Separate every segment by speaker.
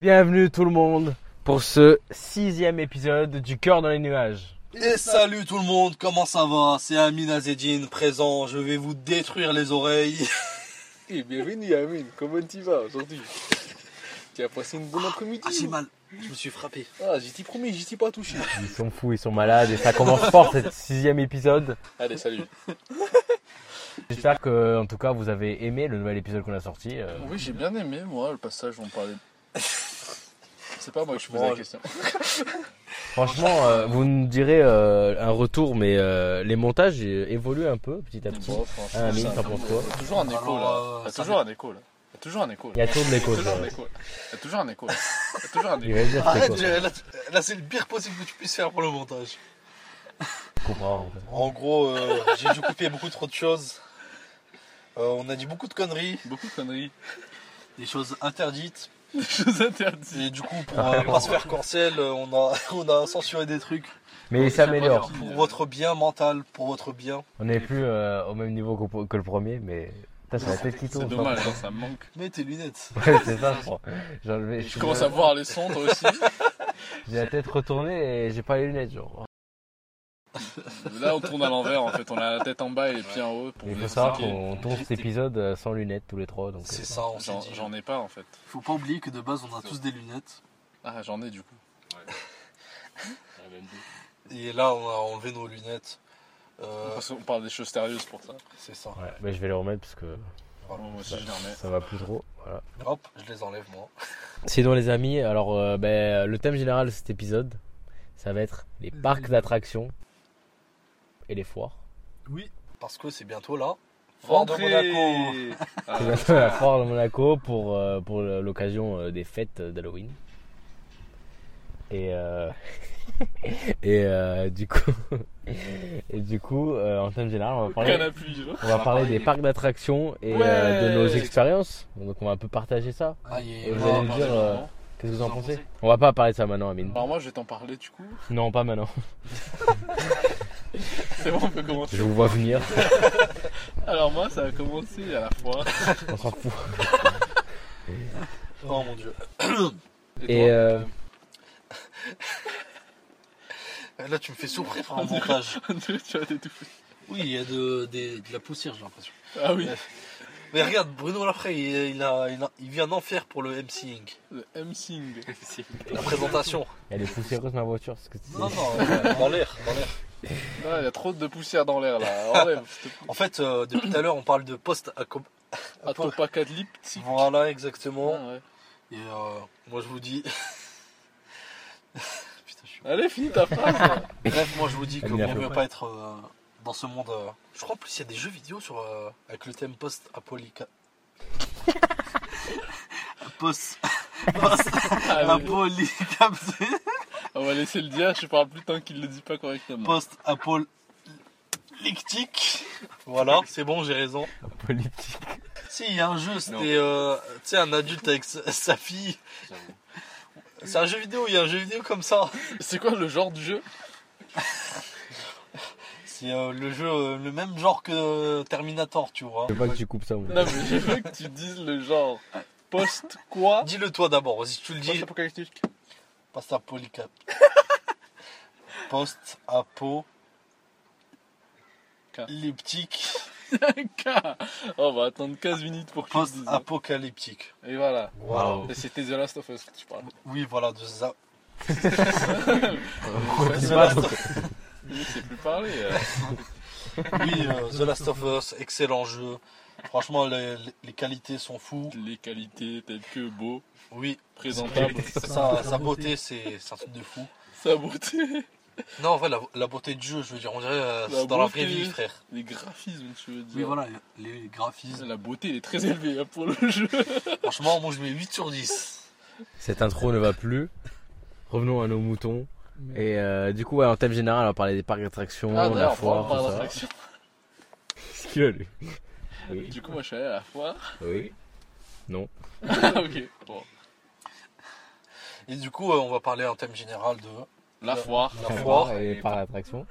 Speaker 1: Bienvenue tout le monde pour ce sixième épisode du Cœur dans les nuages.
Speaker 2: Et salut tout le monde, comment ça va C'est Amine Azedine, présent, je vais vous détruire les oreilles.
Speaker 3: Eh, bienvenue Amine, comment tu vas aujourd'hui Tu as passé une bonne après-midi
Speaker 2: Ah j'ai mal, je me suis frappé.
Speaker 3: Ah, j'y t'y promis, j'y t'y pas touché.
Speaker 1: Ils sont fous, ils sont malades et ça commence fort ce sixième épisode.
Speaker 3: Allez, salut.
Speaker 1: J'espère que, en tout cas, vous avez aimé le nouvel épisode qu'on a sorti. euh.
Speaker 3: Oui, j'ai bien aimé, moi, le passage où on parlait. C'est pas moi que je posais
Speaker 2: Bon,
Speaker 3: la question.
Speaker 1: Franchement, euh, vous nous direz euh, un retour, mais euh, les montages euh, évoluent un peu petit à petit.
Speaker 3: Bon, franchement,
Speaker 1: Ah, Amine,
Speaker 3: ça- Ah,
Speaker 1: t'en penses quoi
Speaker 3: Il y a toujours un écho là.
Speaker 2: Alors,
Speaker 3: Il y a
Speaker 2: ça
Speaker 3: toujours un écho là. Il y a toujours un écho là.
Speaker 1: Il y a toujours de l'écho,
Speaker 3: Il y a toujours
Speaker 1: ça.
Speaker 3: un écho, là. Il y a toujours un écho là. Il y a toujours un
Speaker 1: Il
Speaker 3: écho.
Speaker 1: va dire c'est
Speaker 2: Arrête,
Speaker 1: quoi,
Speaker 2: je- là, tu- là, c'est le pire possible que tu puisses faire pour le montage.
Speaker 1: je comprends, en fait.
Speaker 2: En gros, euh, j'ai dû couper beaucoup trop de choses. Euh, on a dit beaucoup de conneries,
Speaker 3: Beaucoup de conneries.
Speaker 2: des choses interdites.
Speaker 3: Des choses interdites.
Speaker 2: Et du coup, pour euh, pas se faire cancel, euh, on a, on a censuré des trucs.
Speaker 1: Mais il s'améliore.
Speaker 2: Pour votre bien mental, pour votre bien.
Speaker 1: On n'est plus euh, au même niveau qu'au- que le premier, mais putain, c'est la tête qui
Speaker 3: C'est
Speaker 1: tourne.
Speaker 3: dommage, hein, ça me manque.
Speaker 2: Mets tes lunettes.
Speaker 1: ça. Ouais, c'est ça, je crois. J'ai enlevé-
Speaker 3: Je commence à voir les sons toi aussi.
Speaker 1: J'ai la tête retournée et j'ai pas les lunettes, genre.
Speaker 3: Là, on tourne à l'envers en fait. On a la tête en bas et les pieds en haut. Pour
Speaker 1: Il
Speaker 3: vous
Speaker 1: faut savoir
Speaker 3: expliquer.
Speaker 1: qu'on tourne cet épisode euh, sans lunettes tous les trois, donc.
Speaker 2: C'est
Speaker 1: euh,
Speaker 2: ça, on s'est
Speaker 3: J'en
Speaker 2: dit. euh,
Speaker 3: j'en ai pas en fait.
Speaker 2: Faut pas oublier que de base, on a tous des lunettes.
Speaker 3: Ah, j'en ai du coup.
Speaker 2: Et là, on a enlevé nos lunettes. Euh,
Speaker 3: Parce qu'on parle des choses sérieuses pour ça.
Speaker 2: c'est ça.
Speaker 1: ouais, mais je vais les remettre parce que
Speaker 3: Moi aussi, je les remets.
Speaker 1: ça va plus trop. Voilà.
Speaker 2: Hop, je les enlève moi.
Speaker 1: Sinon, les amis, alors euh, ben, le thème général de cet épisode, ça va être les parcs d'attractions et les foires.
Speaker 2: Oui. Parce que c'est bientôt là.
Speaker 3: Rentrez
Speaker 2: Ah.
Speaker 1: C'est bientôt la foire de Monaco pour, euh, pour l'occasion euh, des fêtes d'Halloween. Et, euh, et euh, du coup, et du coup euh, en thème général, on va parler.
Speaker 3: Aucun appui.
Speaker 1: On va parler des parcs d'attractions et euh, de nos expériences. Donc on va un peu partager ça.
Speaker 2: Ah, il est
Speaker 1: Et vous
Speaker 2: mort.
Speaker 1: allez me dire euh, qu'est-ce que vous en pensez. On va pas parler de ça maintenant, Amine.
Speaker 3: Alors moi, je vais t'en parler du coup.
Speaker 1: Non, pas maintenant.
Speaker 3: C'est bon, on peut commencer.
Speaker 1: Je vous vois venir.
Speaker 3: Alors moi, ça a commencé à la fois.
Speaker 1: On s'en fout.
Speaker 2: Oh mon dieu.
Speaker 1: Et,
Speaker 3: toi
Speaker 1: euh,
Speaker 2: Là, tu me fais souffrir en montage.
Speaker 3: tu vas t'étouffer.
Speaker 2: Oui, il y a de, des- de la poussière, j'ai l'impression.
Speaker 3: Ah oui,
Speaker 2: Mais regarde, Bruno Lafray, il, il, a, il, a- il vient d'en faire pour le MCing.
Speaker 3: le M-Sing.
Speaker 2: La présentation.
Speaker 1: elle est poussiéreuse ma voiture. parce que c'est-
Speaker 2: Non, non, euh, dans l'air. dans l'air.
Speaker 3: Ah, il y a trop de poussière dans l'air là. Enlève. s'il te plaît.
Speaker 2: En fait, euh, depuis tout à l'heure, on parle de poste à com-
Speaker 3: À ton paquet de lipstick.
Speaker 2: Voilà, exactement.
Speaker 3: Ah, ouais.
Speaker 2: Et euh, moi, je vous dis. Putain, je suis.
Speaker 3: Allez, finis ta phrase. là.
Speaker 2: Bref, moi je vous dis que
Speaker 1: Il n'y a
Speaker 2: vaut
Speaker 1: pas.
Speaker 2: mieux pas être euh, dans ce monde. euh, Je crois en plus il y a des jeux vidéo sur euh, avec le thème post apolica post post
Speaker 3: Allez,
Speaker 2: apolicapsé
Speaker 3: on va laisser le dire. Je parle plus tant qu'il le dit pas correctement.
Speaker 2: post apolictique. Voilà, c'est bon, j'ai raison.
Speaker 1: Politique.
Speaker 2: Si il y a un jeu, c'était euh, tu sais un adulte avec sa, sa fille. C'est un jeu vidéo, il y a un jeu vidéo comme ça.
Speaker 3: C'est quoi le genre du jeu
Speaker 2: C'est euh, le jeu euh, le même genre que euh, Terminator, tu vois.
Speaker 1: Je veux pas que tu coupes ça. Mon
Speaker 3: Non, mais je veux que tu dises le genre. Post quoi
Speaker 2: Dis-le toi d'abord, si tu le dis.
Speaker 3: Post-apocalyptique.
Speaker 2: Post-apolicap. Post-apo.
Speaker 3: K.
Speaker 2: Elliptique.
Speaker 3: On va attendre 15 minutes pour qu'il dise.
Speaker 2: Post-apocalyptique.
Speaker 3: Et voilà.
Speaker 1: Wow.
Speaker 3: Et c'était The Last of Us que tu parles.
Speaker 2: Oui, voilà, de ça.
Speaker 1: Continue
Speaker 2: The
Speaker 1: pas,
Speaker 2: Last
Speaker 1: donc-
Speaker 3: Je sais plus parler. euh.
Speaker 2: Oui, euh, The Last of Us, excellent jeu. Franchement, les, les- les qualités sont fous.
Speaker 3: Les qualités telles que beau,
Speaker 2: Oui,
Speaker 3: présentable,
Speaker 2: sa, sa beauté, c'est c'est un truc de fou.
Speaker 3: sa beauté,
Speaker 2: Non, en vrai, la, la beauté du jeu, je veux dire, on dirait euh,
Speaker 3: La
Speaker 2: c'est dans la vraie
Speaker 3: beauté.
Speaker 2: vie, frère.
Speaker 3: les graphismes, tu veux dire.
Speaker 2: Oui, voilà, les graphismes.
Speaker 3: La beauté, elle est très élevée hein, pour le jeu.
Speaker 2: Franchement, moi, je mets 8 sur 10.
Speaker 1: Cette intro ne va plus. Revenons à nos moutons. Et euh, du coup, ouais, en thème général, on va parler des parcs d'attractions, de la
Speaker 3: Ah, d'ailleurs, on
Speaker 1: foire,
Speaker 3: parle
Speaker 1: tout ça.
Speaker 3: d'attraction.
Speaker 1: Qu'est-ce qu'il a, lui Oui.
Speaker 3: Du coup, moi, je suis allé à la foire.
Speaker 1: Oui.
Speaker 3: Ah, ok. Bon.
Speaker 2: Et du coup, euh, on va parler en thème général de
Speaker 3: La foire.
Speaker 2: la foire.
Speaker 1: et par l'attraction.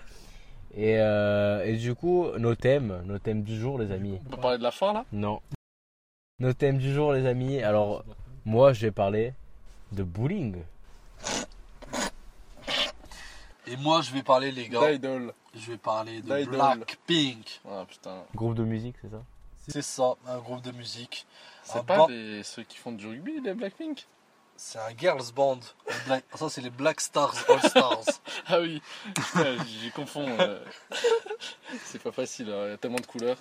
Speaker 1: Et, euh, et du coup, nos thèmes, nos thèmes du jour, les amis.
Speaker 3: On peut parler de la foire là
Speaker 1: Non. Nos thèmes du jour, les amis. Alors, moi, je vais parler De bowling
Speaker 2: Et moi, je vais parler, les gars.
Speaker 3: D'idol.
Speaker 2: Je vais parler de
Speaker 3: D'Idol.
Speaker 2: Blackpink.
Speaker 3: Ah putain.
Speaker 1: Groupe de musique, c'est ça
Speaker 2: C'est ça, un groupe de musique.
Speaker 3: C'est
Speaker 2: Ah,
Speaker 3: pas
Speaker 2: bon.
Speaker 3: les- ceux qui font du rugby, les Blackpink
Speaker 2: C'est un girls band. Les Black- Ça, c'est les Black Stars All Stars.
Speaker 3: Ah oui, j'y confonds. euh. C'est pas facile, hein, il y a tellement de couleurs.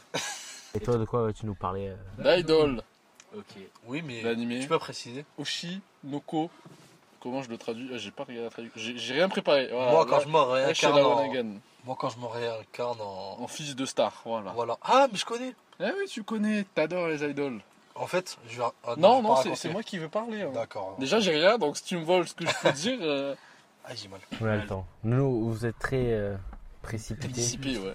Speaker 1: Et toi, de quoi tu nous euh parlais
Speaker 3: L'idol,
Speaker 1: Ok.
Speaker 2: Oui, mais
Speaker 3: L'animé.
Speaker 2: tu peux préciser.
Speaker 3: Oshi, Noko. Comment je le traduis Ah, J'ai pas regardé la traduction. J'ai j'ai rien préparé. Voilà,
Speaker 2: moi, quand
Speaker 3: là-
Speaker 2: je me
Speaker 3: là, je suis
Speaker 2: réincarne
Speaker 3: la
Speaker 2: en...
Speaker 3: Wanagan,
Speaker 2: Moi, quand je me réincarne en...
Speaker 3: en fils de star. Voilà.
Speaker 2: Voilà. Ah, mais je connais.
Speaker 3: Ah oui, tu connais, t'adores les idoles.
Speaker 2: En fait, je vais... ah,
Speaker 3: non,
Speaker 2: je vais
Speaker 3: non,
Speaker 2: pas
Speaker 3: c'est
Speaker 2: raconter.
Speaker 3: c'est moi qui veux parler. hein.
Speaker 2: D'accord.
Speaker 3: Déjà, j'ai rien, donc si tu me voles ce que je peux te dire, euh,
Speaker 2: Ah, j'ai mal.
Speaker 1: On a le temps. Nous, vous êtes très euh, précipités.
Speaker 3: dissipé, ouais.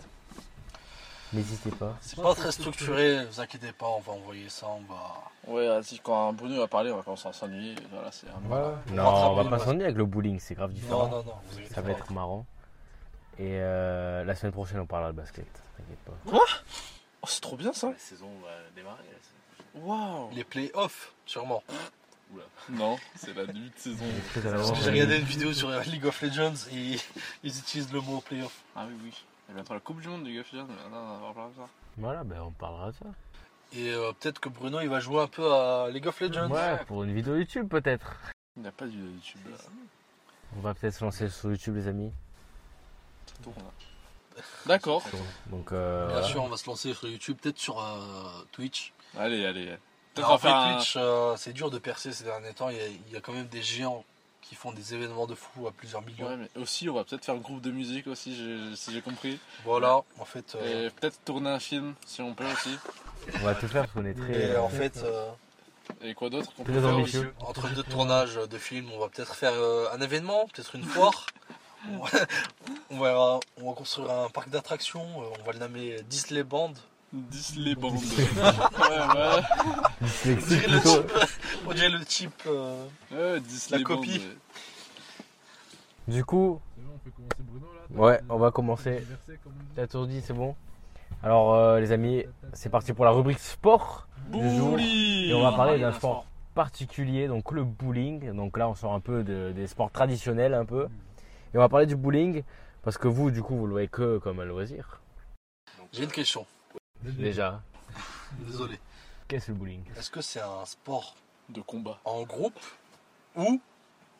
Speaker 1: N'hésitez pas.
Speaker 2: C'est pas très structuré, vous inquiétez pas, on va envoyer ça, on va...
Speaker 3: Ouais, vas-y, quand Bruno va parler, on va commencer à s'ennuyer. Voilà, c'est un-
Speaker 1: Non, on va
Speaker 2: Rattraper,
Speaker 1: pas
Speaker 2: ouais.
Speaker 1: s'ennuyer avec le bowling, c'est grave différent.
Speaker 2: Non, non, non, vous inquiétez
Speaker 1: Ça va
Speaker 2: pas.
Speaker 1: être marrant. Et euh, la semaine prochaine, on parlera de basket. T'inquiète pas.
Speaker 3: Oh, c'est trop bien ça.
Speaker 4: La saison va démarrer. là, c'est-
Speaker 3: Waouh.
Speaker 2: Les playoffs, sûrement.
Speaker 3: Non, c'est la nuit de saison.
Speaker 1: Très à l'avance.
Speaker 2: Parce que j'ai regardé une vidéo sur League of Legends et ils utilisent le mot playoff.
Speaker 3: Ah oui, oui. Et bientôt la Coupe du Monde du gars, Fijan, mais là, on va parler de ça.
Speaker 1: Voilà, ben on parlera de ça.
Speaker 2: Et euh, peut-être que Bruno, il va jouer un peu à League of Legends.
Speaker 1: Ouais, pour une vidéo YouTube peut-être.
Speaker 3: Il n'y a pas de vidéo YouTube là.
Speaker 1: On va peut-être se lancer sur YouTube, les amis.
Speaker 3: Tout tourne, là. D'accord.
Speaker 1: Donc, euh,
Speaker 2: Bien
Speaker 1: voilà.
Speaker 2: sûr, on va se lancer sur YouTube, peut-être sur euh, Twitch.
Speaker 3: Allez, allez. Peut-être on
Speaker 2: Alors,
Speaker 3: va faire
Speaker 2: après,
Speaker 3: un...
Speaker 2: Twitch, euh, c'est dur de percer ces derniers temps. Il y, a, il y a quand même des géants qui font des événements de fou à plusieurs millions.
Speaker 3: Ouais, mais aussi, on va peut-être faire un groupe de musique aussi, j'ai- si j'ai compris.
Speaker 2: Voilà, en fait. euh,
Speaker 3: Et peut-être tourner un film, si on peut aussi.
Speaker 1: on va tout faire parce qu'on est très.
Speaker 2: et
Speaker 1: euh,
Speaker 2: en fait, euh,
Speaker 3: Et quoi d'autre qu'on
Speaker 1: Très
Speaker 3: peut faire
Speaker 1: ambitieux.
Speaker 3: aussi
Speaker 2: entre deux tournages de films, on va peut-être faire euh, un événement, peut-être une foire. on, va, on va- on va construire un parc d'attractions. euh, On va le nommer Disney Band.
Speaker 3: Dis les bandes. ouais, ouais.
Speaker 2: On
Speaker 1: dyslexique
Speaker 2: dirait le
Speaker 1: plutôt.
Speaker 2: type. euh, On dirait le type. euh,
Speaker 3: ouais dis
Speaker 2: La
Speaker 3: les bandes.
Speaker 2: copie.
Speaker 3: ouais.
Speaker 1: Du coup,
Speaker 5: C'est bon, on peut commencer Bruno là
Speaker 1: Ouais, on va commencer. la tour dit, c'est bon. Alors, euh, les amis, c'est parti pour la rubrique sport. du jour.
Speaker 3: Bouli
Speaker 1: Et on va parler d'un sport particulier, donc le bowling. Donc là, on sort un peu de- des sports traditionnels, un peu. Et on va parler du bowling, parce que vous, du coup, vous le voyez que comme un loisir.
Speaker 4: Donc,
Speaker 2: J'ai une
Speaker 4: euh,
Speaker 2: question.
Speaker 1: Déjà,
Speaker 2: Désolé.
Speaker 1: qu'est-ce le bowling
Speaker 2: Est-ce que c'est un sport
Speaker 3: De combat.
Speaker 2: en groupe ou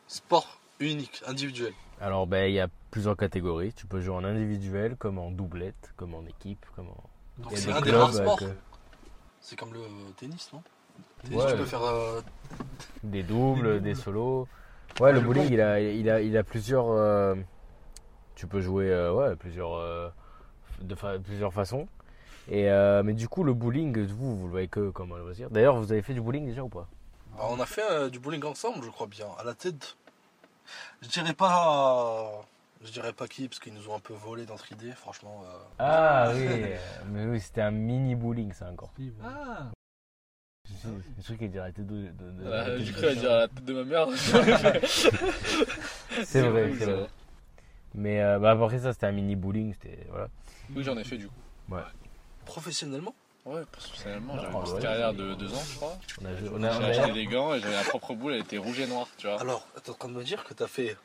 Speaker 2: sport unique, individuel
Speaker 1: Alors, ben, il y a plusieurs catégories. Tu peux jouer en individuel, comme en doublette, comme en équipe, comme en. Il
Speaker 2: Donc
Speaker 1: y a
Speaker 2: c'est
Speaker 1: des
Speaker 2: un des
Speaker 1: clubs
Speaker 2: rares
Speaker 1: avec,
Speaker 2: sports.
Speaker 1: euh,
Speaker 2: C'est comme le euh, tennis, non Tennis,
Speaker 1: Ouais.
Speaker 2: Tu peux faire. euh,
Speaker 1: Des doubles, des solos. Ouais, le bowling, il a, il a, il a plusieurs. euh, tu peux jouer, euh, ouais, plusieurs, euh, de fa- plusieurs façons. Et euh, mais du coup, le bowling, vous, vous le voyez que comme un loisir. D'ailleurs, vous avez fait du bowling déjà ou pas
Speaker 2: bah, on a fait euh, du bowling ensemble, je crois bien, à la tête. Je dirais pas. euh, Je dirais pas qui, parce qu'ils nous ont un peu volé notre idée, franchement. euh.
Speaker 1: Ah oui, mais oui, c'était un mini bowling, ça encore.
Speaker 5: Ah
Speaker 1: Le truc est dire arrêtez de. de- de-
Speaker 3: Ah,
Speaker 1: de-
Speaker 3: J'ai cru à dire à la tête de ma mère.
Speaker 1: C'est vrai,
Speaker 3: cool,
Speaker 1: c'est
Speaker 3: ça.
Speaker 1: vrai. Mais euh, bah, après ça, c'était un mini bowling, c'était voilà.
Speaker 3: Oui, j'en ai fait du coup.
Speaker 2: Professionnellement
Speaker 3: Ouais, personnellement, j'avais
Speaker 1: Ah,
Speaker 3: une petite
Speaker 1: ouais.
Speaker 3: carrière de deux ans, je crois.
Speaker 1: On a, joué- on
Speaker 3: J'ai
Speaker 1: a- on a-
Speaker 3: acheté des gants et j'avais la propre boule, elle était rouge et noire, tu vois.
Speaker 2: Alors, t'es en train de me dire que t'as fait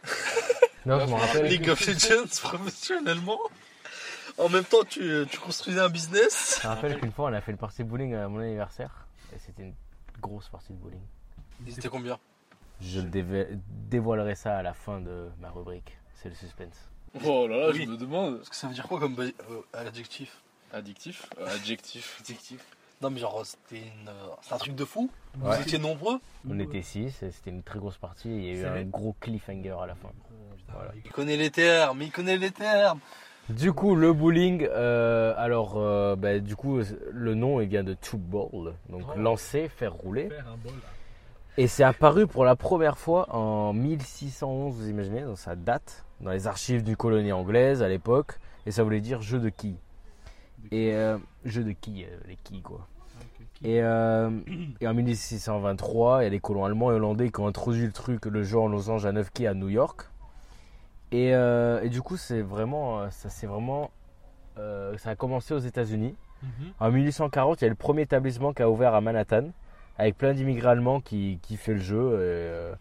Speaker 1: Non, je me rappelle.
Speaker 2: League of Legends professionnellement En même temps, tu, tu construisais un business
Speaker 1: Je me rappelle qu'une fois, on a fait une partie de bowling à mon anniversaire, et c'était une grosse partie de bowling.
Speaker 2: Ils étaient combien
Speaker 1: Je déve- dévoilerai ça à la fin de ma rubrique. C'est le suspense.
Speaker 3: Oh là là,
Speaker 2: Oui.
Speaker 3: je me demande.
Speaker 2: Parce que ça veut dire quoi comme ba- euh, adjectif
Speaker 3: Addictif euh, Adjectif. Addictif.
Speaker 2: Non mais genre c'était une, euh, c'est un truc de fou.
Speaker 1: Ouais.
Speaker 2: Vous étiez nombreux.
Speaker 1: On était 6, c'était une très grosse partie et il y
Speaker 5: C'est
Speaker 1: a eu un
Speaker 5: vrai
Speaker 1: gros cliffhanger à la fin. Voilà.
Speaker 2: Il connaît les termes, il connaît les termes.
Speaker 1: Du coup, le bowling, euh, alors, euh, bah, du coup, le nom il vient de to ball, donc
Speaker 5: Oh.
Speaker 1: lancer, faire rouler.
Speaker 5: Faire un bol. hein,
Speaker 1: Et c'est apparu pour la première fois en 1611, vous imaginez, donc ça date, dans les archives d'une colonie anglaise à l'époque, et ça voulait dire jeu de quilles. Et euh, jeu de quilles, euh, les quilles quoi. Et, euh, et en 1623, il y a les colons allemands et hollandais qui ont introduit le truc, le jeu en losange à 9 quilles à New York. Et, euh, et du coup, c'est vraiment, euh, ça c'est vraiment, euh, ça a commencé aux États-Unis. En 1840, il y a le premier établissement qui a ouvert à Manhattan, avec plein d'immigrés allemands qui, qui fait le jeu. Et, euh,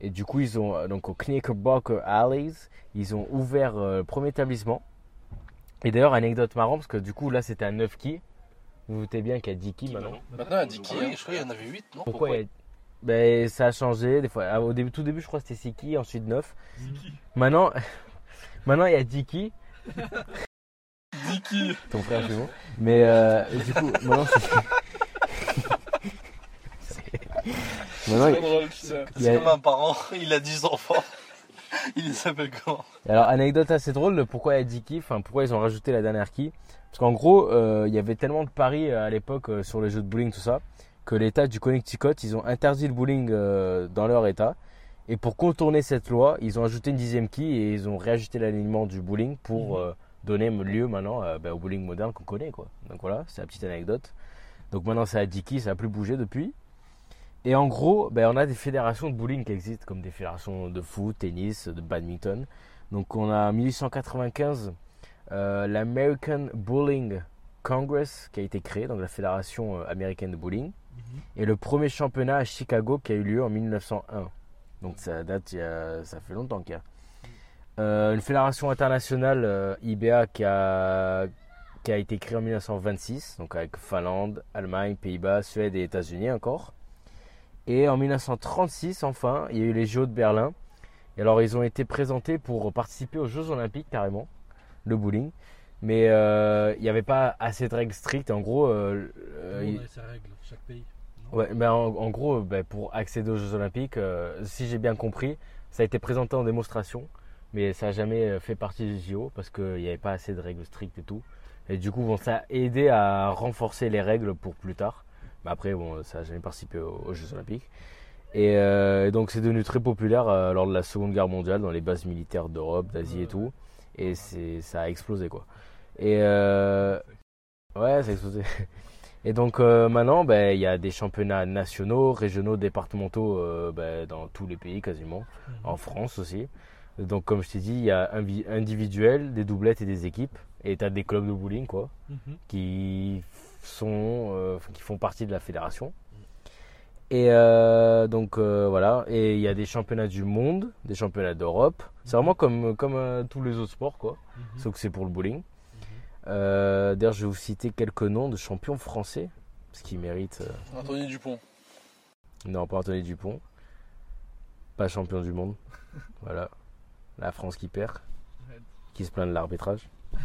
Speaker 1: Et du coup, ils ont, euh, donc au Knickerbocker Alleys, ils ont ouvert euh, le premier établissement. Et d'ailleurs, anecdote marrante, parce que du coup, là, c'était à 9 qui. Vous vous doutez bien qu'il y a 10 qui maintenant.
Speaker 3: Maintenant, elle dit
Speaker 2: Ah
Speaker 3: qui
Speaker 2: oui, je crois qu'il y en avait 8, non
Speaker 1: Pourquoi il y a- Ben, ça a changé. Des fois, Ah, au début, tout début, je crois que c'était 6 qui, ensuite 9. Maintenant, maintenant, il y a 10 qui.
Speaker 2: Dicky
Speaker 1: Ton frère jumeau. Mais euh, et du coup, maintenant, c'est. C'est- Maintenant, il- Il y
Speaker 2: C'est
Speaker 1: a-
Speaker 2: comme un parent, il a 10 enfants. Il les appelle comment
Speaker 1: Alors, anecdote assez drôle de pourquoi il y a 10 qui, enfin, pourquoi ils ont rajouté la dernière qui. Parce qu'en gros, euh, il y avait tellement de paris euh, à l'époque euh, sur les jeux de bowling, tout ça, que l'État du Connecticut, ils ont interdit le bowling euh, dans leur État. Et pour contourner cette loi, ils ont ajouté une dixième qui et ils ont réajusté l'alignement du bowling pour euh, donner lieu maintenant euh, ben, au bowling moderne qu'on connaît. Quoi. Donc voilà, c'est la petite anecdote. Donc maintenant, c'est à 10 qui, ça n'a plus bougé depuis. Et en gros, ben, on a des fédérations de bowling qui existent, comme des fédérations de foot, tennis, de badminton. Donc on a en 1895 euh, l'American Bowling Congress qui a été créé, donc la Fédération euh, américaine de bowling, et le premier championnat à Chicago qui a eu lieu en 1901. Donc ça date, il y a- ça fait longtemps qu'il y a. Euh, une fédération internationale, euh, IBA, qui a, qui a été créée en 1926, donc avec Finlande, Allemagne, Pays-Bas, Suède et États-Unis encore. Et en 1936, enfin, il y a eu les JO de Berlin. Et alors, ils ont été présentés pour participer aux Jeux Olympiques, carrément, le bowling. Mais euh, il n'y avait pas assez de règles strictes. En gros, euh, euh, il-
Speaker 5: sa règle, chaque pays.
Speaker 1: Ouais, ben, en, en gros, ben, pour accéder aux Jeux Olympiques, euh, si j'ai bien compris, ça a été présenté en démonstration, mais ça n'a jamais euh, fait partie du JO parce qu'il n'y avait pas assez de règles strictes et tout. Et du coup, bon, ça a aidé à renforcer les règles pour plus tard. Mais après, bon, ça n'a jamais participé aux, aux Jeux Olympiques. Et euh, donc, c'est devenu très populaire euh, lors de la Seconde Guerre mondiale dans les bases militaires d'Europe, d'Asie et tout. Et c'est, ça a explosé, quoi. Et euh, ouais, ça a explosé. Et donc euh, maintenant, ben, il y a des championnats nationaux, régionaux, départementaux euh, ben, dans tous les pays quasiment, en France aussi. Donc comme je t'ai dit, il y a invi- individuel, des doublettes et des équipes. Et tu as des clubs de bowling quoi, qui, sont, euh, qui font partie de la fédération. Et euh, donc euh, voilà, et il y a des championnats du monde, des championnats d'Europe. C'est vraiment comme, comme euh, tous les autres sports quoi, sauf que c'est pour le bowling. Euh, D'ailleurs, je vais vous citer quelques noms de champions français, parce qu'ils méritent. euh,
Speaker 3: Anthony Dupont.
Speaker 1: non, pas Anthony Dupont. Pas champion du monde. Voilà. La France qui perd.
Speaker 5: Red.
Speaker 1: Qui se plaint de l'arbitrage.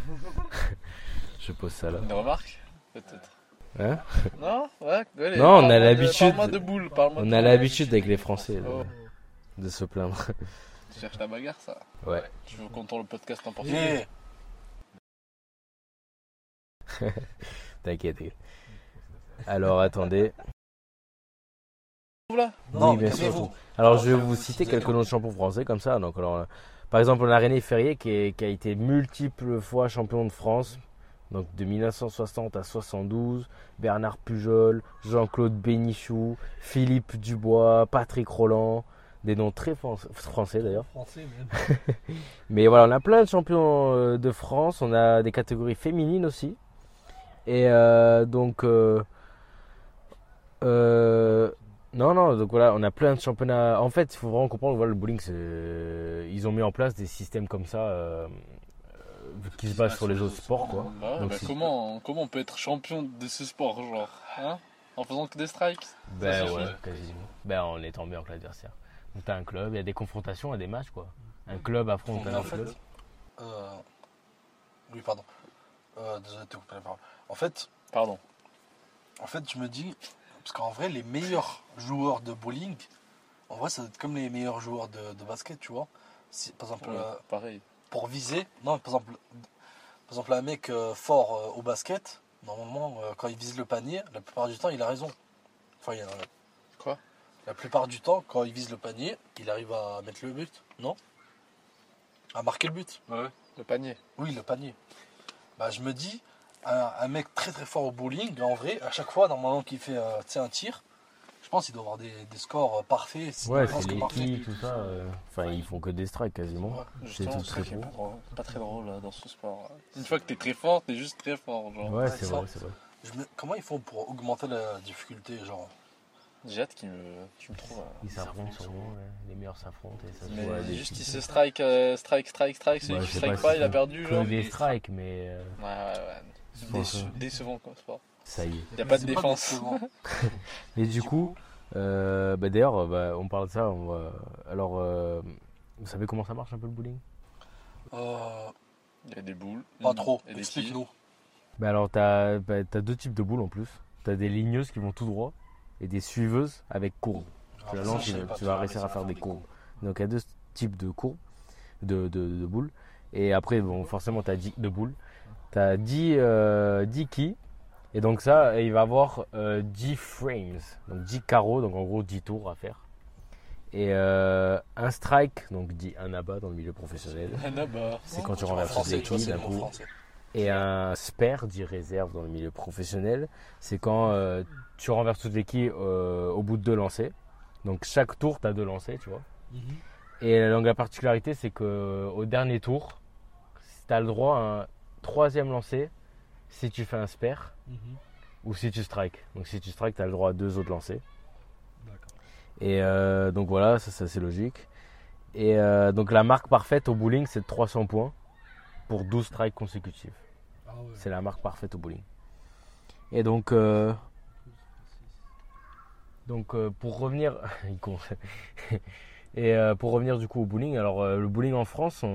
Speaker 1: je pose ça là.
Speaker 3: Une remarque Peut-être.
Speaker 1: Hein
Speaker 3: Non Ouais, allez,
Speaker 1: Non, on a
Speaker 3: parle-moi de-
Speaker 1: l'habitude.
Speaker 3: Parle-moi de boule, parle-moi
Speaker 1: On
Speaker 3: de
Speaker 1: a
Speaker 3: boule.
Speaker 1: l'habitude avec les Français de,
Speaker 3: Oh,
Speaker 1: de se plaindre.
Speaker 3: tu cherches la bagarre, ça
Speaker 1: Ouais.
Speaker 3: Je veux qu'on tourne le podcast en portugais.
Speaker 2: Eh,
Speaker 1: T'inquiète. t'inquiète. Alors attendez.
Speaker 3: Là
Speaker 2: Non,
Speaker 1: oui, bien
Speaker 2: mais
Speaker 1: sûr.
Speaker 2: vous.
Speaker 1: Alors je vais vous citer quelques noms de champions français comme ça. Donc, alors, euh, par exemple, on a René Ferrier qui, est- qui a été multiple fois champion de France. Donc de 1960 à 72, Bernard Pujol, Jean-Claude Bénichou, Philippe Dubois, Patrick Roland, des noms très fran- français d'ailleurs.
Speaker 5: Français même.
Speaker 1: Mais voilà, on a plein de champions euh, de France, on a des catégories féminines aussi. Et euh, donc. euh, euh, non, non, donc voilà, on a plein de championnats. En fait, il faut vraiment comprendre, voilà, le bowling, c'est- euh, ils ont mis en place des systèmes comme ça euh, euh, qui se basent sur les autres sports, quoi.
Speaker 3: Bah ouais,
Speaker 1: Donc
Speaker 3: bah
Speaker 1: si-
Speaker 3: comment, comment on peut être champion de ce sport, genre hein En faisant que des strikes
Speaker 1: Ben
Speaker 3: c'est
Speaker 1: ouais,
Speaker 3: sûr.
Speaker 1: quasiment. Ben en étant meilleur que l'adversaire. Donc t'as un club, il y a des confrontations, il y a des matchs, quoi. Un club affronte
Speaker 2: Mais
Speaker 1: un
Speaker 2: en
Speaker 1: autre
Speaker 2: fait,
Speaker 1: club.
Speaker 2: euh, oui, pardon. Euh, désolé de te couper la parole. En fait,
Speaker 3: Pardon.
Speaker 2: en fait, je me dis, parce qu'en vrai, les meilleurs joueurs de bowling, en vrai, ça doit être comme les meilleurs joueurs de, de basket, tu vois. Si, par exemple,
Speaker 3: Ouais,
Speaker 2: euh,
Speaker 3: pareil.
Speaker 2: pour viser, non, par exemple, par exemple, un mec euh, fort euh, au basket, normalement, euh, quand il vise le panier, la plupart du temps, il a raison. Enfin, il y en a.
Speaker 3: Quoi
Speaker 2: La plupart du temps, quand il vise le panier, il arrive à mettre le but, non À marquer le but.
Speaker 3: Ouais. Le panier.
Speaker 2: Oui, le panier. Bah, je me dis, un, un mec très très fort au bowling, en vrai, à chaque fois, normalement, qu'il fait euh, tu sais, un tir, je pense qu'il doit avoir des, des scores euh, parfaits. sinon,
Speaker 1: Ouais,
Speaker 2: je pense
Speaker 1: c'est
Speaker 2: que
Speaker 1: les
Speaker 2: parfait.
Speaker 1: quilles, tout ça. euh, Enfin, ils font que des strikes quasiment.
Speaker 2: Ouais.
Speaker 3: Justement,
Speaker 1: tout
Speaker 3: c'est ça
Speaker 1: très
Speaker 3: qui est
Speaker 1: bon.
Speaker 3: pas, drôle- pas très drôle euh, dans ce sport. Une fois que t'es très fort, t'es juste très fort, genre.
Speaker 1: Ouais, c'est
Speaker 2: ça.
Speaker 1: vrai, c'est vrai.
Speaker 2: Je me- Comment ils font pour augmenter la difficulté, genre
Speaker 3: J'ai hâte qu'il me, qu'il me trouve. un-
Speaker 1: Ils s'affrontent sûrement, ouais. les meilleurs s'affrontent et ça se
Speaker 3: Mais
Speaker 1: voit. à des
Speaker 3: juste, il
Speaker 1: petits-
Speaker 3: se strike, euh, strike, strike, strike. Celui
Speaker 1: Ouais, je
Speaker 3: qui
Speaker 1: sais
Speaker 3: strike
Speaker 1: pas
Speaker 3: pas,
Speaker 1: si
Speaker 3: il a
Speaker 1: c'est
Speaker 3: perdu.
Speaker 1: que
Speaker 3: Genre. Ouais,
Speaker 1: des strikes, mais euh,
Speaker 3: ouais, ouais.
Speaker 1: C'est pour ça.
Speaker 3: Déce- décevant comme sport.
Speaker 1: ça y est.
Speaker 3: Y a pas de défense.
Speaker 1: Mais du coup, euh, bah, d'ailleurs, bah, on parle de ça. on va- Alors, euh, vous savez comment ça marche un peu le bowling
Speaker 2: Euh,
Speaker 3: Il y a des boules.
Speaker 2: pas trop.
Speaker 3: Et des pieds.
Speaker 2: Explique-nous.
Speaker 1: bah, Alors, t'as bah, t'as deux types de boules en plus. T'as des ligneuses qui vont tout droit et des suiveuses avec courbe.
Speaker 2: Ah,
Speaker 1: Tu la
Speaker 2: ça,
Speaker 1: lances, euh,
Speaker 2: je savais
Speaker 1: tu
Speaker 2: pas.
Speaker 1: vas réussir à faire des courbes. Donc il y a deux types de courbes, de, de, de boules. Et après, bon, forcément, tu as 10 de boules. Tu as 10, euh, 10 keys. Et donc ça, il va avoir euh, 10 frames. Donc 10 carreaux, donc en gros 10 tours à faire. Et euh, un strike, donc dit un abat dans le milieu professionnel.
Speaker 3: Un abat.
Speaker 1: C'est quand tu
Speaker 2: En
Speaker 1: renverses
Speaker 2: français,
Speaker 1: les
Speaker 2: tu vois,
Speaker 1: quilles
Speaker 2: c'est
Speaker 1: d'un
Speaker 2: le mot
Speaker 1: coup.
Speaker 2: français.
Speaker 1: Et un spare, dit réserve dans le milieu professionnel, c'est quand euh, tu renverses toutes les quilles euh, au bout de deux lancers. Donc chaque tour, tu as deux lancers, tu vois.
Speaker 5: Mhm,
Speaker 1: Et donc la particularité, c'est que au dernier tour, tu as le droit à un troisième lancer si tu fais un spare
Speaker 5: mhm,
Speaker 1: ou si tu strikes. Donc si tu strikes, tu as le droit à deux autres lancers.
Speaker 5: D'accord.
Speaker 1: Et euh, donc voilà, ça, ça, c'est logique. Et euh, donc la marque parfaite au bowling, c'est 300 points pour 12 strikes consécutifs.
Speaker 5: Ah ouais.
Speaker 1: C'est la marque parfaite au bowling. Et donc, euh, donc euh, pour revenir, il court. et euh, pour revenir du coup au bowling, alors euh, le bowling en France, on,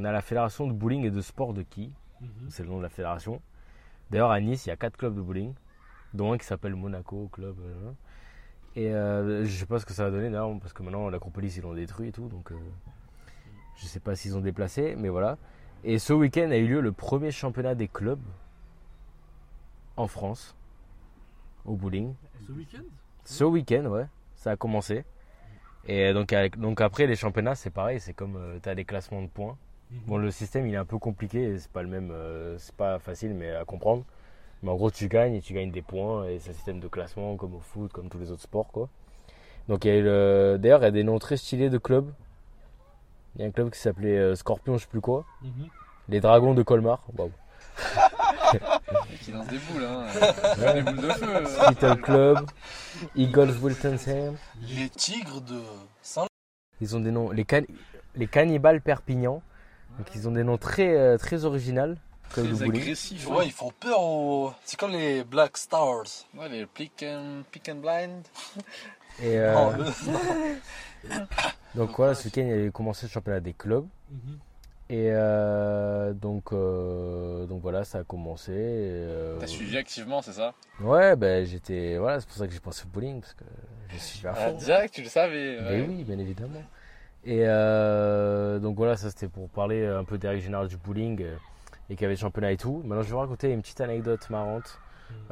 Speaker 1: on a la fédération de bowling et de sport de qui
Speaker 5: Mhm.
Speaker 1: C'est le nom de la fédération. D'ailleurs, à Nice, il y a quatre clubs de bowling, dont un qui s'appelle Monaco Club. euh, et euh, je sais pas ce que ça va donner d'ailleurs, parce que maintenant la Acropolis, ils l'ont détruit et tout, donc euh, je sais pas s'ils ont déplacé, mais voilà. Et ce week-end a eu lieu le premier championnat des clubs en France au bowling.
Speaker 5: Et Ce week-end
Speaker 1: Ce week-end, ouais, ça a commencé. Et donc, avec- donc après, les championnats, c'est pareil, c'est comme tu as des classements de points.
Speaker 5: Mhm.
Speaker 1: Bon, le système, il est un peu compliqué, et c'est pas le même, euh, c'est pas facile mais à comprendre. Mais en gros, tu gagnes et tu gagnes des points, et c'est un système de classement comme au foot, comme tous les autres sports, quoi. Donc, il y a eu le- d'ailleurs, il y a des noms très stylés de clubs. Il y a un club qui s'appelait euh, Scorpion, je sais plus quoi.
Speaker 5: Mhm.
Speaker 1: Les Dragons de Colmar. Waouh.
Speaker 3: Qui lance des boules, hein. euh, des boules de feu. euh.
Speaker 1: Little Club, Eagles Wiltshire.
Speaker 2: Les tigres de saint
Speaker 1: Ils ont des noms. Les, can- les cannibales Perpignan. Donc ils ont des noms très, euh, très originaux. Club de
Speaker 3: Très
Speaker 1: bowling.
Speaker 3: agressif.
Speaker 2: Ouais, ils font peur aux. C'est comme les Black Stars.
Speaker 3: Ouais, les pick and, pick and blind.
Speaker 1: Et euh,
Speaker 2: Non, eux,
Speaker 1: donc voilà, ce week-end, il y a commencé le championnat des clubs.
Speaker 5: Mhm.
Speaker 1: Et euh, donc, euh, donc voilà, ça a commencé. et, euh,
Speaker 3: T'as suivi activement, c'est ça
Speaker 1: Ouais, ben j'étais. Voilà, c'est pour ça que j'ai pensé au bowling, parce que je suis à
Speaker 3: Ah,
Speaker 1: fond.
Speaker 3: Direct, tu le savais.
Speaker 1: Mais
Speaker 3: ouais.
Speaker 1: Ben oui, bien évidemment. Et euh, donc voilà, ça c'était pour parler un peu des règles générales du bowling euh, et qu'il y avait le championnat et tout. Maintenant, je vais vous raconter une petite anecdote marrante.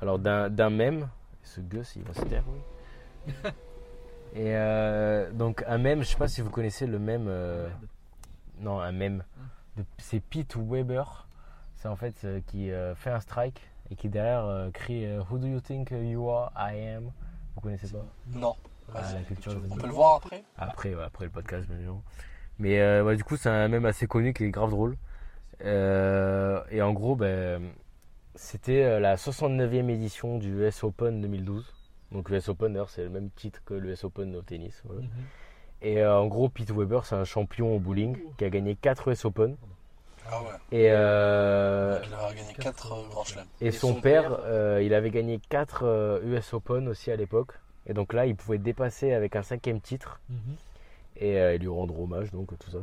Speaker 1: Alors, d'un d'un mème, ce Gus, il va se taire, oui. Et euh, donc, un mème, je sais pas si vous connaissez le mème. euh, non, un mème. de- C'est Pete Weber. C'est en fait euh, qui euh, fait un strike et qui derrière euh, crie euh, Who do you think you are? I am. Vous connaissez pas
Speaker 2: non.
Speaker 1: Ah, la culture
Speaker 2: On
Speaker 1: de-
Speaker 2: peut le voir après
Speaker 1: après, ouais, après le podcast, bien évidemment. Mais euh, ouais, du coup, c'est un même assez connu qui est grave drôle. Euh, et en gros, ben, c'était euh, la 69e édition du US Open 2012. Donc, l'US Open, d'ailleurs, c'est le même titre que l'US Open au tennis. voilà.
Speaker 5: Mhm.
Speaker 1: Et euh, en gros, Pete Weber, c'est un champion au bowling qui a gagné 4 US Open.
Speaker 2: Ah ouais.
Speaker 1: Et, euh,
Speaker 2: Il a gagné 4 grands chelems.
Speaker 1: et son, père, euh, il avait gagné 4 US Open aussi à l'époque. Et donc là, il pouvait dépasser avec un cinquième titre.
Speaker 5: Mhm.
Speaker 1: et, euh, et lui rendre hommage, donc euh, tout ça.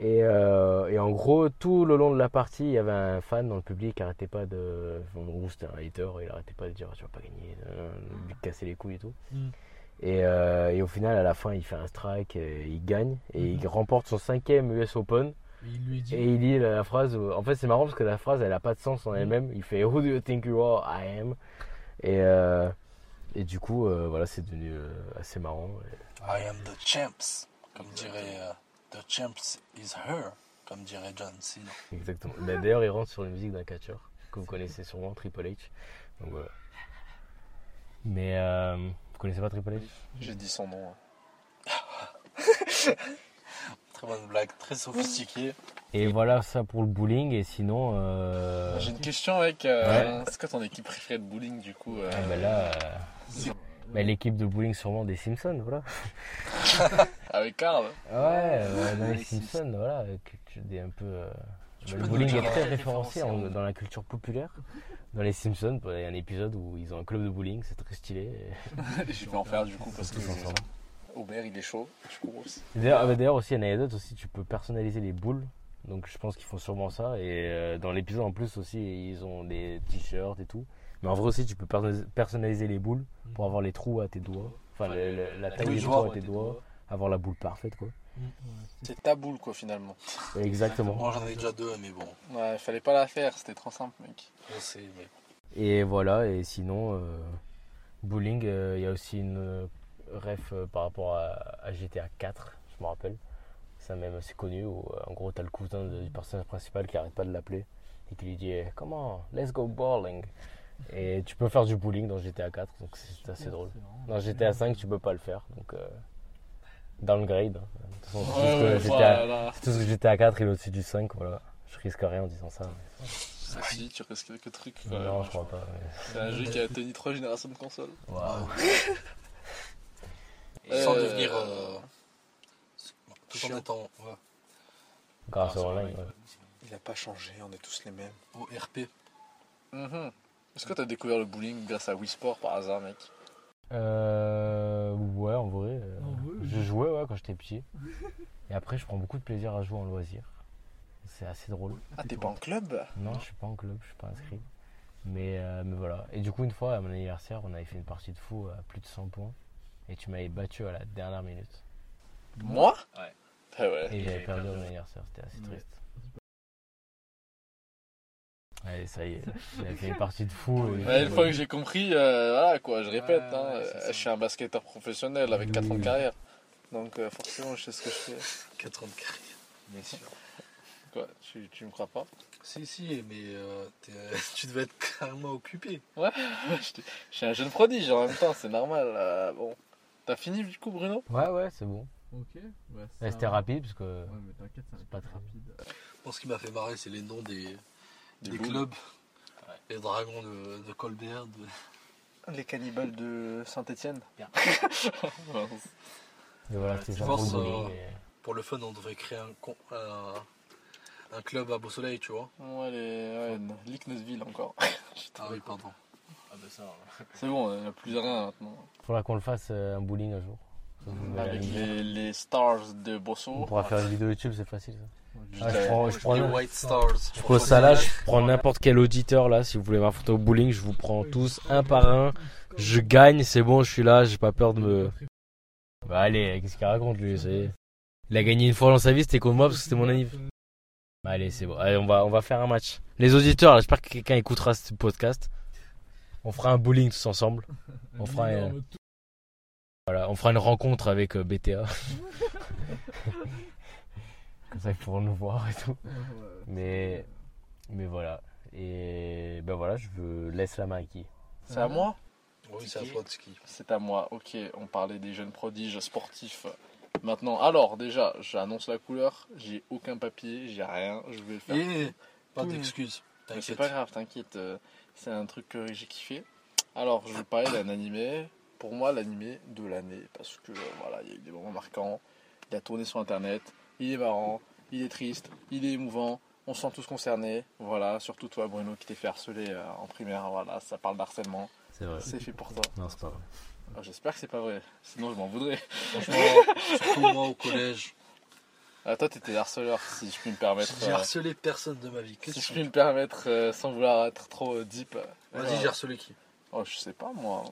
Speaker 1: Et, euh, et en gros, tout le long de la partie, il y avait un fan dans le public qui arrêtait pas de. En gros, c'était un hater, il arrêtait pas de dire tu vas pas gagner, euh, lui casser les couilles et tout.
Speaker 5: Mm.
Speaker 1: Et, euh, et au final, à la fin, il fait un strike, et il gagne et il remporte son cinquième US Open.
Speaker 5: Et il lui dit.
Speaker 1: Et il dit la, la phrase. euh, En fait, c'est marrant parce que la phrase, elle a pas de sens en elle-même. Il fait Who do you think you are? I am. Et, euh, et du coup, euh, voilà, c'est devenu euh, assez marrant.
Speaker 2: I am the champs. Comme dirait. euh, the champs is her. Comme dirait John Cena.
Speaker 1: Exactement. Bah, D'ailleurs, il rentre sur une musique d'un catcheur que vous connaissez sûrement, Triple H. Donc voilà. Mais euh, vous connaissez pas Triple H
Speaker 3: J'ai dit son nom. hein.
Speaker 2: Très bonne blague, très sophistiquée.
Speaker 1: Et voilà ça pour le bowling. Et sinon, euh,
Speaker 3: J'ai une question avec. euh, C'est quoi ton équipe préférée de bowling du coup euh,
Speaker 1: ah, bah ah, là, euh,
Speaker 5: Ouais,
Speaker 1: Bah, l'équipe de bowling sûrement des Simpsons, voilà.
Speaker 3: Avec Carl.
Speaker 1: Ouais, euh, dans
Speaker 3: Ouais,
Speaker 1: les
Speaker 3: les Simpsons.
Speaker 1: Simpsons, voilà, euh, culture des un peu. euh, bah,
Speaker 2: Tu peux
Speaker 1: le
Speaker 2: nous
Speaker 1: bowling
Speaker 2: dire,
Speaker 1: est très
Speaker 4: euh,
Speaker 1: référencé en-
Speaker 4: référencé, hein.
Speaker 1: dans la culture populaire. Dans les Simpsons, bah, il y a un épisode où ils ont un club de bowling, c'est très stylé. et-
Speaker 3: Je vais en faire du coup parce que
Speaker 1: tous ensemble.
Speaker 3: Aubert il est chaud. Je commence.
Speaker 1: D'ailleurs, ah bah, d'ailleurs aussi une anecdote aussi, tu peux personnaliser les boules. Donc je pense qu'ils font sûrement ça. Et euh, dans l'épisode en plus aussi, ils ont des t-shirts et tout. Mais en vrai aussi, tu peux perso- personnaliser les boules pour avoir les trous à tes doigts. Enfin,
Speaker 4: Enfin,
Speaker 1: le-
Speaker 4: le-
Speaker 1: le- la
Speaker 4: la
Speaker 1: taille
Speaker 2: taille
Speaker 1: des
Speaker 2: du
Speaker 1: trous à
Speaker 4: doigt,
Speaker 1: tes
Speaker 4: des
Speaker 1: doigts,
Speaker 4: doigts.
Speaker 1: avoir la boule parfaite quoi.
Speaker 3: C'est ta boule quoi finalement.
Speaker 1: Exactement.
Speaker 2: Moi j'en ai déjà deux, mais bon.
Speaker 3: Ouais, fallait pas la faire, c'était trop simple mec.
Speaker 2: Je sais, mais
Speaker 1: Et voilà, et sinon, euh, bowling, euh, il y a aussi une euh, ref euh, par rapport à, à GTA 4, je me rappelle. C'est un même assez connu où euh, en gros t'as le cousin de- du personnage principal qui arrête pas de l'appeler et qui lui dit eh, comment let's go bowling et tu peux faire du bowling dans GTA 4 donc c'est assez drôle. Dans GTA 5 tu peux pas le faire donc euh, downgrade. hein. De toute façon, tout ce que GTA
Speaker 3: voilà.
Speaker 1: tout ce que GTA 4 il est au-dessus du 5 voilà. Je risque rien en disant ça. mais-
Speaker 3: Ça, Ah, si, tu risques quelques trucs. quoi.
Speaker 1: non je crois pas. mais-
Speaker 3: C'est un jeu qui a tenu trois générations de consoles.
Speaker 2: sans
Speaker 3: Euh,
Speaker 2: devenir. euh, tout en
Speaker 3: chiant.
Speaker 2: étant ouais,
Speaker 1: Grâce
Speaker 4: Ah,
Speaker 1: au
Speaker 4: c'est
Speaker 1: online.
Speaker 4: vrai.
Speaker 1: ouais.
Speaker 3: Il a pas changé, on est tous les mêmes.
Speaker 2: au RP.
Speaker 3: Mhm. Est-ce que t'as découvert le bowling grâce à Wii Sport par hasard mec
Speaker 1: Euh, ouais, en vrai. euh,
Speaker 5: En vrai, oui.
Speaker 1: je jouais ouais, quand j'étais petit. Et après, je prends beaucoup de plaisir à jouer en loisir. C'est assez drôle.
Speaker 3: Ah t'es pas en club
Speaker 1: Non, je suis pas en club, je suis pas inscrit. Mais, euh, mais voilà. Et du coup, une fois, à mon anniversaire, on avait fait une partie de fou à plus de 100 points. Et tu m'avais battu à la dernière minute.
Speaker 3: Moi
Speaker 4: Ouais.
Speaker 3: Ah ouais.
Speaker 1: Et j'avais
Speaker 4: j'avais
Speaker 1: perdu à
Speaker 4: perdu.
Speaker 1: mon anniversaire, c'était assez
Speaker 5: Ouais.
Speaker 1: triste. Allez, ça y est, j'avais fait une partie de fou. et-
Speaker 3: Ouais, une fois que j'ai compris, euh, voilà quoi, je répète,
Speaker 4: Ouais,
Speaker 3: hein,
Speaker 4: ouais,
Speaker 3: euh,
Speaker 4: c'est ça.
Speaker 3: je suis un basketteur professionnel avec
Speaker 1: Oui,
Speaker 3: 4 ans de
Speaker 1: oui.
Speaker 3: carrière. Donc euh, forcément je sais ce que je fais.
Speaker 2: 4 ans de carrière.
Speaker 4: Bien sûr.
Speaker 3: Quoi, tu, tu me crois pas
Speaker 2: Si, si, mais euh, t'es- tu devais être carrément occupé.
Speaker 3: Je t'ai- je suis un jeune prodige en même temps, c'est normal. euh, bon. T'as fini du coup Bruno
Speaker 1: Ouais, ouais, c'est bon.
Speaker 5: Ok, ouais,
Speaker 1: Ouais,
Speaker 3: Ah
Speaker 1: c'était rapide parce que.
Speaker 5: Ouais, mais t'inquiète, ça
Speaker 1: C'est pas très
Speaker 5: rapide.
Speaker 2: Moi, ce qui m'a fait marrer, c'est les noms des, des
Speaker 3: boules.
Speaker 2: clubs. Les dragons de, de Colbert. de-
Speaker 3: Les cannibales de Saint-Etienne.
Speaker 4: Bien.
Speaker 1: Mais voilà, c'était ça pour le
Speaker 2: Force,
Speaker 1: bowling,
Speaker 2: euh,
Speaker 1: et-
Speaker 2: Pour le fun, on devrait créer un, con- un, un club à Beau Soleil, tu vois.
Speaker 3: ouais, les... ouais, non, Licknessville encore.
Speaker 2: Ah oui, pardon.
Speaker 4: Ah bah ça. hein.
Speaker 3: C'est bon, il n'y a plus rien maintenant.
Speaker 1: Faudra qu'on le fasse euh, un bowling un jour.
Speaker 3: Avec les, les stars de
Speaker 1: On
Speaker 3: Bosso.
Speaker 1: pourra faire une vidéo YouTube, c'est facile ça.
Speaker 5: Moi,
Speaker 3: euh, je-
Speaker 5: j'ai-
Speaker 1: Ah, je prends, je prends,
Speaker 2: Les
Speaker 1: je
Speaker 2: White Stars.
Speaker 1: prends ça là, je prends n'importe quel auditeur là. Si vous voulez m'affronter au bowling, je vous prends tous un par un. Je gagne, c'est bon, je suis là, j'ai pas peur de me. Bah allez, qu'est-ce qu'il raconte lui ça y est. Il a gagné une fois dans sa vie, c'était comme moi parce que c'était mon anniv. Bah allez, c'est bon. Allez, on va, on va faire un match. Les auditeurs, là, j'espère que quelqu'un écoutera ce podcast. On fera un bowling tous ensemble. On fera un-
Speaker 5: énorme tour.
Speaker 1: Voilà, on fera une rencontre avec euh, BTA. Comme ça, ils pourront nous voir et tout.
Speaker 5: Ouais, ouais.
Speaker 1: Mais, mais voilà. Et ben voilà, je veux- laisse la main à qui
Speaker 3: C'est à moi
Speaker 2: Oui, c'est à toi de ski.
Speaker 3: C'est à moi. Ok, on parlait des jeunes prodiges sportifs. Maintenant, alors déjà, j'annonce la couleur. J'ai aucun papier, j'ai rien. Je vais le faire.
Speaker 2: Et Eh, pas
Speaker 3: Oui.
Speaker 2: d'excuses.
Speaker 3: Mais C'est
Speaker 2: T'inquiète.
Speaker 3: pas grave, t'inquiète. euh, C'est un truc que j'ai kiffé. Alors, je vais parler d'un animé. Pour moi, l'animé de l'année. Parce que, euh, voilà, il y a eu des moments marquants. Il a tourné sur internet. Il est marrant. Il est triste. Il est émouvant. On se sent tous concernés. Voilà, surtout toi, Bruno, qui t'es fait harceler euh, en primaire. Voilà, ça parle d'harcèlement.
Speaker 1: C'est vrai.
Speaker 3: C'est fait pour toi.
Speaker 1: Non, c'est pas vrai.
Speaker 3: Alors, J'espère que c'est pas vrai. Sinon, je m'en voudrais.
Speaker 2: Franchement, surtout moi au collège,
Speaker 3: Ah, toi, t'étais harceleur, si je puis me permettre.
Speaker 2: j'ai
Speaker 3: euh,
Speaker 2: harcelé personne de ma vie. Qu'est-ce
Speaker 3: si je
Speaker 2: que
Speaker 3: puis me permettre, euh, sans vouloir être trop euh, deep. euh,
Speaker 2: Vas-y,
Speaker 3: voilà.
Speaker 2: j'ai harcelé qui
Speaker 3: Oh, je sais pas, moi.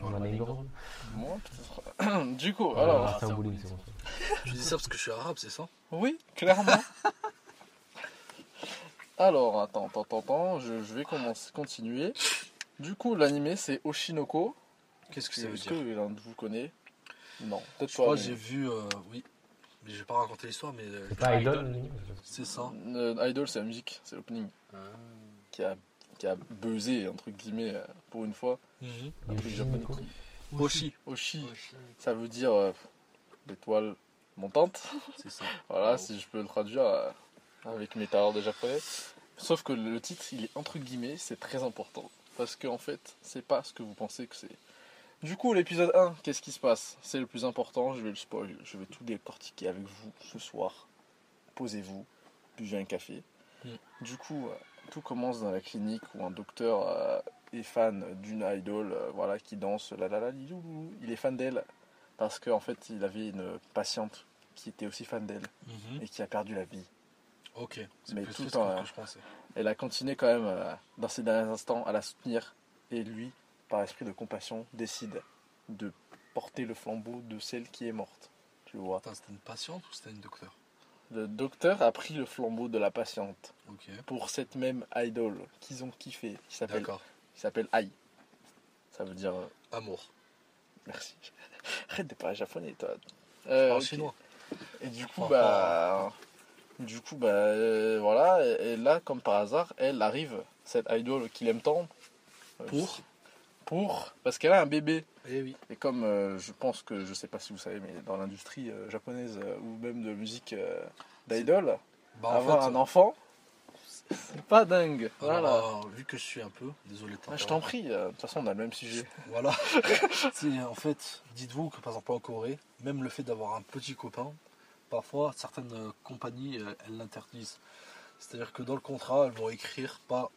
Speaker 1: On en a une grande.
Speaker 3: Moi, peut-être. du coup,
Speaker 1: On
Speaker 2: Ah,
Speaker 1: va
Speaker 3: alors.
Speaker 1: faire un bowling, c'est bon.
Speaker 2: Je dis ça parce que je suis arabe, c'est ça
Speaker 3: Oui, clairement. alors, attends, attends, attends, attends, Je, je vais commencer, continuer. Du coup, l'animé, c'est Oshinoko.
Speaker 2: Qu'est-ce que ça veut
Speaker 3: Est-ce
Speaker 2: dire
Speaker 3: que l'un de vous connaît Non, peut-être
Speaker 2: Je crois
Speaker 3: pas.
Speaker 2: que j'ai vu, euh, oui, mais je vais pas raconter l'histoire, mais euh,
Speaker 1: C'est pas Idol lui
Speaker 2: c'est ça.
Speaker 3: Euh, Idol, c'est la musique, c'est l'opening qui a, qui a buzzé, entre guillemets, euh, pour une fois.
Speaker 2: Mhm.
Speaker 3: Un truc japonais.
Speaker 1: Yoshinoko.
Speaker 2: Oshi,
Speaker 3: Oshi, ça veut dire euh, l'étoile montante.
Speaker 2: c'est ça.
Speaker 3: Voilà,
Speaker 4: Wow.
Speaker 3: si je peux le traduire euh, avec mes talents de japonais. Sauf que le titre, il est entre guillemets, c'est très important. Parce que en fait, c'est pas ce que vous pensez que c'est. Du coup, l'épisode 1, qu'est-ce qui se passe C'est le plus important, je vais le spoil, je vais tout décortiquer avec vous ce soir. Posez-vous, buvez un café.
Speaker 2: Mm.
Speaker 3: Du coup, euh, tout commence dans la clinique où un docteur euh, est fan d'une idol euh, voilà, qui danse la la la liloulou. Il est fan d'elle parce qu'en fait, il avait une patiente qui était aussi fan d'elle
Speaker 2: Mhm.
Speaker 3: Mm. et qui a perdu la vie.
Speaker 2: Ok, c'est
Speaker 3: Mais
Speaker 2: plus
Speaker 3: tout hein.
Speaker 2: triste
Speaker 3: en-
Speaker 2: que ce que je pensais.
Speaker 3: Elle a continué quand même euh, dans ses derniers instants à la soutenir et lui, par esprit de compassion, décide de porter le flambeau de celle qui est morte. Tu vois.
Speaker 2: Attends, c'était une patiente ou c'était une docteur
Speaker 3: Le docteur a pris le flambeau de la patiente
Speaker 2: Ok,
Speaker 3: pour cette même idole qu'ils ont kiffé, qui s'appelle
Speaker 2: d'accord.
Speaker 3: qui s'appelle Ai. Ça veut dire euh,
Speaker 2: Amour.
Speaker 3: merci. Arrête de parler japonais toi.
Speaker 2: En
Speaker 3: Euh, ok.
Speaker 2: chinois.
Speaker 3: Et du coup,
Speaker 2: Oh.
Speaker 3: bah. Du coup, bah. euh, voilà. Et, et là, comme par hasard, elle arrive, cette idole qu'il aime tant. euh,
Speaker 2: Pour
Speaker 3: Pour. Parce qu'elle a un bébé.
Speaker 2: Eh oui.
Speaker 3: Et comme euh, je pense que, je sais pas si vous savez, mais dans l'industrie euh, japonaise euh, ou même de musique euh, d'idol,
Speaker 2: Bah, en
Speaker 3: avoir
Speaker 2: fait,
Speaker 3: un enfant, c'est pas dingue.
Speaker 2: alors,
Speaker 3: Voilà.
Speaker 2: euh, vu que je suis un peu, désolé de
Speaker 3: Ouais, je t'en
Speaker 2: t'interrompre.
Speaker 3: prie, euh, de toute façon on a le même sujet.
Speaker 2: Voilà. Si, en fait, dites-vous que par exemple en Corée, même le fait d'avoir un petit copain, parfois certaines euh, compagnies euh, elles l'interdisent. C'est-à-dire que dans le contrat, elles vont écrire pas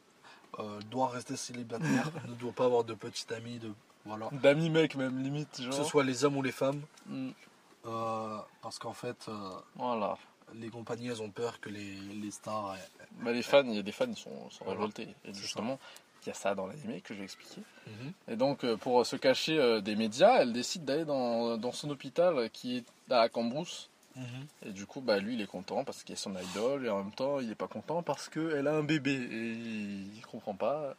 Speaker 2: euh, doit rester célibataire, ne doit pas avoir de petite amie, de voilà.
Speaker 3: D'amis mec même limite,
Speaker 2: Que
Speaker 3: genre.
Speaker 2: ce soit les hommes ou les femmes,
Speaker 3: Mm,
Speaker 2: euh, parce qu'en fait, euh,
Speaker 3: Voilà.
Speaker 2: les compagnies elles ont peur que les, les stars. elles-
Speaker 3: Bah, les fans, il y a des fans qui sont, sont
Speaker 2: Voilà.
Speaker 3: révoltés. Et
Speaker 2: Ah, ça.
Speaker 3: justement, il y a ça dans l'animé que je vais expliquer. Et donc, euh, pour se cacher euh, des médias, elle décide d'aller dans, dans son hôpital euh, qui est à Cambrousse.
Speaker 2: Mhm.
Speaker 3: Et du coup, bah, lui, il est content parce qu'il est son idole. Et en même temps, il n'est pas content parce qu'elle a un bébé. Et il ne comprend pas.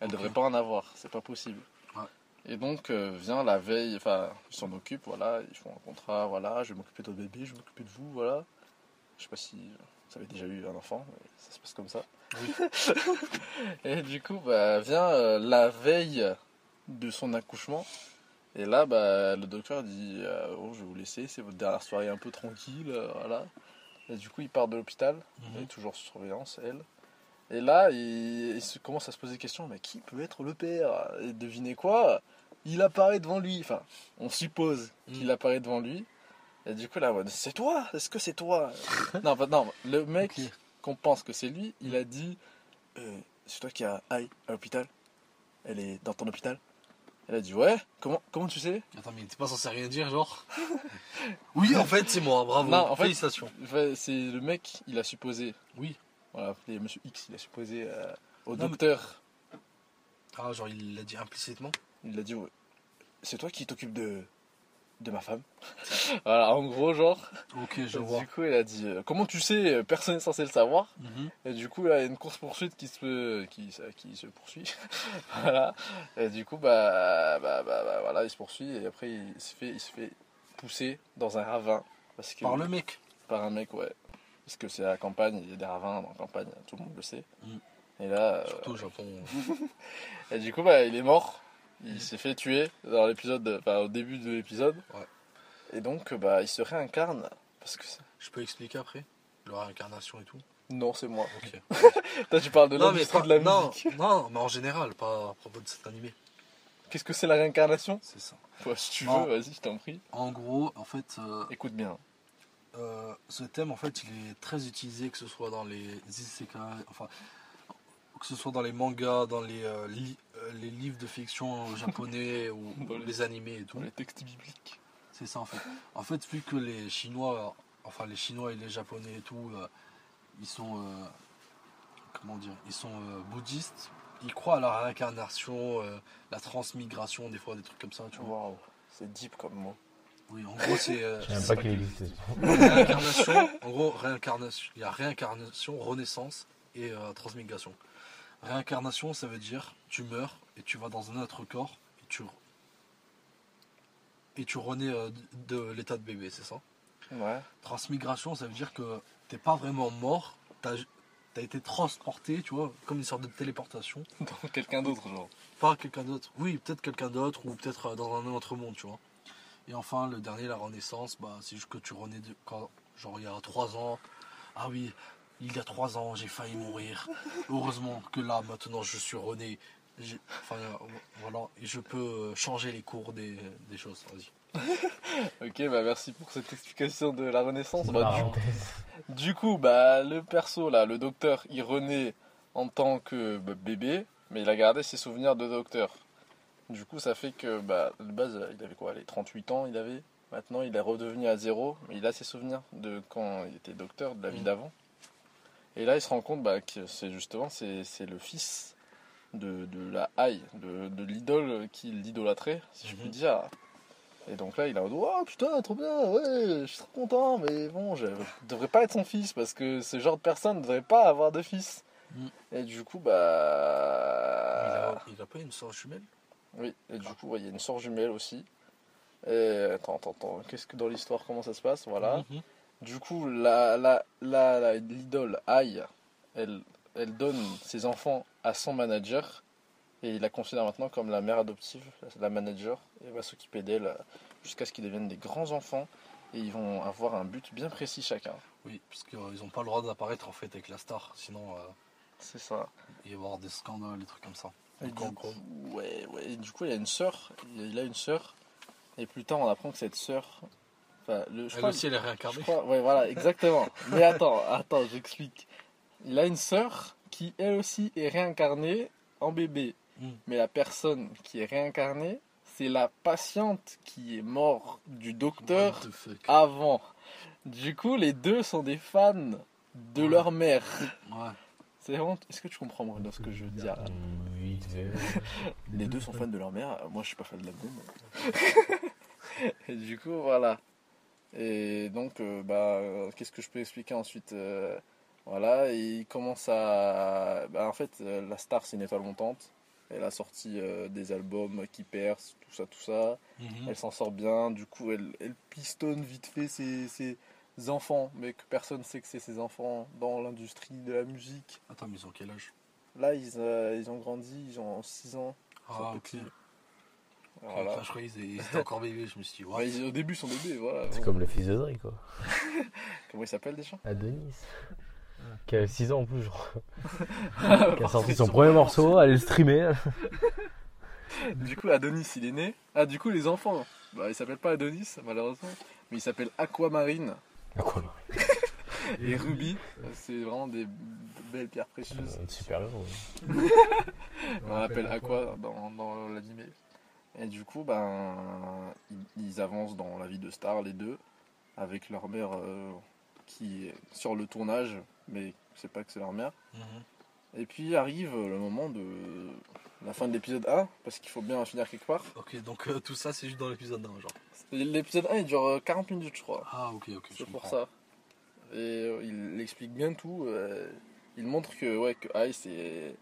Speaker 3: Elle
Speaker 2: Ok.
Speaker 3: devrait pas en avoir. C'est pas possible.
Speaker 2: Ouais.
Speaker 3: Et donc, euh, vient la veille. Enfin, ils s'en occupent. Voilà, ils font un contrat. Voilà, je vais m'occuper de votre bébé. Je vais m'occuper de vous. Voilà. Je sais pas si vous avez déjà eu un enfant. Mais ça se passe comme ça. et du coup, bah, vient euh, la veille de son accouchement. Et là, bah, le docteur dit euh, Oh, Je vais vous laisser, c'est votre dernière soirée un peu tranquille. euh, voilà. Et du coup, il part de l'hôpital, elle
Speaker 2: Mhm.
Speaker 3: est toujours sous surveillance, elle. Et là, il, il se- commence à se poser des questions Mais qui peut être le père Et devinez quoi Il apparaît devant lui. Enfin, on suppose qu'il
Speaker 2: Mhm.
Speaker 3: apparaît devant lui. Et du coup, là, ouais, c'est toi Est-ce que c'est toi Non, bah, non, le mec
Speaker 2: Ok.
Speaker 3: qu'on pense que c'est lui, il a dit Euh, C'est toi qui as aille à l'hôpital Elle est dans ton hôpital Elle a dit Ouais, comment, comment tu sais
Speaker 2: Attends, mais t'es pas censé rien dire, genre Oui, en fait, c'est moi, bravo.
Speaker 3: Non, en fait-
Speaker 2: Félicitations.
Speaker 3: Enfin, C'est le mec, il a supposé.
Speaker 2: Oui.
Speaker 3: Voilà, appelé Monsieur X, il a supposé euh, au
Speaker 2: Non, mais-
Speaker 3: docteur.
Speaker 2: Ah, genre, il l'a dit implicitement
Speaker 3: Il a dit ouais, C'est toi qui t'occupes de, de ma femme Voilà, en gros, genre.
Speaker 2: Ok, je
Speaker 3: du
Speaker 2: vois.
Speaker 3: coup, il a dit euh, Comment tu sais euh, Personne n'est censé le savoir.
Speaker 2: Mhm.
Speaker 3: Et du coup, là, il y a une course-poursuite qui se, qui, se- qui se poursuit. voilà. Et du coup, bah, bah, bah, bah, voilà, il se poursuit et après, il se fait, il se fait pousser dans un ravin. Parce que,
Speaker 2: Par le mec.
Speaker 3: Par un mec, ouais. Parce que c'est la campagne, il y a des ravins dans la campagne, tout le monde le sait.
Speaker 2: Mm.
Speaker 3: Et là. euh,
Speaker 2: Surtout au Japon.
Speaker 3: et du coup, bah, il est mort.
Speaker 2: Mm.
Speaker 3: Il s'est fait tuer dans l'épisode, enfin, au début de l'épisode.
Speaker 2: Ouais.
Speaker 3: Et donc, bah, il se réincarne. Parce que. c'est-
Speaker 2: Je peux expliquer après Leur réincarnation et tout
Speaker 3: Non, c'est moi.
Speaker 2: Ok.
Speaker 3: Toi, tu parles de
Speaker 2: non, mais
Speaker 3: l'industrie
Speaker 2: pas,
Speaker 3: de la
Speaker 2: non,
Speaker 3: musique.
Speaker 2: non, mais en général, pas à propos de cet animé.
Speaker 3: Qu'est-ce que c'est la réincarnation
Speaker 2: C'est ça.
Speaker 3: Bah, Si tu
Speaker 2: Non.
Speaker 3: veux, vas-y, je t'en prie.
Speaker 2: En gros, en fait, euh,
Speaker 3: Écoute bien.
Speaker 2: euh, ce thème, en fait, il est très utilisé, que ce soit dans les isekai, enfin, que ce soit dans les mangas, dans les, euh, li- euh, les livres de fiction japonais ou
Speaker 3: Dans les-
Speaker 2: les animés et tout.
Speaker 3: Dans les textes bibliques.
Speaker 2: C'est ça en fait. En fait, vu que les Chinois, enfin les Chinois et les Japonais et tout, euh, ils sont, euh, comment dire, ils sont euh, bouddhistes. Ils croient à la réincarnation, euh, la transmigration, des fois des trucs comme ça, tu vois.
Speaker 3: Waouh, c'est deep comme mot.
Speaker 2: Oui, en gros c'est euh,
Speaker 1: Je savais pas qu'il existait.
Speaker 2: réincarnation. En gros, réincarnation. Il y a réincarnation, renaissance et euh, transmigration. Réincarnation, ça veut dire tu meurs et tu vas dans un autre corps et tu et tu renais euh, de de l'état de bébé, c'est ça
Speaker 3: Ouais.
Speaker 2: Transmigration, ça veut dire que t'es pas vraiment mort, t'as as été transporté, tu vois, comme une sorte de téléportation,
Speaker 3: Dans quelqu'un d'autre, genre.
Speaker 2: par quelqu'un d'autre. Oui, peut-être quelqu'un d'autre, ou peut-être euh, dans un autre monde, tu vois. Et enfin, le dernier, la renaissance, bah, c'est juste que tu renais de, quand, genre, il y a trois ans. Ah oui, il y a trois ans, j'ai failli mourir. Heureusement que là, maintenant, je suis rené. j'ai- enfin, euh, voilà, et je peux euh, changer les cours des, des choses. Vas-y.
Speaker 3: Ok, bah merci pour cette explication de la Renaissance. Bah, du-
Speaker 5: Parenthèse.
Speaker 3: Du coup, bah, le perso, là, le docteur, il renaît en tant que bah, bébé, mais il a gardé ses souvenirs de docteur. Du coup, ça fait que, bah, de base, il avait quoi Les 38 ans, il avait. Maintenant, il est redevenu à zéro, mais il a ses souvenirs de quand il était docteur, de la vie
Speaker 2: Mhm.
Speaker 3: d'avant. Et là, il se rend compte bah, que c'est justement c'est, c'est le fils de, de la haille, de, de l'idole qui l'idolâtrait, si je
Speaker 2: Mhm.
Speaker 3: puis dire. Et donc là, il a en mode Oh putain, trop bien, ouais, je suis trop content, mais bon, je je devrais pas être son fils parce que ce genre de personne ne devrait pas avoir de fils.
Speaker 2: Mm.
Speaker 3: Et du coup, bah. Euh.
Speaker 2: Il, a, il a pas une soeur jumelle
Speaker 3: Oui, et du coup, ouais, il y a une soeur jumelle aussi. Et attends, attends, attends, qu'est-ce que dans l'histoire, comment ça se passe Voilà.
Speaker 2: Mhm.
Speaker 3: Du coup, la, la, la, la- l'idole Aïe, elle, elle donne ses enfants à son manager et il la considère maintenant comme la mère adoptive, la manager, et elle va s'occuper d'elle euh, jusqu'à ce qu'ils deviennent des grands enfants et ils vont avoir un but bien précis chacun.
Speaker 2: Oui, parce qu'ils n'ont pas le droit d'apparaître en fait avec la star, sinon euh,
Speaker 3: C'est ça.
Speaker 2: il va y avoir des scandales, des trucs comme ça.
Speaker 3: Et
Speaker 2: Donc, en
Speaker 3: du,
Speaker 2: gros,
Speaker 3: coup, ouais, ouais. Et du coup, il a une sœur, il a une sœur, et plus tard, on apprend que cette sœur. Enfin, le, je
Speaker 2: elle
Speaker 3: crois-
Speaker 2: aussi elle est
Speaker 3: Je
Speaker 2: réincarnée.
Speaker 3: crois- ouais, voilà, exactement. Mais attends, attends, j'explique. Il a une sœur qui, elle aussi, est réincarnée en bébé.
Speaker 2: Mm.
Speaker 3: Mais la personne qui est réincarnée, c'est la patiente qui est morte du docteur
Speaker 2: What the fuck.
Speaker 3: avant. Du coup, les deux sont des fans de
Speaker 2: Ouais.
Speaker 3: leur mère.
Speaker 2: Ouais.
Speaker 3: C'est vraiment... Est-ce que tu comprends, Bruno, ce que je veux dire là
Speaker 1: Oui,
Speaker 3: Les deux sont fans de leur mère. Moi, je suis pas fan de la mienne. Et du coup, voilà. Et donc, euh, bah, euh, qu'est-ce que je peux expliquer ensuite Euh, Voilà, et il commence à. bah, en fait, euh, la star, c'est une étoile montante. Elle a sorti euh, des albums qui percent, tout ça, tout ça.
Speaker 2: Mhm.
Speaker 3: Elle s'en sort bien. Du coup, elle, elle pistonne vite fait ses, ses enfants, mais que personne sait que c'est ses enfants dans l'industrie de la musique.
Speaker 2: Attends, mais ils ont quel âge
Speaker 3: Là, ils, euh, ils ont grandi, ils ont 6 ans. ils sont
Speaker 2: Ah, ok.
Speaker 3: petits.
Speaker 2: Voilà.
Speaker 3: Voilà.
Speaker 2: je croyais qu'ils étaient encore bébés, je me suis dit,
Speaker 3: Ouais,
Speaker 2: ouais.
Speaker 3: ils- au début, ils sont bébés, voilà.
Speaker 1: C'est comme le fils de Drake, quoi.
Speaker 3: Comment il s'appelle déjà
Speaker 1: Adonis.
Speaker 3: Ah.
Speaker 1: Qui a 6 ans en plus, je crois. Qui a
Speaker 3: Parce que
Speaker 1: sorti son
Speaker 3: son
Speaker 1: premier morceau, allez le streamer.
Speaker 3: Du coup, Adonis, il est né. Ah, du coup, les enfants. Bah, il s'appelle pas Adonis, malheureusement. Mais il s'appelle Aquamarine
Speaker 1: Quoi
Speaker 3: et, Ruby. C'est vraiment des belles pierres précieuses.
Speaker 1: Super héros.
Speaker 3: On l'appelle Aqua dans, dans l'animé. Et du coup, ben, ils, ils avancent dans la vie de star, les deux, avec leur mère euh, qui est sur le tournage, mais c'est pas que c'est leur mère.
Speaker 2: Mhm.
Speaker 3: Et puis arrive le moment de la fin de l'épisode 1, parce qu'il faut bien finir quelque part.
Speaker 2: Ok, donc euh, tout ça c'est juste dans l'épisode 1, genre.
Speaker 3: L'épisode 1 il dure euh, 40 minutes je crois.
Speaker 2: Ah, ok, ok. je
Speaker 3: C'est pour
Speaker 2: comprends.
Speaker 3: ça. Et euh, il explique bien tout. euh, il montre que ouais que Ice est-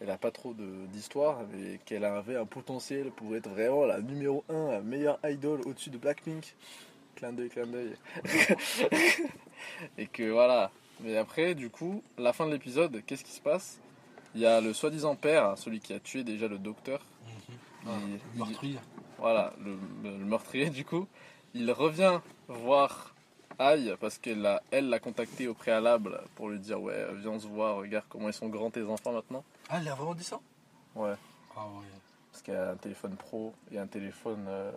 Speaker 3: elle a pas trop de- d'histoire, mais qu'elle avait un potentiel pour être vraiment la numéro 1, la meilleure idol au-dessus de Blackpink. Clin d'œil, clin d'œil. Et que voilà. Mais après, du coup, la fin de l'épisode, qu'est-ce qui se passe Il y a le soi-disant père, hein, celui qui a tué déjà le docteur.
Speaker 2: Mhm.
Speaker 3: Il-
Speaker 2: Ah,
Speaker 3: il-
Speaker 2: Meurtrier.
Speaker 3: voilà, le, le- le meurtrier du coup, il revient voir Aïe parce qu'elle a- elle l'a contacté au préalable pour lui dire ouais viens on se voir, regarde comment ils sont grands tes enfants maintenant.
Speaker 2: Ah, il a vraiment dit ça
Speaker 3: Ouais,
Speaker 2: Ah, ouais.
Speaker 3: parce qu'elle a un téléphone pro et un téléphone euh,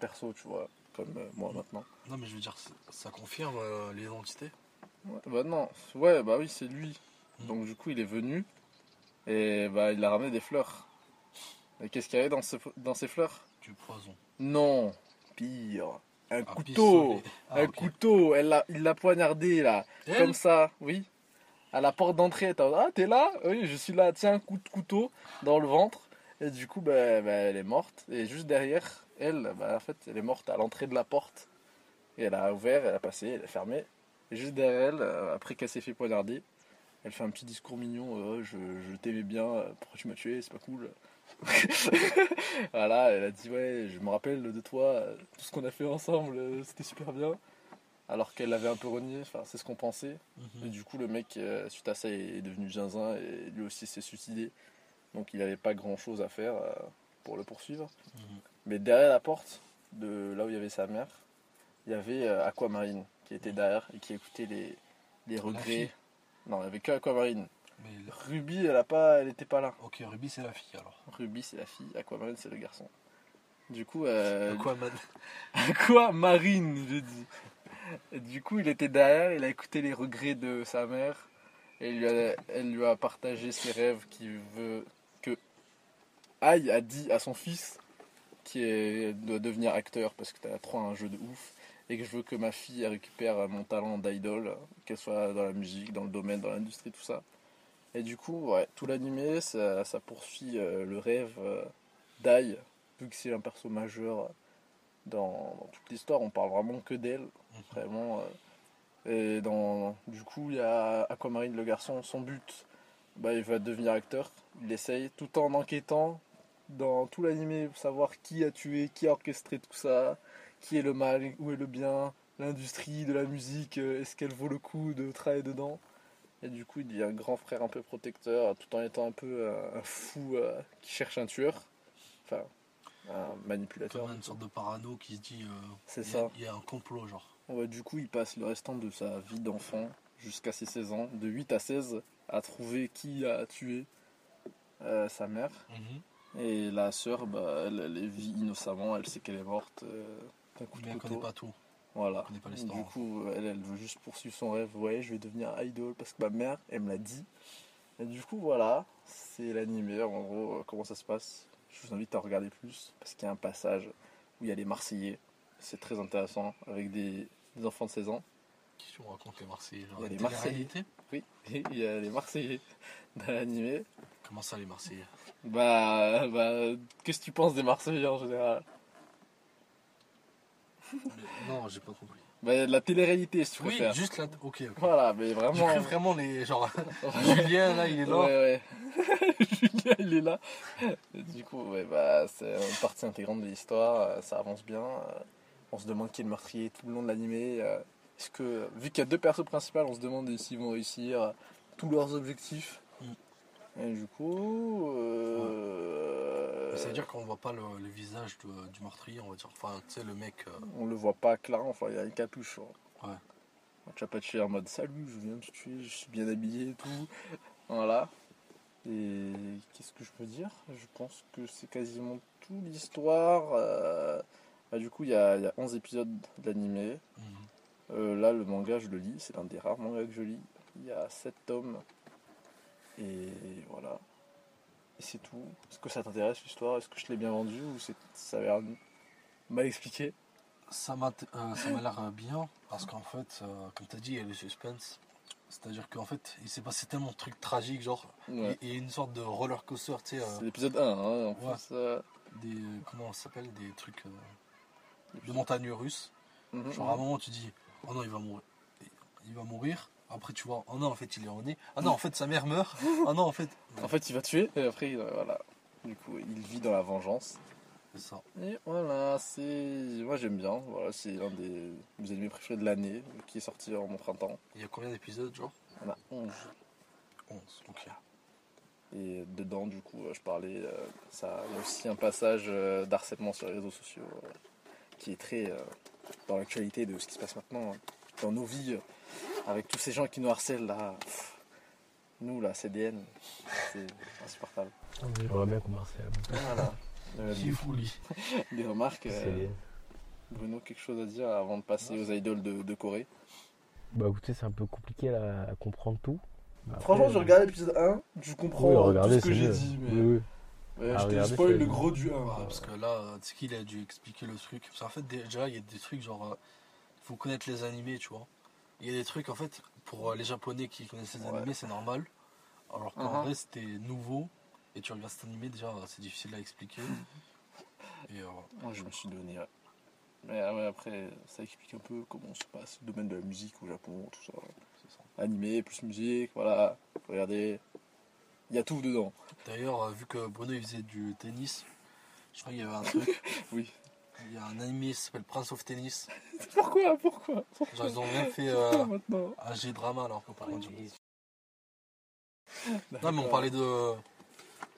Speaker 3: perso tu vois, comme euh, moi maintenant.
Speaker 2: Non, mais je veux dire, c- ça confirme euh, l'identité.
Speaker 3: Ouais, bah non, ouais bah oui c'est lui.
Speaker 2: Mm.
Speaker 3: Donc du coup il est venu et bah il a ramené des fleurs. Et qu'est-ce qu'il y avait dans, ce- dans ces fleurs
Speaker 2: Du poison.
Speaker 3: Non, pire, un
Speaker 2: Un
Speaker 3: couteau.
Speaker 2: pistolet. Ah,
Speaker 3: un
Speaker 2: ok.
Speaker 3: couteau, elle l'a- il l'a poignardé là,
Speaker 2: Elle
Speaker 3: comme ça, oui. À la porte d'entrée, elle t'a dit, ah t'es là Oui, je suis là, tiens, coup de couteau dans le ventre. Et du coup, bah, bah, elle est morte. Et juste derrière, elle, bah, en fait, elle est morte à l'entrée de la porte. Et elle a ouvert, elle a passé, elle a fermé. Et juste derrière elle, euh, après qu'elle s'est fait poignarder, elle fait un petit discours mignon, euh, je, je t'aimais bien, euh, pourquoi tu m'as tué, c'est pas cool. voilà, elle a dit ouais, je me rappelle de toi, euh, tout ce qu'on a fait ensemble, euh, c'était super bien. Alors qu'elle l'avait un peu renié, enfin c'est ce qu'on pensait.
Speaker 2: Mhm.
Speaker 3: Et du coup le mec euh, suite à ça est devenu zinzin et lui aussi s'est suicidé. Donc il n'avait pas grand chose à faire euh, pour le poursuivre.
Speaker 2: Mhm.
Speaker 3: Mais derrière la porte, de là où il y avait sa mère, il y avait euh, Aquamarine qui était derrière et qui écoutait les, les regrets.
Speaker 2: fille.
Speaker 3: Non, il n'y avait que Aquamarine.
Speaker 2: Mais le-
Speaker 3: Ruby, elle a pas, elle était pas là.
Speaker 2: ok, Ruby c'est la fille alors.
Speaker 3: Ruby, c'est la fille. Aquaman, c'est le garçon. Du coup, euh,
Speaker 2: Aquaman.
Speaker 3: Aquamarine, j'ai dit. Et Du coup, il était derrière, il a écouté les regrets de sa mère et il lui a- elle lui a partagé ses rêves qu'il veut que Aïe a dit à son fils qui est- doit devenir acteur parce que t'as trop un jeu de ouf et que je veux que ma fille elle récupère mon talent d'idol, qu'elle soit dans la musique, dans le domaine, dans l'industrie, tout ça. Et du coup, ouais, tout l'animé, ça, ça poursuit euh, le rêve euh, d'Aïe, vu que c'est un perso majeur dans, dans toute l'histoire, on parle vraiment que d'elle, vraiment. euh. et dans, du coup, il y a Aquamarine, le garçon, son but, bah, il va devenir acteur, il essaye, tout en enquêtant dans tout l'animé, pour savoir qui a tué, qui a orchestré tout ça, qui est le mal, où est le bien, l'industrie de la musique, euh, est-ce qu'elle vaut le coup de travailler dedans et du coup, il y a un grand frère un peu protecteur, tout en étant un peu euh, un fou euh, qui cherche un tueur. Enfin, un manipulateur.
Speaker 2: Comme une sorte de parano qui se dit euh,
Speaker 3: C'est
Speaker 2: il y a-
Speaker 3: ça.
Speaker 2: il y, a un complot genre.
Speaker 3: Ouais, du coup, il passe le restant de sa vie d'enfant jusqu'à ses 16 ans, de 8 à 16, à trouver qui a tué euh, sa mère.
Speaker 2: Mhm.
Speaker 3: Et la sœur, bah, elle, elle les vit innocemment, elle sait qu'elle est morte euh, d'un coup
Speaker 2: Mais
Speaker 3: de
Speaker 2: elle
Speaker 3: couteau.
Speaker 2: connaît pas tout.
Speaker 3: Voilà.
Speaker 2: connaît pas l'histoire.
Speaker 3: du coup, euh, elle, elle veut juste poursuivre son rêve. Ouais, je vais devenir idol parce que ma mère, elle me l'a dit. Et du coup, voilà, c'est l'animé en gros, euh, comment ça se passe. Je vous invite à regarder plus parce qu'il y a un passage où il y a les Marseillais. C'est très intéressant avec des, des enfants de 16 ans.
Speaker 2: Qui tu racontes les Marseillais genre,
Speaker 3: Il y a
Speaker 2: la
Speaker 3: les Marseillais.
Speaker 2: télé-réalité
Speaker 3: Oui, et il y a les Marseillais dans l'animé.
Speaker 2: Comment ça les Marseillais
Speaker 3: Bah, bah, qu'est-ce que tu penses des Marseillais en général
Speaker 2: Mais- Non, j'ai pas compris.
Speaker 3: Bah, il y a de la télé-réalité, si tu
Speaker 2: Oui,
Speaker 3: préfères.
Speaker 2: juste là. Ok, ok.
Speaker 3: Voilà, mais
Speaker 2: J'ai
Speaker 3: vraiment.
Speaker 2: cru vraiment les genre Julien là il est là.
Speaker 3: Ouais, ouais. Julien, il est là. Du coup, ouais, bah, c'est une partie intégrante de l'histoire. euh, Ça avance bien. euh, On se demande qui est le meurtrier tout le long de l'animé. euh, Est-ce que, vu qu'il y a deux persos principales, on se demande s'ils vont réussir euh, tous leurs objectifs.
Speaker 2: Mm.
Speaker 3: Et du coup. euh,
Speaker 2: Mais Bah, Ça veut dire qu'on voit pas le, le visage de- du meurtrier, on va dire. Enfin, tu sais, le mec. euh,
Speaker 3: On le voit pas clairement, enfin il y a une capuche. hein.
Speaker 2: Ouais.
Speaker 3: Tu vas pas te tuer en mode salut, je viens de te tuer, je suis bien habillé et tout. Voilà. Et qu'est-ce que je peux dire Je pense que c'est quasiment tout l'histoire. euh, bah, du coup, il y, a il y a 11 épisodes d'animé.
Speaker 2: mhm.
Speaker 3: Euh, là, le manga, je le lis, c'est l'un des rares mangas que je lis. Il y a 7 tomes. Et voilà. Et c'est tout. Est-ce que ça t'intéresse l'histoire Est-ce que je l'ai bien vendu ou c'est- ça a l'air mal expliqué
Speaker 2: Ça m'a t- euh, ça m'a l'air euh, bien, parce qu'en fait, euh, comme tu as dit, il y a le suspense. C'est-à-dire qu'en fait, il s'est passé tellement de trucs tragiques, genre,
Speaker 3: Ouais.
Speaker 2: et, et une sorte de roller coaster, tu sais, euh,
Speaker 3: C'est l'épisode 1, hein, en
Speaker 2: ouais.
Speaker 3: plus. euh,
Speaker 2: des. Comment ça s'appelle Des trucs euh, de
Speaker 3: l'épisode-
Speaker 2: montagne russe.
Speaker 3: Mhm.
Speaker 2: Genre, à un moment, tu dis, oh non, il va mourir. Il va mourir. Après, tu vois, oh non, en fait, il est en nez. Ah non, en fait, sa mère meurt. Ah non, en fait.
Speaker 3: En fait, il va tuer, et après, il- voilà. Du coup, il vit dans la vengeance.
Speaker 2: C'est ça.
Speaker 3: Et voilà, c'est. Moi, j'aime bien. Voilà, c'est l'un des mes animés préférés de l'année, qui est sorti en mon printemps.
Speaker 2: Il y a combien d'épisodes, genre
Speaker 3: On a 11.
Speaker 2: 11. Ok.
Speaker 3: Et dedans, du coup, euh, je parlais, euh, ça il y a aussi un passage euh, d'harcèlement sur les réseaux sociaux euh, qui est très euh, dans l'actualité de ce qui se passe maintenant hein, dans nos vies euh, avec tous ces gens qui nous harcèlent là. Pff, Nous là, CDN, c'est insupportable.
Speaker 1: J'aurais bien commencé.
Speaker 3: Voilà. Euh,
Speaker 5: Qui est fou, lui.
Speaker 3: des remarques, euh, Bruno, quelque chose à dire avant de passer aux idoles de, de Corée
Speaker 1: Bah écoutez, c'est un peu compliqué là, à comprendre tout. Après,
Speaker 3: Franchement, je
Speaker 1: euh,
Speaker 3: regarde l'épisode 1, je comprends
Speaker 1: oui,
Speaker 3: euh,
Speaker 1: regardez,
Speaker 3: tout ce que
Speaker 1: c'est
Speaker 3: j'ai
Speaker 1: mieux.
Speaker 3: dit, mais
Speaker 1: Oui, oui.
Speaker 3: mais
Speaker 1: Ah,
Speaker 3: je te
Speaker 1: regardez,
Speaker 3: spoil
Speaker 1: c'est-
Speaker 3: le gros du hein. 1.
Speaker 2: Ouais, parce que là, euh, tu sais qu'il a dû expliquer le truc. Parce qu'en fait, déjà, il y a des trucs genre. euh, faut connaître les animés, tu vois. Il y a des trucs, en fait, pour euh, les japonais qui connaissent les
Speaker 3: Ouais.
Speaker 2: animés, c'est normal. Alors qu'en
Speaker 3: Mhm.
Speaker 2: vrai, c'était nouveau. Et tu regardes cet animé, déjà, euh, c'est difficile à expliquer. et euh,
Speaker 3: Moi, je me suis donné. ouais. Mais ah ouais, après, ça explique un peu comment se passe le domaine de la musique au Japon, tout ça. Animé, plus musique, voilà. Regardez, il y a tout dedans.
Speaker 2: d'ailleurs, euh, vu que Bruno il faisait du tennis, je crois qu'il y avait un truc.
Speaker 3: Oui.
Speaker 2: Il y a un animé qui s'appelle Prince of Tennis.
Speaker 3: Pourquoi Pourquoi
Speaker 2: Genre, ils ont même fait
Speaker 3: Pourquoi
Speaker 2: euh,
Speaker 3: maintenant
Speaker 2: un G-drama alors qu'on parlait du.
Speaker 1: Oui,
Speaker 3: euh,
Speaker 2: Non, mais on parlait de.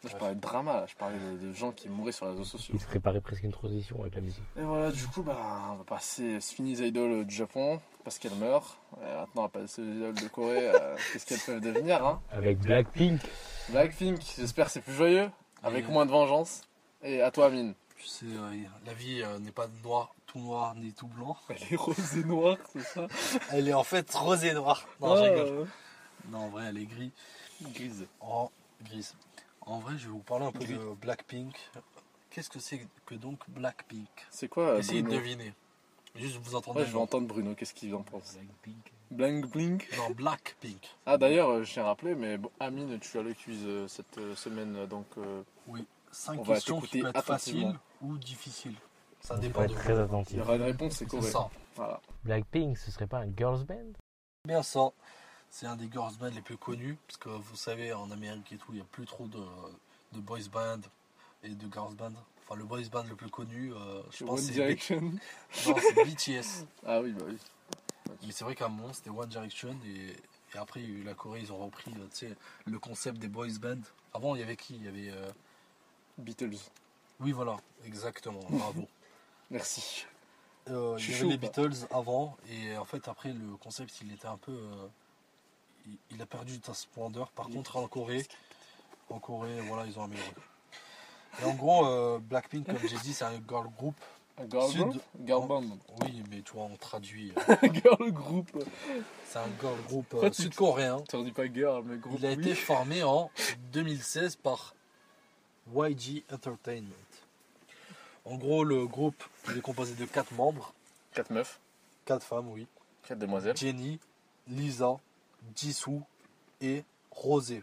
Speaker 3: Là, je parlais de drama, là. je parlais de, de gens qui mouraient sur les réseaux sociaux.
Speaker 1: Il se préparait presque une transition avec la musique.
Speaker 3: Et voilà, du coup, bah, on va passer. C'est fini les idoles euh, du Japon, parce qu'elle meurt. Et maintenant, on va passer aux idoles de Corée. euh, Qu'est-ce qu'elles peuvent devenir, hein
Speaker 1: Avec Blackpink.
Speaker 3: Blackpink, j'espère que c'est plus joyeux, avec moins de vengeance. Et à toi, Amine.
Speaker 2: Tu sais, euh, la vie euh, n'est pas noir, tout noir ni tout blanc.
Speaker 3: Elle est rose et noire, c'est ça
Speaker 2: Elle est en fait rose et noire. Non,
Speaker 3: Oh.
Speaker 2: je rigole. Non, en vrai, elle est grise.
Speaker 3: Grise.
Speaker 2: En grise. En vrai, je vais vous parler un peu
Speaker 3: Gris.
Speaker 2: de Blackpink. Qu'est-ce que c'est que donc Blackpink
Speaker 3: C'est quoi euh,
Speaker 2: Essayez de
Speaker 3: Bruno
Speaker 2: deviner. Juste vous entendez.
Speaker 3: Ouais, je vais entendre Bruno, qu'est-ce qu'il en pense
Speaker 4: Blackpink.
Speaker 3: Blank Blink
Speaker 2: Non, Blackpink.
Speaker 3: Ah, d'ailleurs, euh, je tiens à rappeler, mais bon, Amine, tu as le quiz euh, cette euh, semaine, euh, donc. euh,
Speaker 2: Oui. Cinq
Speaker 3: On va
Speaker 2: questions qui
Speaker 3: t'écouter
Speaker 2: peuvent être
Speaker 3: attentivement.
Speaker 2: faciles ou difficiles. Ça
Speaker 1: Il
Speaker 2: dépend
Speaker 1: faut
Speaker 2: de
Speaker 1: être
Speaker 2: vous.
Speaker 1: très
Speaker 3: Il y
Speaker 1: attentif.
Speaker 3: aura une réponse, c'est
Speaker 2: C'est
Speaker 3: correct.
Speaker 2: ça.
Speaker 3: Voilà.
Speaker 1: Blackpink, ce serait pas un girls band
Speaker 2: Bien ça. C'est un des girls bands les plus connus. Parce que vous savez, en Amérique et tout, il n'y a plus trop de, de boys band et de girls band. Enfin, le boys band le plus connu, euh, je pense,
Speaker 3: One
Speaker 2: c'est
Speaker 3: Direction.
Speaker 2: B- non, c'est BTS.
Speaker 3: Ah oui, bah oui.
Speaker 2: Mais c'est vrai qu'à un moment, c'était One Direction et, et après, il y a eu la Corée, ils ont repris euh, tu sais, le concept des boys band. Avant, il y avait qui Il y avait. euh,
Speaker 3: Beatles.
Speaker 2: Oui, voilà, exactement, bravo.
Speaker 3: Merci.
Speaker 2: Euh,
Speaker 3: Je
Speaker 2: il
Speaker 3: suis
Speaker 2: y
Speaker 3: chaud, bah.
Speaker 2: avait les
Speaker 3: quoi.
Speaker 2: Beatles avant et en fait, après, le concept, il était un peu. euh, il, il a perdu sa splendeur. Par contre, en Corée, en Corée, voilà, ils ont amélioré. Et en gros, euh, Blackpink, comme j'ai dit, c'est un girl group.
Speaker 3: Un Girl
Speaker 2: Sud.
Speaker 3: group Girl band.
Speaker 2: Oui, mais tu vois, on traduit. euh,
Speaker 3: girl group.
Speaker 2: c'est un girl group euh,
Speaker 3: Toi, tu-
Speaker 2: sud-coréen.
Speaker 3: Tu dis pas girl, mais groupe.
Speaker 2: Il a
Speaker 3: oui.
Speaker 2: été formé en 2016 par YG Entertainment. En gros, le groupe il est composé de quatre membres,
Speaker 3: Quatre meufs,
Speaker 2: quatre femmes, oui.
Speaker 3: quatre demoiselles.
Speaker 2: Jenny, Lisa, Jisoo et Rosé.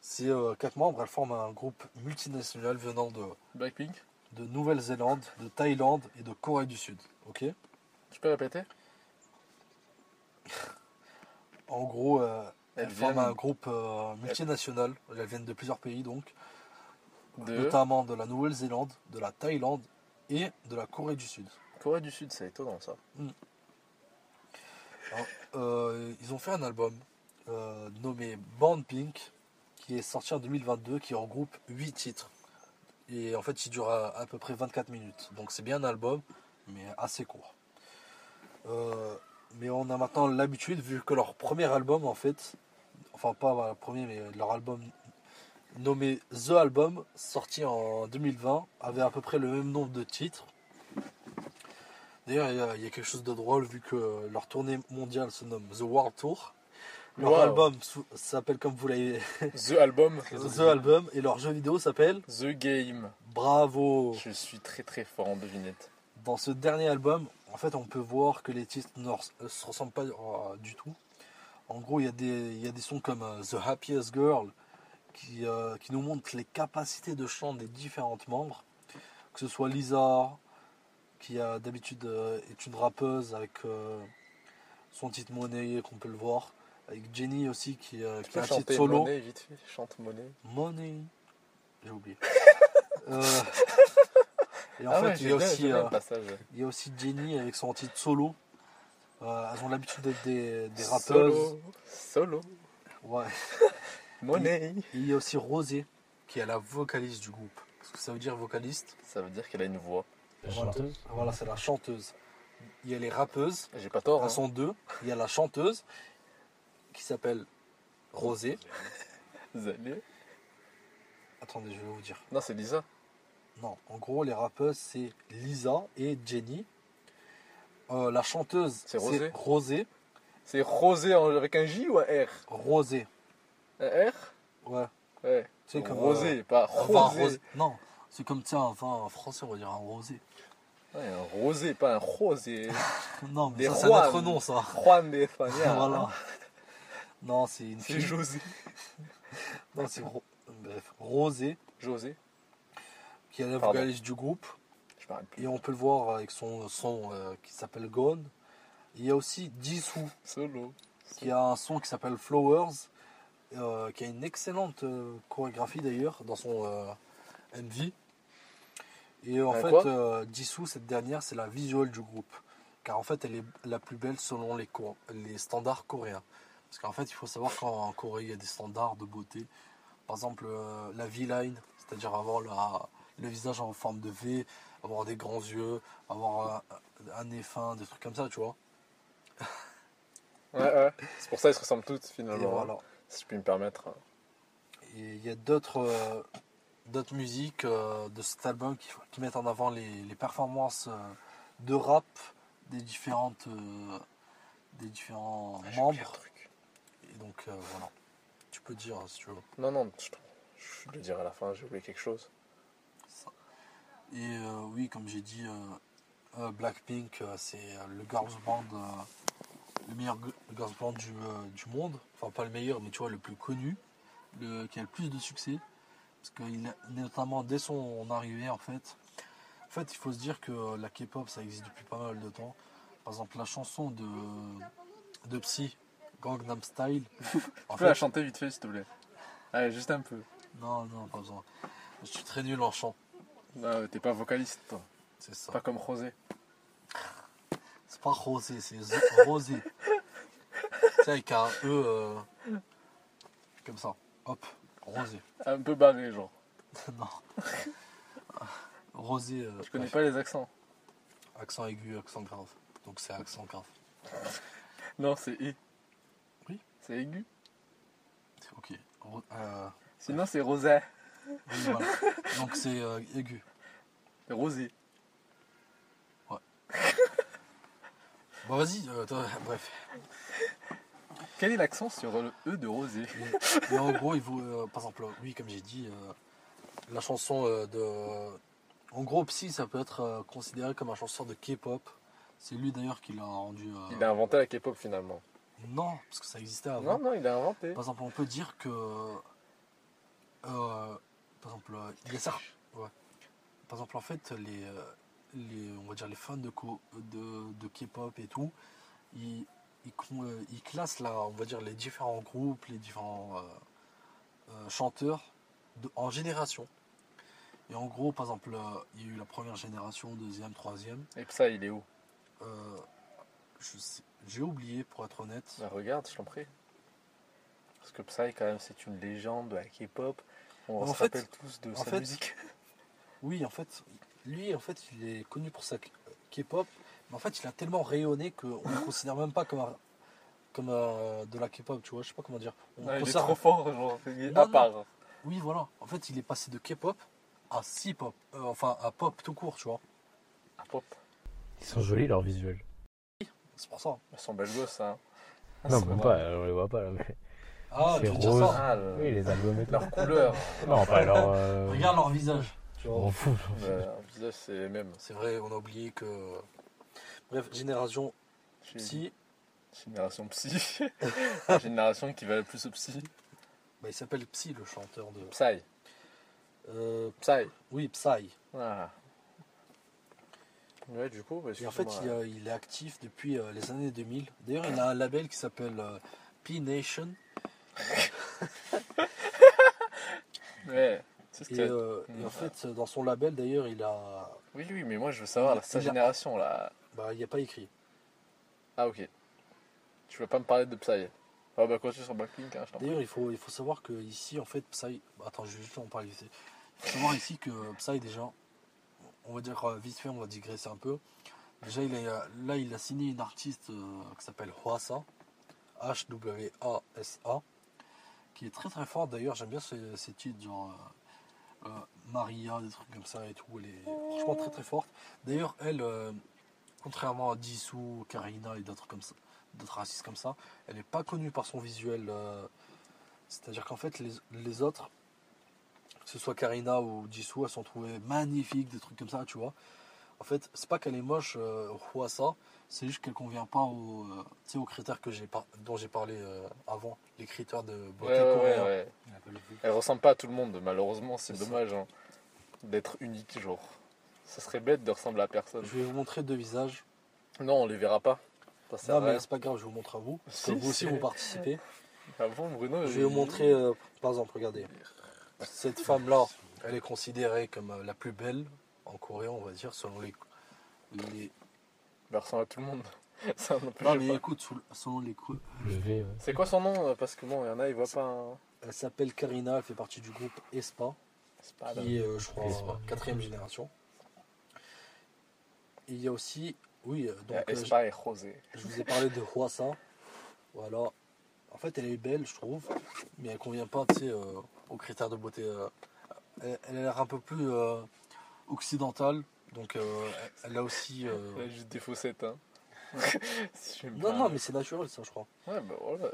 Speaker 2: Ces euh, quatre membres, elles forment un groupe multinational venant de,
Speaker 3: Blackpink.
Speaker 2: de Nouvelle-Zélande, de Thaïlande et de Corée du Sud. Ok
Speaker 3: Tu peux répéter
Speaker 2: En gros, euh,
Speaker 3: Elles
Speaker 2: elles, forment
Speaker 3: viennent-
Speaker 2: un groupe euh, multinational. Elles viennent de plusieurs pays donc.
Speaker 3: De
Speaker 2: notamment de la Nouvelle-Zélande, de la Thaïlande et de la Corée du Sud.
Speaker 3: Corée du Sud, c'est étonnant ça.
Speaker 2: Euh, ils ont fait un album euh, nommé Born Pink qui est sorti en 2022 qui regroupe 8 titres. Et en fait, il dure à, à peu près 24 minutes. Donc c'est bien un album, mais assez court. Euh, mais on a maintenant l'habitude, vu que leur premier album, en fait, enfin pas le premier, mais leur album nommé The Album, sorti en 2020, avait à peu près le même nombre de titres. D'ailleurs, il y a- il y, a quelque chose de drôle vu que leur tournée mondiale se nomme The World Tour. Leur
Speaker 3: Wow.
Speaker 2: album sou- s'appelle comme vous l'avez
Speaker 3: The album.
Speaker 2: The Album et leur jeu vidéo s'appelle
Speaker 3: The Game.
Speaker 2: Bravo.
Speaker 3: Je suis très très fort en devinette.
Speaker 2: Dans ce dernier album, en fait, on peut voir que les titres ne res- euh, se ressemblent pas euh, du tout. En gros, il y, a des- il y a des sons comme euh, The Happiest Girl qui, euh, qui nous montrent les capacités de chant des différentes membres. Que ce soit Lisa, qui a d'habitude euh, est une rappeuse avec euh, son titre Money, qu'on peut le voir. Avec Jenny aussi, qui, euh, qui a un titre solo.
Speaker 3: Monet vite fait. Chante Monet.
Speaker 2: Money. J'ai oublié. Euh, Et en
Speaker 3: Ah
Speaker 2: fait,
Speaker 3: ouais,
Speaker 2: il,
Speaker 3: j'ai
Speaker 2: y a
Speaker 3: bien- j'ai
Speaker 2: aussi,
Speaker 3: bien
Speaker 2: euh,
Speaker 3: le passage.
Speaker 2: il y a aussi Jenny avec son titre solo. Euh, elles ont l'habitude d'être des, des rappeuses.
Speaker 3: Solo. Solo.
Speaker 2: Ouais.
Speaker 3: Monet.
Speaker 2: Et il y a aussi Rosé, qui est la vocaliste du groupe. Qu'est-ce que ça veut dire vocaliste
Speaker 3: Ça veut dire qu'elle a une voix.
Speaker 1: La
Speaker 2: Voilà.
Speaker 1: chanteuse
Speaker 2: Voilà, c'est la chanteuse. Il y a les rappeuses,
Speaker 3: J'ai pas tort.
Speaker 2: elles
Speaker 3: hein.
Speaker 2: sont deux. Il y a la chanteuse, qui s'appelle Rosé.
Speaker 3: Vous allez-
Speaker 2: Attendez, je vais vous dire.
Speaker 3: Non, c'est Lisa.
Speaker 2: Non, en gros, les rappeuses, c'est Lisa et Jenny. Euh, la chanteuse,
Speaker 3: C'est Rosé.
Speaker 2: Rosé.
Speaker 3: C'est Rosé en- avec un J ou un R
Speaker 2: Rosé.
Speaker 3: Un R
Speaker 2: Ouais.
Speaker 3: Ouais.
Speaker 2: C'est comme,
Speaker 3: Rosé, pas
Speaker 2: euh, un vin
Speaker 3: Rosé.
Speaker 2: rosé. Non, c'est comme ça, un vin en français, on va dire un rosé.
Speaker 3: Ouais, un rosé, pas un rosé.
Speaker 2: Non, mais
Speaker 3: Des
Speaker 2: ça, c'est
Speaker 3: rois,
Speaker 2: notre
Speaker 3: mais-
Speaker 2: nom, ça.
Speaker 3: Juan de Fania.
Speaker 2: voilà. Non, c'est une
Speaker 3: hein. C'est
Speaker 2: fille.
Speaker 3: José.
Speaker 2: Non, c'est Ro- Bref, Rosé,
Speaker 3: José.
Speaker 2: qui est la
Speaker 3: Pardon.
Speaker 2: vocaliste du groupe.
Speaker 3: Je m'arrête plus.
Speaker 2: Et on peut le voir avec son son euh, qui s'appelle Gone. Il y a aussi Jisoo,
Speaker 3: Solo.
Speaker 2: qui a un son qui s'appelle Flowers, euh, qui a une excellente euh, chorégraphie d'ailleurs dans son euh, MV. Et en
Speaker 3: Un
Speaker 2: fait,
Speaker 3: quoi
Speaker 2: euh, Jisoo, cette dernière, c'est la visuelle du groupe. Car en fait, elle est la plus belle selon les, co- les standards coréens. Parce qu'en fait, il faut savoir qu'en en Corée, il y a des standards de beauté. Par exemple, euh, la V-line, c'est-à-dire avoir la- le visage en forme de V, avoir des grands yeux, avoir un, un nez fin, des trucs comme ça, tu vois.
Speaker 3: Ouais, ouais. C'est pour ça qu'ils se ressemblent toutes
Speaker 2: Et
Speaker 3: finalement.
Speaker 2: voilà.
Speaker 3: Si je puis me permettre.
Speaker 2: Et il y a d'autres euh, d'autres musiques euh, de cet album qui, qui mettent en avant les, les performances euh, de rap des différentes euh, des différents
Speaker 3: Ah, J'ai oublié un
Speaker 2: membres.
Speaker 3: truc.
Speaker 2: Et donc euh, voilà. Tu peux dire si tu veux.
Speaker 3: Non, non, je, je le dirai à la fin, j'ai oublié quelque chose.
Speaker 2: Et euh, oui, comme j'ai dit, euh, euh, Blackpink, euh, c'est euh, le girls band, euh, le meilleur g- girls band du, euh, du monde. Enfin, pas le meilleur, mais tu vois, le plus connu, le, qui a le plus de succès. Parce que il a- notamment dès son arrivée, en fait, en fait, il faut se dire que euh, la K-pop, ça existe depuis pas mal de temps. Par exemple, la chanson de, de Psy, Gangnam Style. en
Speaker 3: Tu peux la chanter vite fait s'il te plaît Allez, juste un peu.
Speaker 2: non, non, pas besoin. Je suis très nul en chant,
Speaker 3: Non, Bah, t'es pas vocaliste, toi.
Speaker 2: c'est ça.
Speaker 3: Pas comme Rosé.
Speaker 2: C'est pas rosé, c'est zo- rosé. c'est avec un E euh, comme ça. Hop, rosé.
Speaker 3: Un peu barré, genre.
Speaker 2: non. Rosé, euh,
Speaker 3: Je connais pas les accents.
Speaker 2: accent aigu, accent grave. Donc c'est accent grave.
Speaker 3: Non, c'est I.
Speaker 2: Oui.
Speaker 3: C'est aigu.
Speaker 2: Ok. Ro- euh,
Speaker 3: Sinon, c'est Rosé.
Speaker 2: oui, voilà. Donc c'est euh, aigu.
Speaker 3: Rosé.
Speaker 2: Bon vas-y, euh, toi, bref.
Speaker 3: Quel est l'accent sur le E de Rosé
Speaker 2: Et, et en gros, il faut, euh, par exemple, oui, comme j'ai dit, euh, la chanson euh, de. En gros, Psy, ça peut être euh, considéré comme un chanteur de K-pop. C'est lui d'ailleurs qui l'a rendu. euh,
Speaker 3: Il a inventé la K-pop finalement.
Speaker 2: Non, parce que ça existait avant.
Speaker 3: Non, non, il a inventé.
Speaker 2: Par exemple, on peut dire que. euh, par exemple, euh, il y a cer- ouais. Par exemple, en fait, les, euh, les, on va dire les fans de, co- de, de K-pop et tout, ils, ils, con- euh, ils classent là, on va dire les différents groupes, les différents euh, euh, chanteurs de- en génération. Et en gros, par exemple, euh, il y a eu la première génération, deuxième, troisième.
Speaker 3: Et ça, il est où
Speaker 2: Euh, je sais- J'ai oublié, pour être honnête.
Speaker 3: Bah, regarde, je t'en prie. Parce que Psy, quand même, c'est une légende de la K-pop. On
Speaker 2: En
Speaker 3: se
Speaker 2: fait-
Speaker 3: rappelle tous de
Speaker 2: en
Speaker 3: sa
Speaker 2: fait-
Speaker 3: musique.
Speaker 2: Oui, en fait, lui, en fait, il est connu pour sa k- K-pop, mais en fait, il a tellement rayonné qu'on ne le considère même pas comme, un- comme euh, de la K-pop, tu vois, je sais pas comment dire. On
Speaker 3: Ouais, il est
Speaker 2: considère-
Speaker 3: trop fort, genre. Il est
Speaker 2: Non,
Speaker 3: à
Speaker 2: non.
Speaker 3: part. hein.
Speaker 2: Oui, voilà. En fait, il est passé de K-pop à C-pop, euh, enfin à pop tout court, tu vois.
Speaker 3: À Ah, pop.
Speaker 1: Ils sont jolis leurs visuels.
Speaker 2: C'est pour ça.
Speaker 3: Ils sont belles gosses, hein.
Speaker 1: Non, même pas, euh, on les voit pas là. mais-
Speaker 2: Ah,
Speaker 1: C'est
Speaker 2: tu veux dire
Speaker 1: rose.
Speaker 2: ça
Speaker 3: Ah, le-
Speaker 1: Oui, les albums et tout.
Speaker 3: leur couleur. hein,
Speaker 1: Non, pas leur. euh,
Speaker 2: Regarde leur visage. Tu
Speaker 1: On
Speaker 2: vois.
Speaker 1: m'en fout.
Speaker 3: Bah, un visage, c'est les mêmes.
Speaker 2: C'est vrai, on a oublié que. Bref, génération
Speaker 3: Chez-
Speaker 2: psy,
Speaker 3: Génération psy. La génération qui va le plus au psy.
Speaker 2: bah, il s'appelle Psy, le chanteur de.
Speaker 3: Psy.
Speaker 2: Euh,
Speaker 3: Psy.
Speaker 2: oui, Psy.
Speaker 3: Ah. Ouais, du coup, bah,
Speaker 2: Et en fait, il,
Speaker 3: excuse-moi.
Speaker 2: euh, il est actif depuis euh, les années 2000. D'ailleurs, il a un label qui s'appelle euh, P-Nation.
Speaker 3: Ouais. C'est ce
Speaker 2: Et,
Speaker 3: que-
Speaker 2: euh, et en fait, euh, dans son label, d'ailleurs, il a.
Speaker 3: Oui, oui, mais moi, je veux savoir,
Speaker 2: il a-
Speaker 3: là, sa
Speaker 2: il a-
Speaker 3: génération, là.
Speaker 2: Bah, il n'y a pas écrit.
Speaker 3: Ah, ok. Tu veux pas me parler de Psy Ah, bah, continue sur Blackpink, hein, je t'en prie.
Speaker 2: D'ailleurs, il faut, il faut savoir que ici, en fait, Psy. Attends, je vais juste en parler ici. Il faut savoir ici que Psy, déjà, on va dire euh, vite fait, on va digresser un peu. Déjà, il a, là, il a signé une artiste euh, qui s'appelle Hwasa. H-W-A-S-A. Qui est très très forte. D'ailleurs, j'aime bien ses, ses titres, genre. euh, euh, Maria, des trucs comme ça et tout, elle est franchement très très forte. D'ailleurs, elle, euh, contrairement à Jisoo, Karina et d'autres comme ça, d'autres artistes comme ça, elle n'est pas connue par son visuel. euh, C'est-à-dire qu'en fait, les, les autres, que ce soit Karina ou Jisoo, elles sont trouvées magnifiques, des trucs comme ça, tu vois. En fait, c'est pas qu'elle est moche, euh, ou ça, c'est juste qu'elle convient pas aux, euh, tu sais, aux critères que j'ai par- dont j'ai parlé euh, avant, les critères de beauté
Speaker 3: Ouais, ouais, ouais,
Speaker 2: coréen.
Speaker 3: ouais.
Speaker 5: pas le vu.
Speaker 3: Elle ressemble pas à tout le monde, malheureusement, c'est
Speaker 2: C'est ça.
Speaker 3: dommage hein, d'être unique, genre. Ça serait bête de ressembler à personne.
Speaker 2: Je vais vous montrer deux visages.
Speaker 3: Non, on les verra pas. Ça sert
Speaker 2: Non,
Speaker 3: à
Speaker 2: mais
Speaker 3: rien.
Speaker 2: c'est pas grave, je vous montre à vous. Parce
Speaker 3: Si,
Speaker 2: que vous aussi,
Speaker 3: c'est-
Speaker 2: vous participez.
Speaker 3: Ah bon, Bruno
Speaker 2: Je
Speaker 3: il-
Speaker 2: vais vous montrer, euh, par exemple, regardez. Cette femme-là, elle est considérée comme euh, la plus belle en Corée, on va dire, selon les. les-
Speaker 3: Elle ressemble à tout le monde. Ça, non plus,
Speaker 2: Non,
Speaker 3: je
Speaker 2: mais
Speaker 3: vois pas.
Speaker 2: écoute, sous le- selon les coups.
Speaker 1: Je vais, ouais.
Speaker 3: C'est quoi son nom euh, Parce que bon, il y en a, ils voient pas hein. un.
Speaker 2: Elle s'appelle Karina, elle fait partie du groupe E ESPA,
Speaker 3: C'est pas
Speaker 2: qui est, euh, je
Speaker 3: E
Speaker 2: crois,
Speaker 1: Espa.
Speaker 2: euh, quatrième génération. Et il y a aussi, oui, euh,
Speaker 3: Il y a
Speaker 2: donc euh, je-
Speaker 3: Espa et Rosé.
Speaker 2: je vous ai parlé de Huasa. Voilà. En fait, elle est belle, je trouve, mais elle convient pas, tu sais, euh, aux critères de beauté. euh. Elle, elle a l'air un peu plus euh, occidentale, donc euh, elle a aussi. euh,
Speaker 3: Il y a juste des faussettes, hein. Si tu me
Speaker 2: Non,
Speaker 3: parles.
Speaker 2: non, mais c'est naturel, ça, je crois.
Speaker 3: Ouais, bah voilà.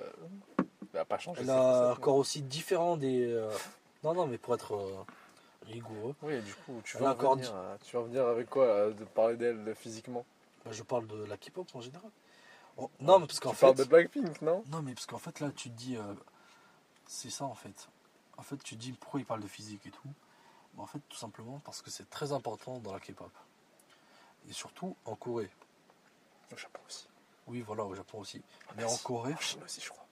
Speaker 3: Il a pas changé.
Speaker 2: Elle
Speaker 3: ses
Speaker 2: a un
Speaker 3: faussettes,
Speaker 2: corps aussi différent des. euh, Non, non, mais pour être euh, rigoureux,
Speaker 3: mais- Oui, du coup, tu
Speaker 2: Elle
Speaker 3: vas
Speaker 2: a un corps
Speaker 3: venir. Tu vas venir avec quoi euh, De parler d'elle euh, physiquement
Speaker 2: bah, je parle de la K-pop en général. Oh, non, mais parce qu'en
Speaker 3: Tu parles
Speaker 2: fait.
Speaker 3: de Blackpink, non
Speaker 2: Non, mais parce qu'en fait, là, tu te dis. euh, c'est ça, en fait. En fait, tu te dis pourquoi il parle de physique et tout. Mais en fait, tout simplement parce que c'est très important dans la K-pop. Et surtout en Corée.
Speaker 3: Au Japon aussi.
Speaker 2: Oui, voilà, au Japon aussi. Mais en
Speaker 3: Ah, Merci.
Speaker 2: Corée.
Speaker 3: En Chine aussi, je crois.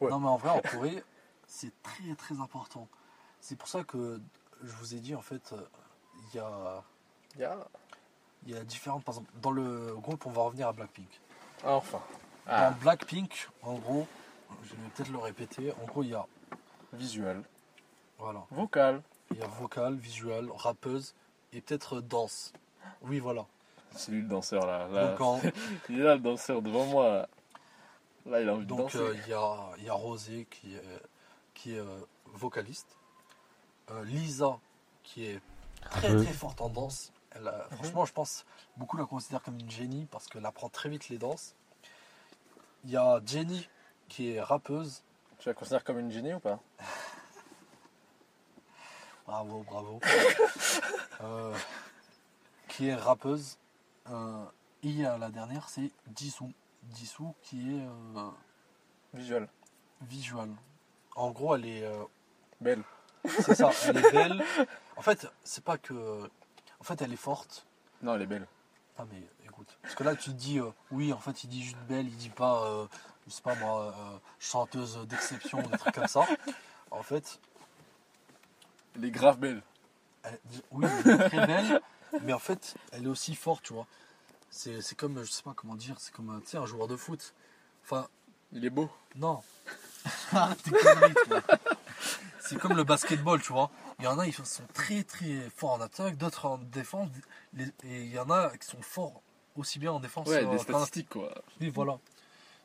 Speaker 3: Ouais.
Speaker 2: Non, mais en vrai, en Corée, c'est très très important. C'est pour ça que je vous ai dit, en fait, euh, il y a.
Speaker 3: Il y a.
Speaker 2: Il y a différents. Par exemple, dans le groupe, on va revenir à Blackpink.
Speaker 3: Ah, enfin.
Speaker 2: Dans
Speaker 3: Ah,
Speaker 2: Blackpink, en gros, je vais peut-être le répéter, en gros, il y a.
Speaker 3: visuel.
Speaker 2: Voilà.
Speaker 3: Vocal.
Speaker 2: Il y a vocal, visual, rappeuse et peut-être danse. Oui, voilà.
Speaker 3: C'est lui le danseur là. là.
Speaker 2: Donc, en-
Speaker 3: Il est là le danseur devant moi. Là, Là, il a envie de
Speaker 2: donc
Speaker 3: danser.
Speaker 2: euh, il y, a, il y a Rosé qui est, qui est euh, vocaliste. Euh, Lisa qui est très
Speaker 1: Rappeuse.
Speaker 2: très forte en danse. Elle, a- Franchement, je pense beaucoup la considèrent comme une génie parce qu'elle apprend très vite les danses. Il y a Jenny qui est rappeuse.
Speaker 3: Tu la considères comme une génie ou pas
Speaker 2: Bravo, bravo. Euh, qui est rappeuse. Euh, et euh, la dernière, c'est Jisoo. Jisoo qui est euh,
Speaker 3: Visuel.
Speaker 2: visual. En gros, elle est. euh,
Speaker 3: Belle.
Speaker 2: c'est ça, elle est belle. En fait, c'est pas que. En fait, elle est forte.
Speaker 3: Non, elle est belle.
Speaker 2: Ah, mais écoute. Parce que là, tu te dis, euh, oui, en fait, il dit juste belle, il dit pas, euh, je sais pas moi, euh, chanteuse d'exception, des trucs comme ça. En fait,
Speaker 3: Elle est grave belle.
Speaker 2: Elle- oui, elle est très belle, mais en fait, elle est aussi forte, tu vois. C'est c'est comme, je sais pas comment dire, c'est comme, euh, tu sais, un joueur de foot. Enfin,
Speaker 3: Il est beau.
Speaker 2: non. Arrête tes conneries, toi. C'est comme le basketball, tu vois. Il y en a, ils sont très très forts en attaque, d'autres en défense, les- et il y en a qui sont forts aussi bien en défense
Speaker 3: Ouais,
Speaker 2: euh,
Speaker 3: des
Speaker 2: qu'en
Speaker 3: statistiques quoi.
Speaker 2: oui, voilà.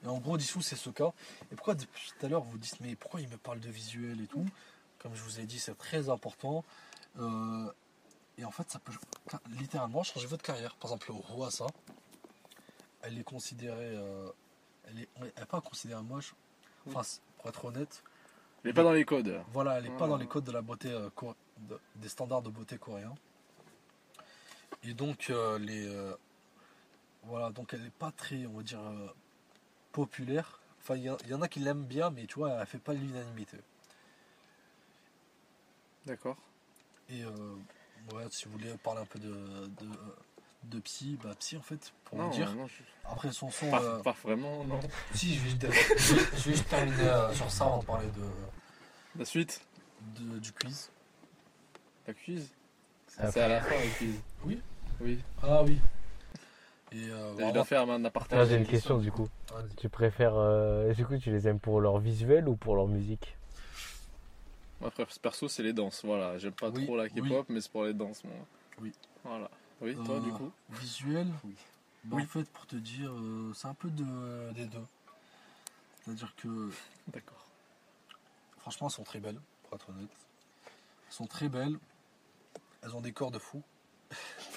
Speaker 2: Et en gros, Dissous, c'est ce cas. Et pourquoi depuis tout à l'heure vous dites, mais pourquoi il me parle de visuel et tout Comme je vous ai dit, c'est très important. Euh, et en fait, ça peut ca- littéralement changer votre carrière. Par exemple, le ça elle est considérée. euh, elle, est, elle est pas considérée moche. Enfin, c- pour être honnête,
Speaker 3: Elle est pas dans les codes.
Speaker 2: voilà, elle n'est pas
Speaker 3: Mhm.
Speaker 2: dans les codes de la beauté euh, cor- de- des standards de beauté coréens. Et donc euh, les euh, voilà, donc elle n'est pas très, on va dire euh, populaire. Enfin, il y, a- il y en a qui l'aiment bien, mais tu vois, elle fait pas l'unanimité.
Speaker 3: D'accord.
Speaker 2: Et euh, ouais, si vous voulez parler un peu de, de, de psy, bah psy en fait, pour
Speaker 3: Non,
Speaker 2: vous dire.
Speaker 3: non, je-
Speaker 2: Après son son,
Speaker 3: pas,
Speaker 2: euh,
Speaker 3: pas vraiment, non.
Speaker 2: si je vais, juste- je vais- je vais juste terminer euh, sur ça avant de parler de,
Speaker 3: La suite
Speaker 2: de- du quiz.
Speaker 3: La cuise
Speaker 1: Ah,
Speaker 3: C'est à la fin la cuise.
Speaker 2: Oui.
Speaker 3: Oui.
Speaker 2: Ah oui. Et euh,
Speaker 3: Il
Speaker 2: voilà.
Speaker 3: doit faire un aparté.
Speaker 1: Ah, j'ai une question du coup.
Speaker 2: Vas-y.
Speaker 1: Tu préfères. euh, du coup, tu les aimes pour leur visuel ou pour leur musique
Speaker 3: Moi, perso- perso, c'est les danses. Voilà, j'aime pas
Speaker 2: Oui,
Speaker 3: trop la
Speaker 2: oui.
Speaker 3: K-pop, mais c'est pour les danses, moi.
Speaker 2: Oui.
Speaker 3: Voilà. Oui, toi,
Speaker 2: Euh,
Speaker 3: du coup
Speaker 2: Visuel
Speaker 3: Oui.
Speaker 2: Bah,
Speaker 3: Oui.
Speaker 2: En fait, pour te dire, euh, c'est un peu de, des deux. C'est-à-dire que,
Speaker 3: D'accord.
Speaker 2: franchement, elles sont très belles, pour être honnête. Elles sont très belles. Elles ont des corps de fou.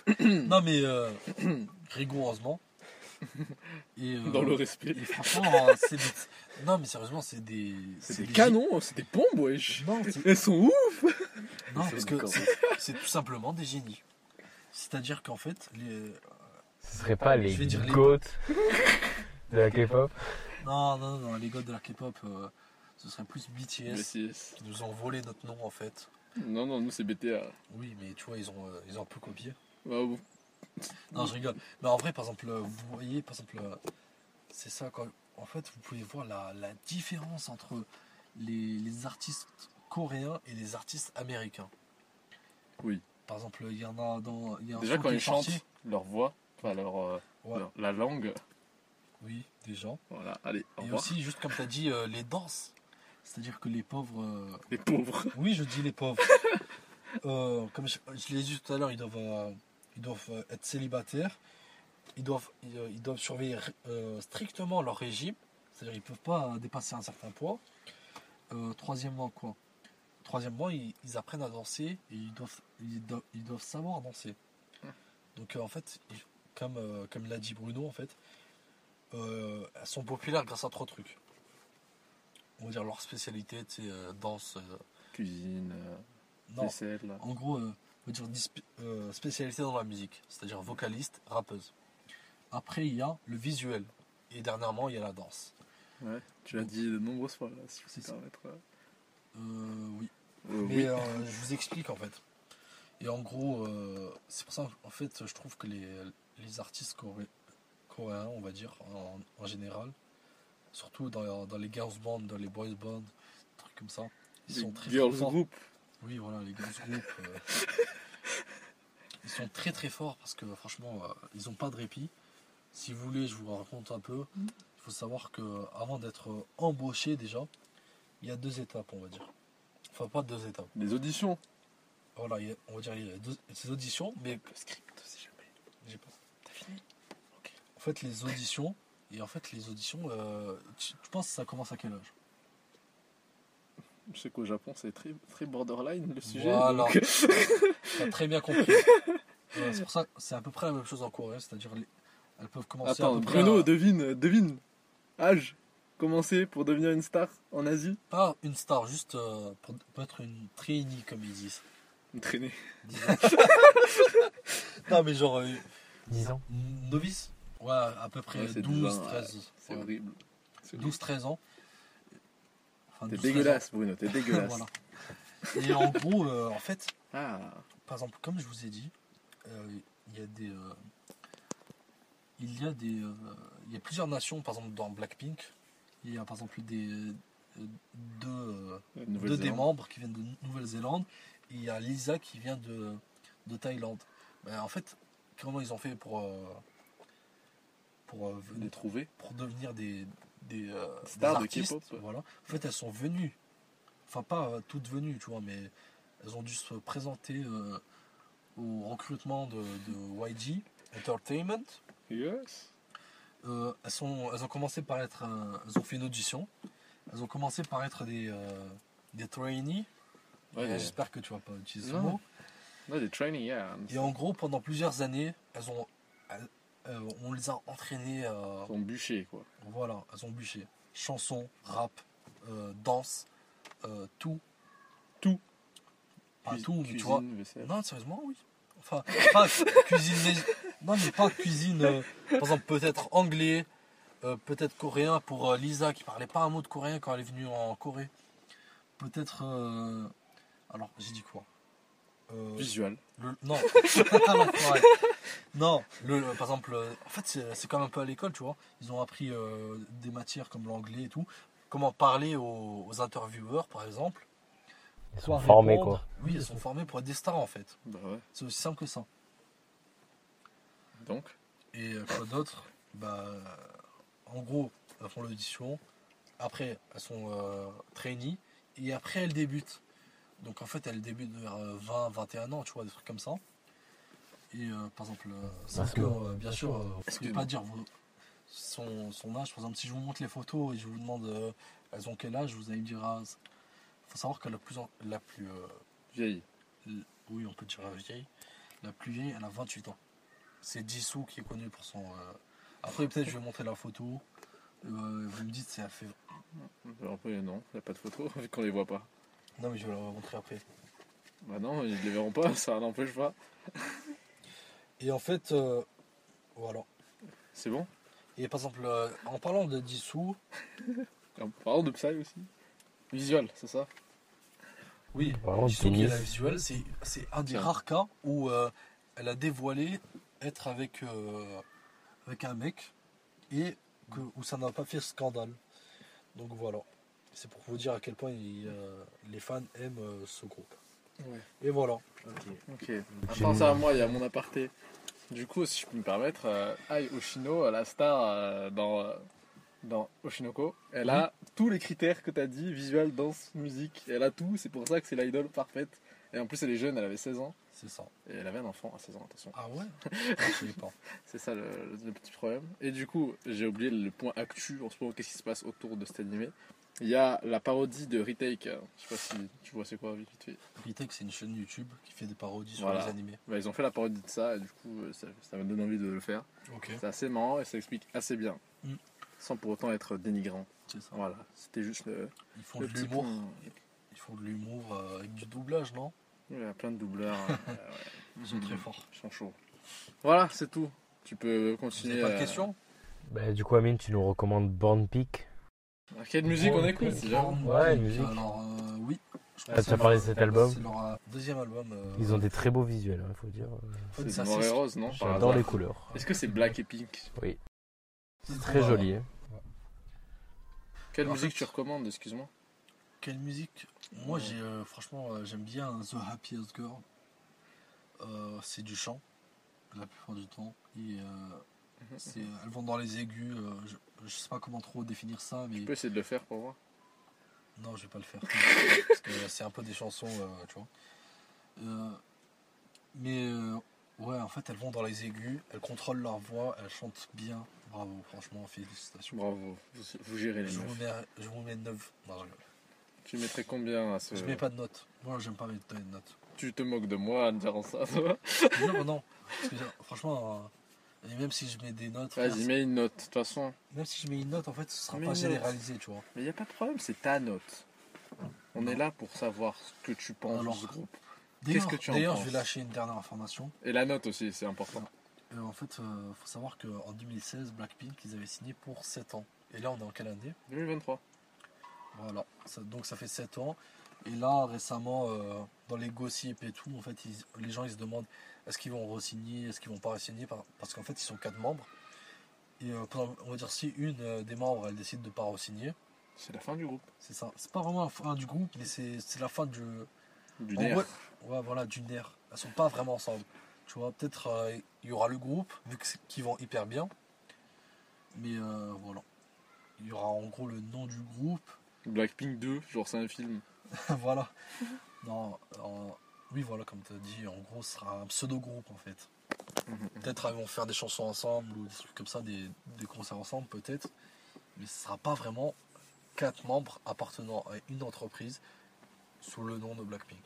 Speaker 2: non, mais euh, rigoureusement. Et, euh,
Speaker 3: Dans le respect.
Speaker 2: et franchement, euh, c'est des- Non, mais sérieusement, c'est des.
Speaker 3: C'est des canons, hein, c'est des bombes, wesh.
Speaker 2: Non, c'est-
Speaker 3: Elles sont où
Speaker 2: non,
Speaker 3: Ils
Speaker 2: parce
Speaker 3: sont
Speaker 2: que
Speaker 3: des
Speaker 2: c'est- c'est tout simplement des génies. C'est-à-dire qu'en fait, les,
Speaker 1: Ce serait pas les
Speaker 2: Ah, Je vais dire les
Speaker 1: goats de la K-pop
Speaker 2: Non, non, non, les gars de la K-pop, euh, ce serait plus BTS
Speaker 3: BTS.
Speaker 2: qui nous ont volé notre nom en fait.
Speaker 3: Non, non, nous, c'est BTA.
Speaker 2: Oui, mais tu vois, ils ont, euh, ils ont un peu copié.
Speaker 3: Ah, bon.
Speaker 2: Non, je rigole. Mais en vrai, par exemple, euh, vous voyez, par exemple, euh, c'est ça quoi. En fait, vous pouvez voir la, la différence entre les, les artistes coréens et les artistes américains.
Speaker 3: Oui.
Speaker 2: Par exemple, il y en a dans. il Y a un
Speaker 3: Déjà,
Speaker 2: son
Speaker 3: quand
Speaker 2: qui est
Speaker 3: ils chantent,
Speaker 2: sorti.
Speaker 3: leur voix, enfin, leur, euh,
Speaker 2: Ouais.
Speaker 3: Non, la langue.
Speaker 2: Oui, des gens.
Speaker 3: Voilà, allez, au
Speaker 2: Et
Speaker 3: revoir.
Speaker 2: aussi, juste comme tu as dit, euh, les danses. C'est-à-dire que les pauvres. euh,
Speaker 3: Les pauvres.
Speaker 2: Oui, je dis les pauvres. Euh, comme je, je l'ai dit tout à l'heure, ils doivent, euh, ils doivent euh, être célibataires. Ils doivent, ils, euh, ils doivent surveiller euh, strictement leur régime. C'est-à-dire ils ne peuvent pas euh, dépasser un certain poids. Euh, troisièmement, quoi Troisièmement, ils, ils apprennent à danser et ils doivent, ils do- ils doivent savoir danser. Donc euh, en fait, ils- comme, euh, comme l'a dit Bruno, en fait, euh, elles sont populaires grâce à trois trucs. On va dire leur spécialité, tu sais, euh, danse. euh,
Speaker 3: Cuisine, euh,
Speaker 2: non,
Speaker 3: vaisselle. là.
Speaker 2: en gros, euh, on va dire disp- euh, spécialité dans la musique, c'est-à-dire vocaliste, rappeuse. Après, il y a le visuel. Et dernièrement, il y a la danse.
Speaker 3: Ouais, tu l'as dit de nombreuses fois, là, si
Speaker 2: C'est
Speaker 3: vous
Speaker 2: ça.
Speaker 3: pouvez permettre. euh.
Speaker 2: Euh, oui.
Speaker 3: Euh,
Speaker 2: Mais
Speaker 3: oui.
Speaker 2: euh, je vous explique en fait. Et en gros, euh, c'est pour ça en fait, je trouve que les, les artistes coré- coréens, on va dire, en, en général, surtout dans, dans les girls bands, dans les boys bands, des trucs comme ça, ils
Speaker 3: Les
Speaker 2: sont très
Speaker 3: girls
Speaker 2: forts.
Speaker 3: group.
Speaker 2: Oui, voilà, les grosses groupes. euh, ils sont très très forts parce que franchement, euh, ils n'ont pas de répit. Si vous voulez, je vous raconte un peu.
Speaker 3: Mm.
Speaker 2: Il faut savoir que avant d'être euh, embauché déjà, il y a deux étapes, on va dire. Enfin, pas deux étapes.
Speaker 3: Les auditions.
Speaker 2: Voilà, il y a- on va dire il y a deux, ces auditions, mais
Speaker 3: Le script, si jamais.
Speaker 2: j'ai pas-
Speaker 3: T'as fini
Speaker 2: en fait les auditions. Et en fait, les auditions, euh, tu, tu penses que ça commence à quel âge
Speaker 3: Je sais qu'au Japon, c'est très, très borderline le sujet.
Speaker 2: Voilà.
Speaker 3: donc-
Speaker 2: T'as très bien compris. Euh, c'est pour ça, c'est à peu près la même chose en Corée, c'est-à-dire les- elles peuvent commencer à
Speaker 3: Attends,
Speaker 2: peu près hein.
Speaker 3: Bruno,
Speaker 2: à-
Speaker 3: devine, devine. Âge. Commencer pour devenir une star en Asie.
Speaker 2: Pas une star, juste euh, pour, pour être une trainee, comme ils disent.
Speaker 3: Une traînée.
Speaker 2: Disons. non, mais genre, euh,
Speaker 1: 10 ans.
Speaker 2: novice Ouais, à peu près
Speaker 3: Ouais, c'est
Speaker 2: 12,
Speaker 3: 12,
Speaker 2: 13.
Speaker 3: C'est
Speaker 2: ouais.
Speaker 3: horrible. C'est horrible.
Speaker 2: 12, 13 ans. Enfin,
Speaker 3: T'es
Speaker 2: 12, 13 ans.
Speaker 3: dégueulasse, Bruno, t'es dégueulasse.
Speaker 2: Voilà. Et en gros, euh, en fait,
Speaker 3: Ah,
Speaker 2: par exemple, comme je vous ai dit, euh, il y a des. euh, il y a des. euh, il y a plusieurs nations, par exemple, dans Blackpink. Il y a par exemple des. euh, deux. euh, deux
Speaker 3: nouvelle
Speaker 2: des membres qui viennent de Nouvelle-Zélande et il y a Lisa qui vient de, de Thaïlande. Ben, en fait, comment ils ont fait pour, euh, pour, euh,
Speaker 3: Les
Speaker 2: venir-
Speaker 3: trouver.
Speaker 2: pour devenir des, des, euh, des
Speaker 3: Stars de
Speaker 2: artistes
Speaker 3: K-pop.
Speaker 2: voilà. En fait, elles sont venues. Enfin, pas euh, toutes venues, tu vois, mais elles ont dû se présenter euh, au recrutement de, de YG Entertainment.
Speaker 3: Yes.
Speaker 2: Euh, elles, sont, elles ont commencé par être. euh, elles ont fait une audition. Elles ont commencé par être des, euh, des trainees.
Speaker 3: Ouais,
Speaker 2: Euh,
Speaker 3: des-
Speaker 2: J'espère que tu vas pas utiliser ce
Speaker 3: Non.
Speaker 2: mot.
Speaker 3: Non, des trainees, yeah.
Speaker 2: Et en gros, pendant plusieurs années, elles ont, elles- euh, on les a entraînées. euh,
Speaker 3: Ils sont bûchés, quoi.
Speaker 2: voilà, elles ont bûché. Chanson, rap, euh, danse, euh, tout.
Speaker 3: Tout.
Speaker 2: Pas
Speaker 3: Cuis-
Speaker 2: tout, mais tu
Speaker 3: cuisine,
Speaker 2: vois.
Speaker 3: vaisselle.
Speaker 2: Non, sérieusement, oui. Enfin, pas cuisine. lég- Non, mais pas cuisine. euh, par exemple, peut-être anglais, euh, peut-être coréen pour euh, Lisa qui parlait pas un mot de coréen quand elle est venue en Corée. Peut-être. euh, Alors, j'ai dit quoi Euh,
Speaker 3: Visual.
Speaker 2: le- non. Non, ouais. non, le, le- par exemple, euh, en fait, c'est c'est comme un peu à l'école, tu vois. Ils ont appris euh, des matières comme l'anglais et tout. Comment parler aux, aux intervieweurs, par exemple.
Speaker 5: Soit
Speaker 1: Formé,
Speaker 5: répondre,
Speaker 2: Oui, ils sont formés pour être des stars, en fait.
Speaker 3: Bah ouais.
Speaker 2: C'est aussi simple que ça.
Speaker 3: Donc,
Speaker 2: Et euh, quoi d'autre Bah, en gros, elles font l'audition. Après, elles sont euh, trainee. Et après, elles débutent. Donc, en fait, elles débutent vers euh, 20, 21 ans, tu vois, des trucs comme ça. Et euh, par exemple, euh, sauf que, euh, bien sûr, euh, vous ne
Speaker 3: Excuse-moi.
Speaker 2: pas dire vous- son, son âge. Par exemple, si je vous montre les photos et je vous demande euh, elles ont quel âge, vous allez me dire. Ah, c'est- faut savoir que la plus. en- La plus euh,
Speaker 3: vieille.
Speaker 2: l- oui, on peut dire la vieille. La plus vieille, elle a 28 ans. C'est Jisoo qui est connu pour son. euh, Après, peut-être je vais montrer la photo. Euh, vous me dites, c'est elle fait.
Speaker 3: Alors, après, non, y a pas de photo, vu qu'on les voit pas.
Speaker 2: Non, mais je vais la montrer après.
Speaker 3: Bah non, ils les verront pas, ça n'empêche pas.
Speaker 2: Et en fait, euh, voilà.
Speaker 3: C'est bon
Speaker 2: Et par exemple, euh, en parlant de Jisoo,
Speaker 3: En parlant de Psy aussi. Visual, c'est ça
Speaker 2: oui,
Speaker 1: Vraiment,
Speaker 2: Jisoo qui est
Speaker 1: tennis.
Speaker 2: la visuelle, c'est c'est un des
Speaker 3: Tiens.
Speaker 2: rares cas où euh, elle a dévoilé être avec, euh, avec un mec et que, où ça n'a pas fait scandale. Donc voilà. C'est pour vous dire à quel point il, euh, les fans aiment euh, ce groupe.
Speaker 3: Ouais.
Speaker 2: Et voilà.
Speaker 3: Ok. Attends, c'est à moi, il y a mon aparté. Du coup, si je peux me permettre, euh, Ai Oshino, la star euh, dans, euh, dans Oshinoko, elle a tous les critères que tu as dit visual, danse, musique, elle a tout. C'est pour ça que c'est l'idole parfaite. Et en plus, elle est jeune, elle avait 16 ans.
Speaker 2: C'est ça.
Speaker 3: Et elle avait un enfant à 16 ans, attention.
Speaker 2: Ah ouais Je sais pas.
Speaker 3: C'est ça le, le- le petit problème. Et du coup, j'ai oublié le point actu en ce moment, qu'est-ce qui se passe autour de cet animé. Il y a la parodie de Retake. euh, Je sais pas si tu vois c'est quoi vite fait.
Speaker 2: Ritech, c'est une chaîne YouTube qui fait des parodies sur
Speaker 3: Voilà.
Speaker 2: les animés.
Speaker 3: Bah, ils ont fait la parodie de ça et du coup euh, ça, ça m'a donné envie de le faire.
Speaker 2: Ok.
Speaker 3: C'est assez marrant et ça explique assez bien.
Speaker 2: Mm.
Speaker 3: Sans pour autant être dénigrant.
Speaker 2: C'est ça.
Speaker 3: Voilà, c'était juste le,
Speaker 2: Ils font
Speaker 3: le
Speaker 2: de
Speaker 3: petit
Speaker 2: l'humour.
Speaker 3: point.
Speaker 2: Ils font de l'humour euh, avec du doublage, non
Speaker 3: Il y a plein de doubleurs. euh, ouais.
Speaker 2: Ils sont très forts.
Speaker 3: Ils sont chauds. Voilà, c'est tout. Tu peux
Speaker 2: Vous
Speaker 3: continuer.
Speaker 2: n'avez pas de
Speaker 3: euh,
Speaker 2: questions
Speaker 1: Bah, du coup, Amine, tu nous recommandes Born Peak
Speaker 3: à Quelle musique
Speaker 2: Oh,
Speaker 3: on écoute déjà
Speaker 1: Ouais, musique.
Speaker 2: Alors, euh, oui. Je
Speaker 1: Ah,
Speaker 2: pense
Speaker 1: tu
Speaker 2: que
Speaker 1: as parlé de
Speaker 2: c'est
Speaker 1: cet
Speaker 2: leur-
Speaker 1: album
Speaker 2: C'est leur euh, deuxième album. euh,
Speaker 1: Ils ont des très beaux visuels, il faut dire.
Speaker 2: en fait,
Speaker 3: C'est
Speaker 2: ça,
Speaker 3: Noir et Rose, non par
Speaker 1: J'adore
Speaker 3: hasard
Speaker 1: les couleurs.
Speaker 3: Est-ce que c'est Black et Pink
Speaker 2: c'est
Speaker 1: Très
Speaker 2: trop, euh,
Speaker 1: joli. hein.
Speaker 3: Quelle
Speaker 2: En
Speaker 3: musique
Speaker 2: fait-
Speaker 3: tu recommandes, excuse-moi
Speaker 2: Quelle musique Moi,
Speaker 3: Ouais.
Speaker 2: j'ai euh, franchement, euh, j'aime bien The Happiest Girl. Euh, c'est du chant, la plupart du temps. Et, euh, c'est- euh, elles vont dans les aigus. euh, je, je sais pas comment trop définir ça, mais
Speaker 3: Tu peux essayer de le faire pour moi
Speaker 2: non, je vais pas le faire. parce que c'est un peu des chansons, euh, tu vois. Euh, mais euh, ouais, en fait, elles vont dans les aigus, elles contrôlent leur voix, elles chantent bien. Bravo, franchement, félicitations.
Speaker 3: Bravo, vous, vous gérez les
Speaker 2: Je vous
Speaker 3: meufs.
Speaker 2: mets, je vous mets 9. Non, je, rigole.
Speaker 3: Tu mettrais combien à ce...
Speaker 2: Je mets pas de notes. Moi, j'aime pas mettre de notes.
Speaker 3: Tu te moques de moi en disant ça
Speaker 2: Non, mais non. Parce que, franchement, euh, et même si je mets des notes, frère,
Speaker 3: Vas-y, mets une note, de toute façon.
Speaker 2: même si je mets une note, en fait, ce sera
Speaker 3: Mets
Speaker 2: pas
Speaker 3: une note.
Speaker 2: généralisé, tu vois.
Speaker 3: Mais y a pas de problème, c'est ta note. On est là pour savoir ce que tu penses
Speaker 2: Alors.
Speaker 3: du groupe. Qu'est-ce
Speaker 2: D'ailleurs,
Speaker 3: que tu en
Speaker 2: d'ailleurs,
Speaker 3: penses
Speaker 2: je vais lâcher une dernière information.
Speaker 3: Et la note aussi, c'est important.
Speaker 2: Euh, en fait, euh, faut savoir qu'en 2016, Blackpink, ils avaient signé pour 7 ans. Et là, on est en quelle année
Speaker 3: 2023.
Speaker 2: Voilà. Ça- donc, ça fait 7 ans. Et là, récemment, euh, dans les gossips et tout, en fait, ils- les gens, ils se demandent est-ce qu'ils vont re-signer, est-ce qu'ils vont pas re-signer, par- parce qu'en fait, ils sont 4 membres. Et euh, par exemple, on va dire si une euh, des membres, elle décide de pas re-signer,
Speaker 3: C'est la fin du groupe.
Speaker 2: C'est ça. C'est pas vraiment la fin du groupe, mais c'est c'est la fin du.
Speaker 3: Du
Speaker 2: en
Speaker 3: nerf.
Speaker 2: vrai- ouais, voilà, du nerf. Elles sont pas vraiment ensemble. Tu vois, peut-être euh, il y aura le groupe, vu que c'est- qu'ils vont hyper bien. Mais euh, voilà. Il y aura en gros le nom du groupe.
Speaker 3: Blackpink 2, genre c'est un film.
Speaker 2: voilà. Non, euh, oui, voilà, comme tu as dit, en gros, ce sera un pseudo-groupe en fait. Peut-être euh, ils vont faire des chansons ensemble ou des trucs comme ça, des, des concerts ensemble, peut-être. Mais ce sera pas vraiment quatre membres appartenant à une entreprise sous le nom de Blackpink.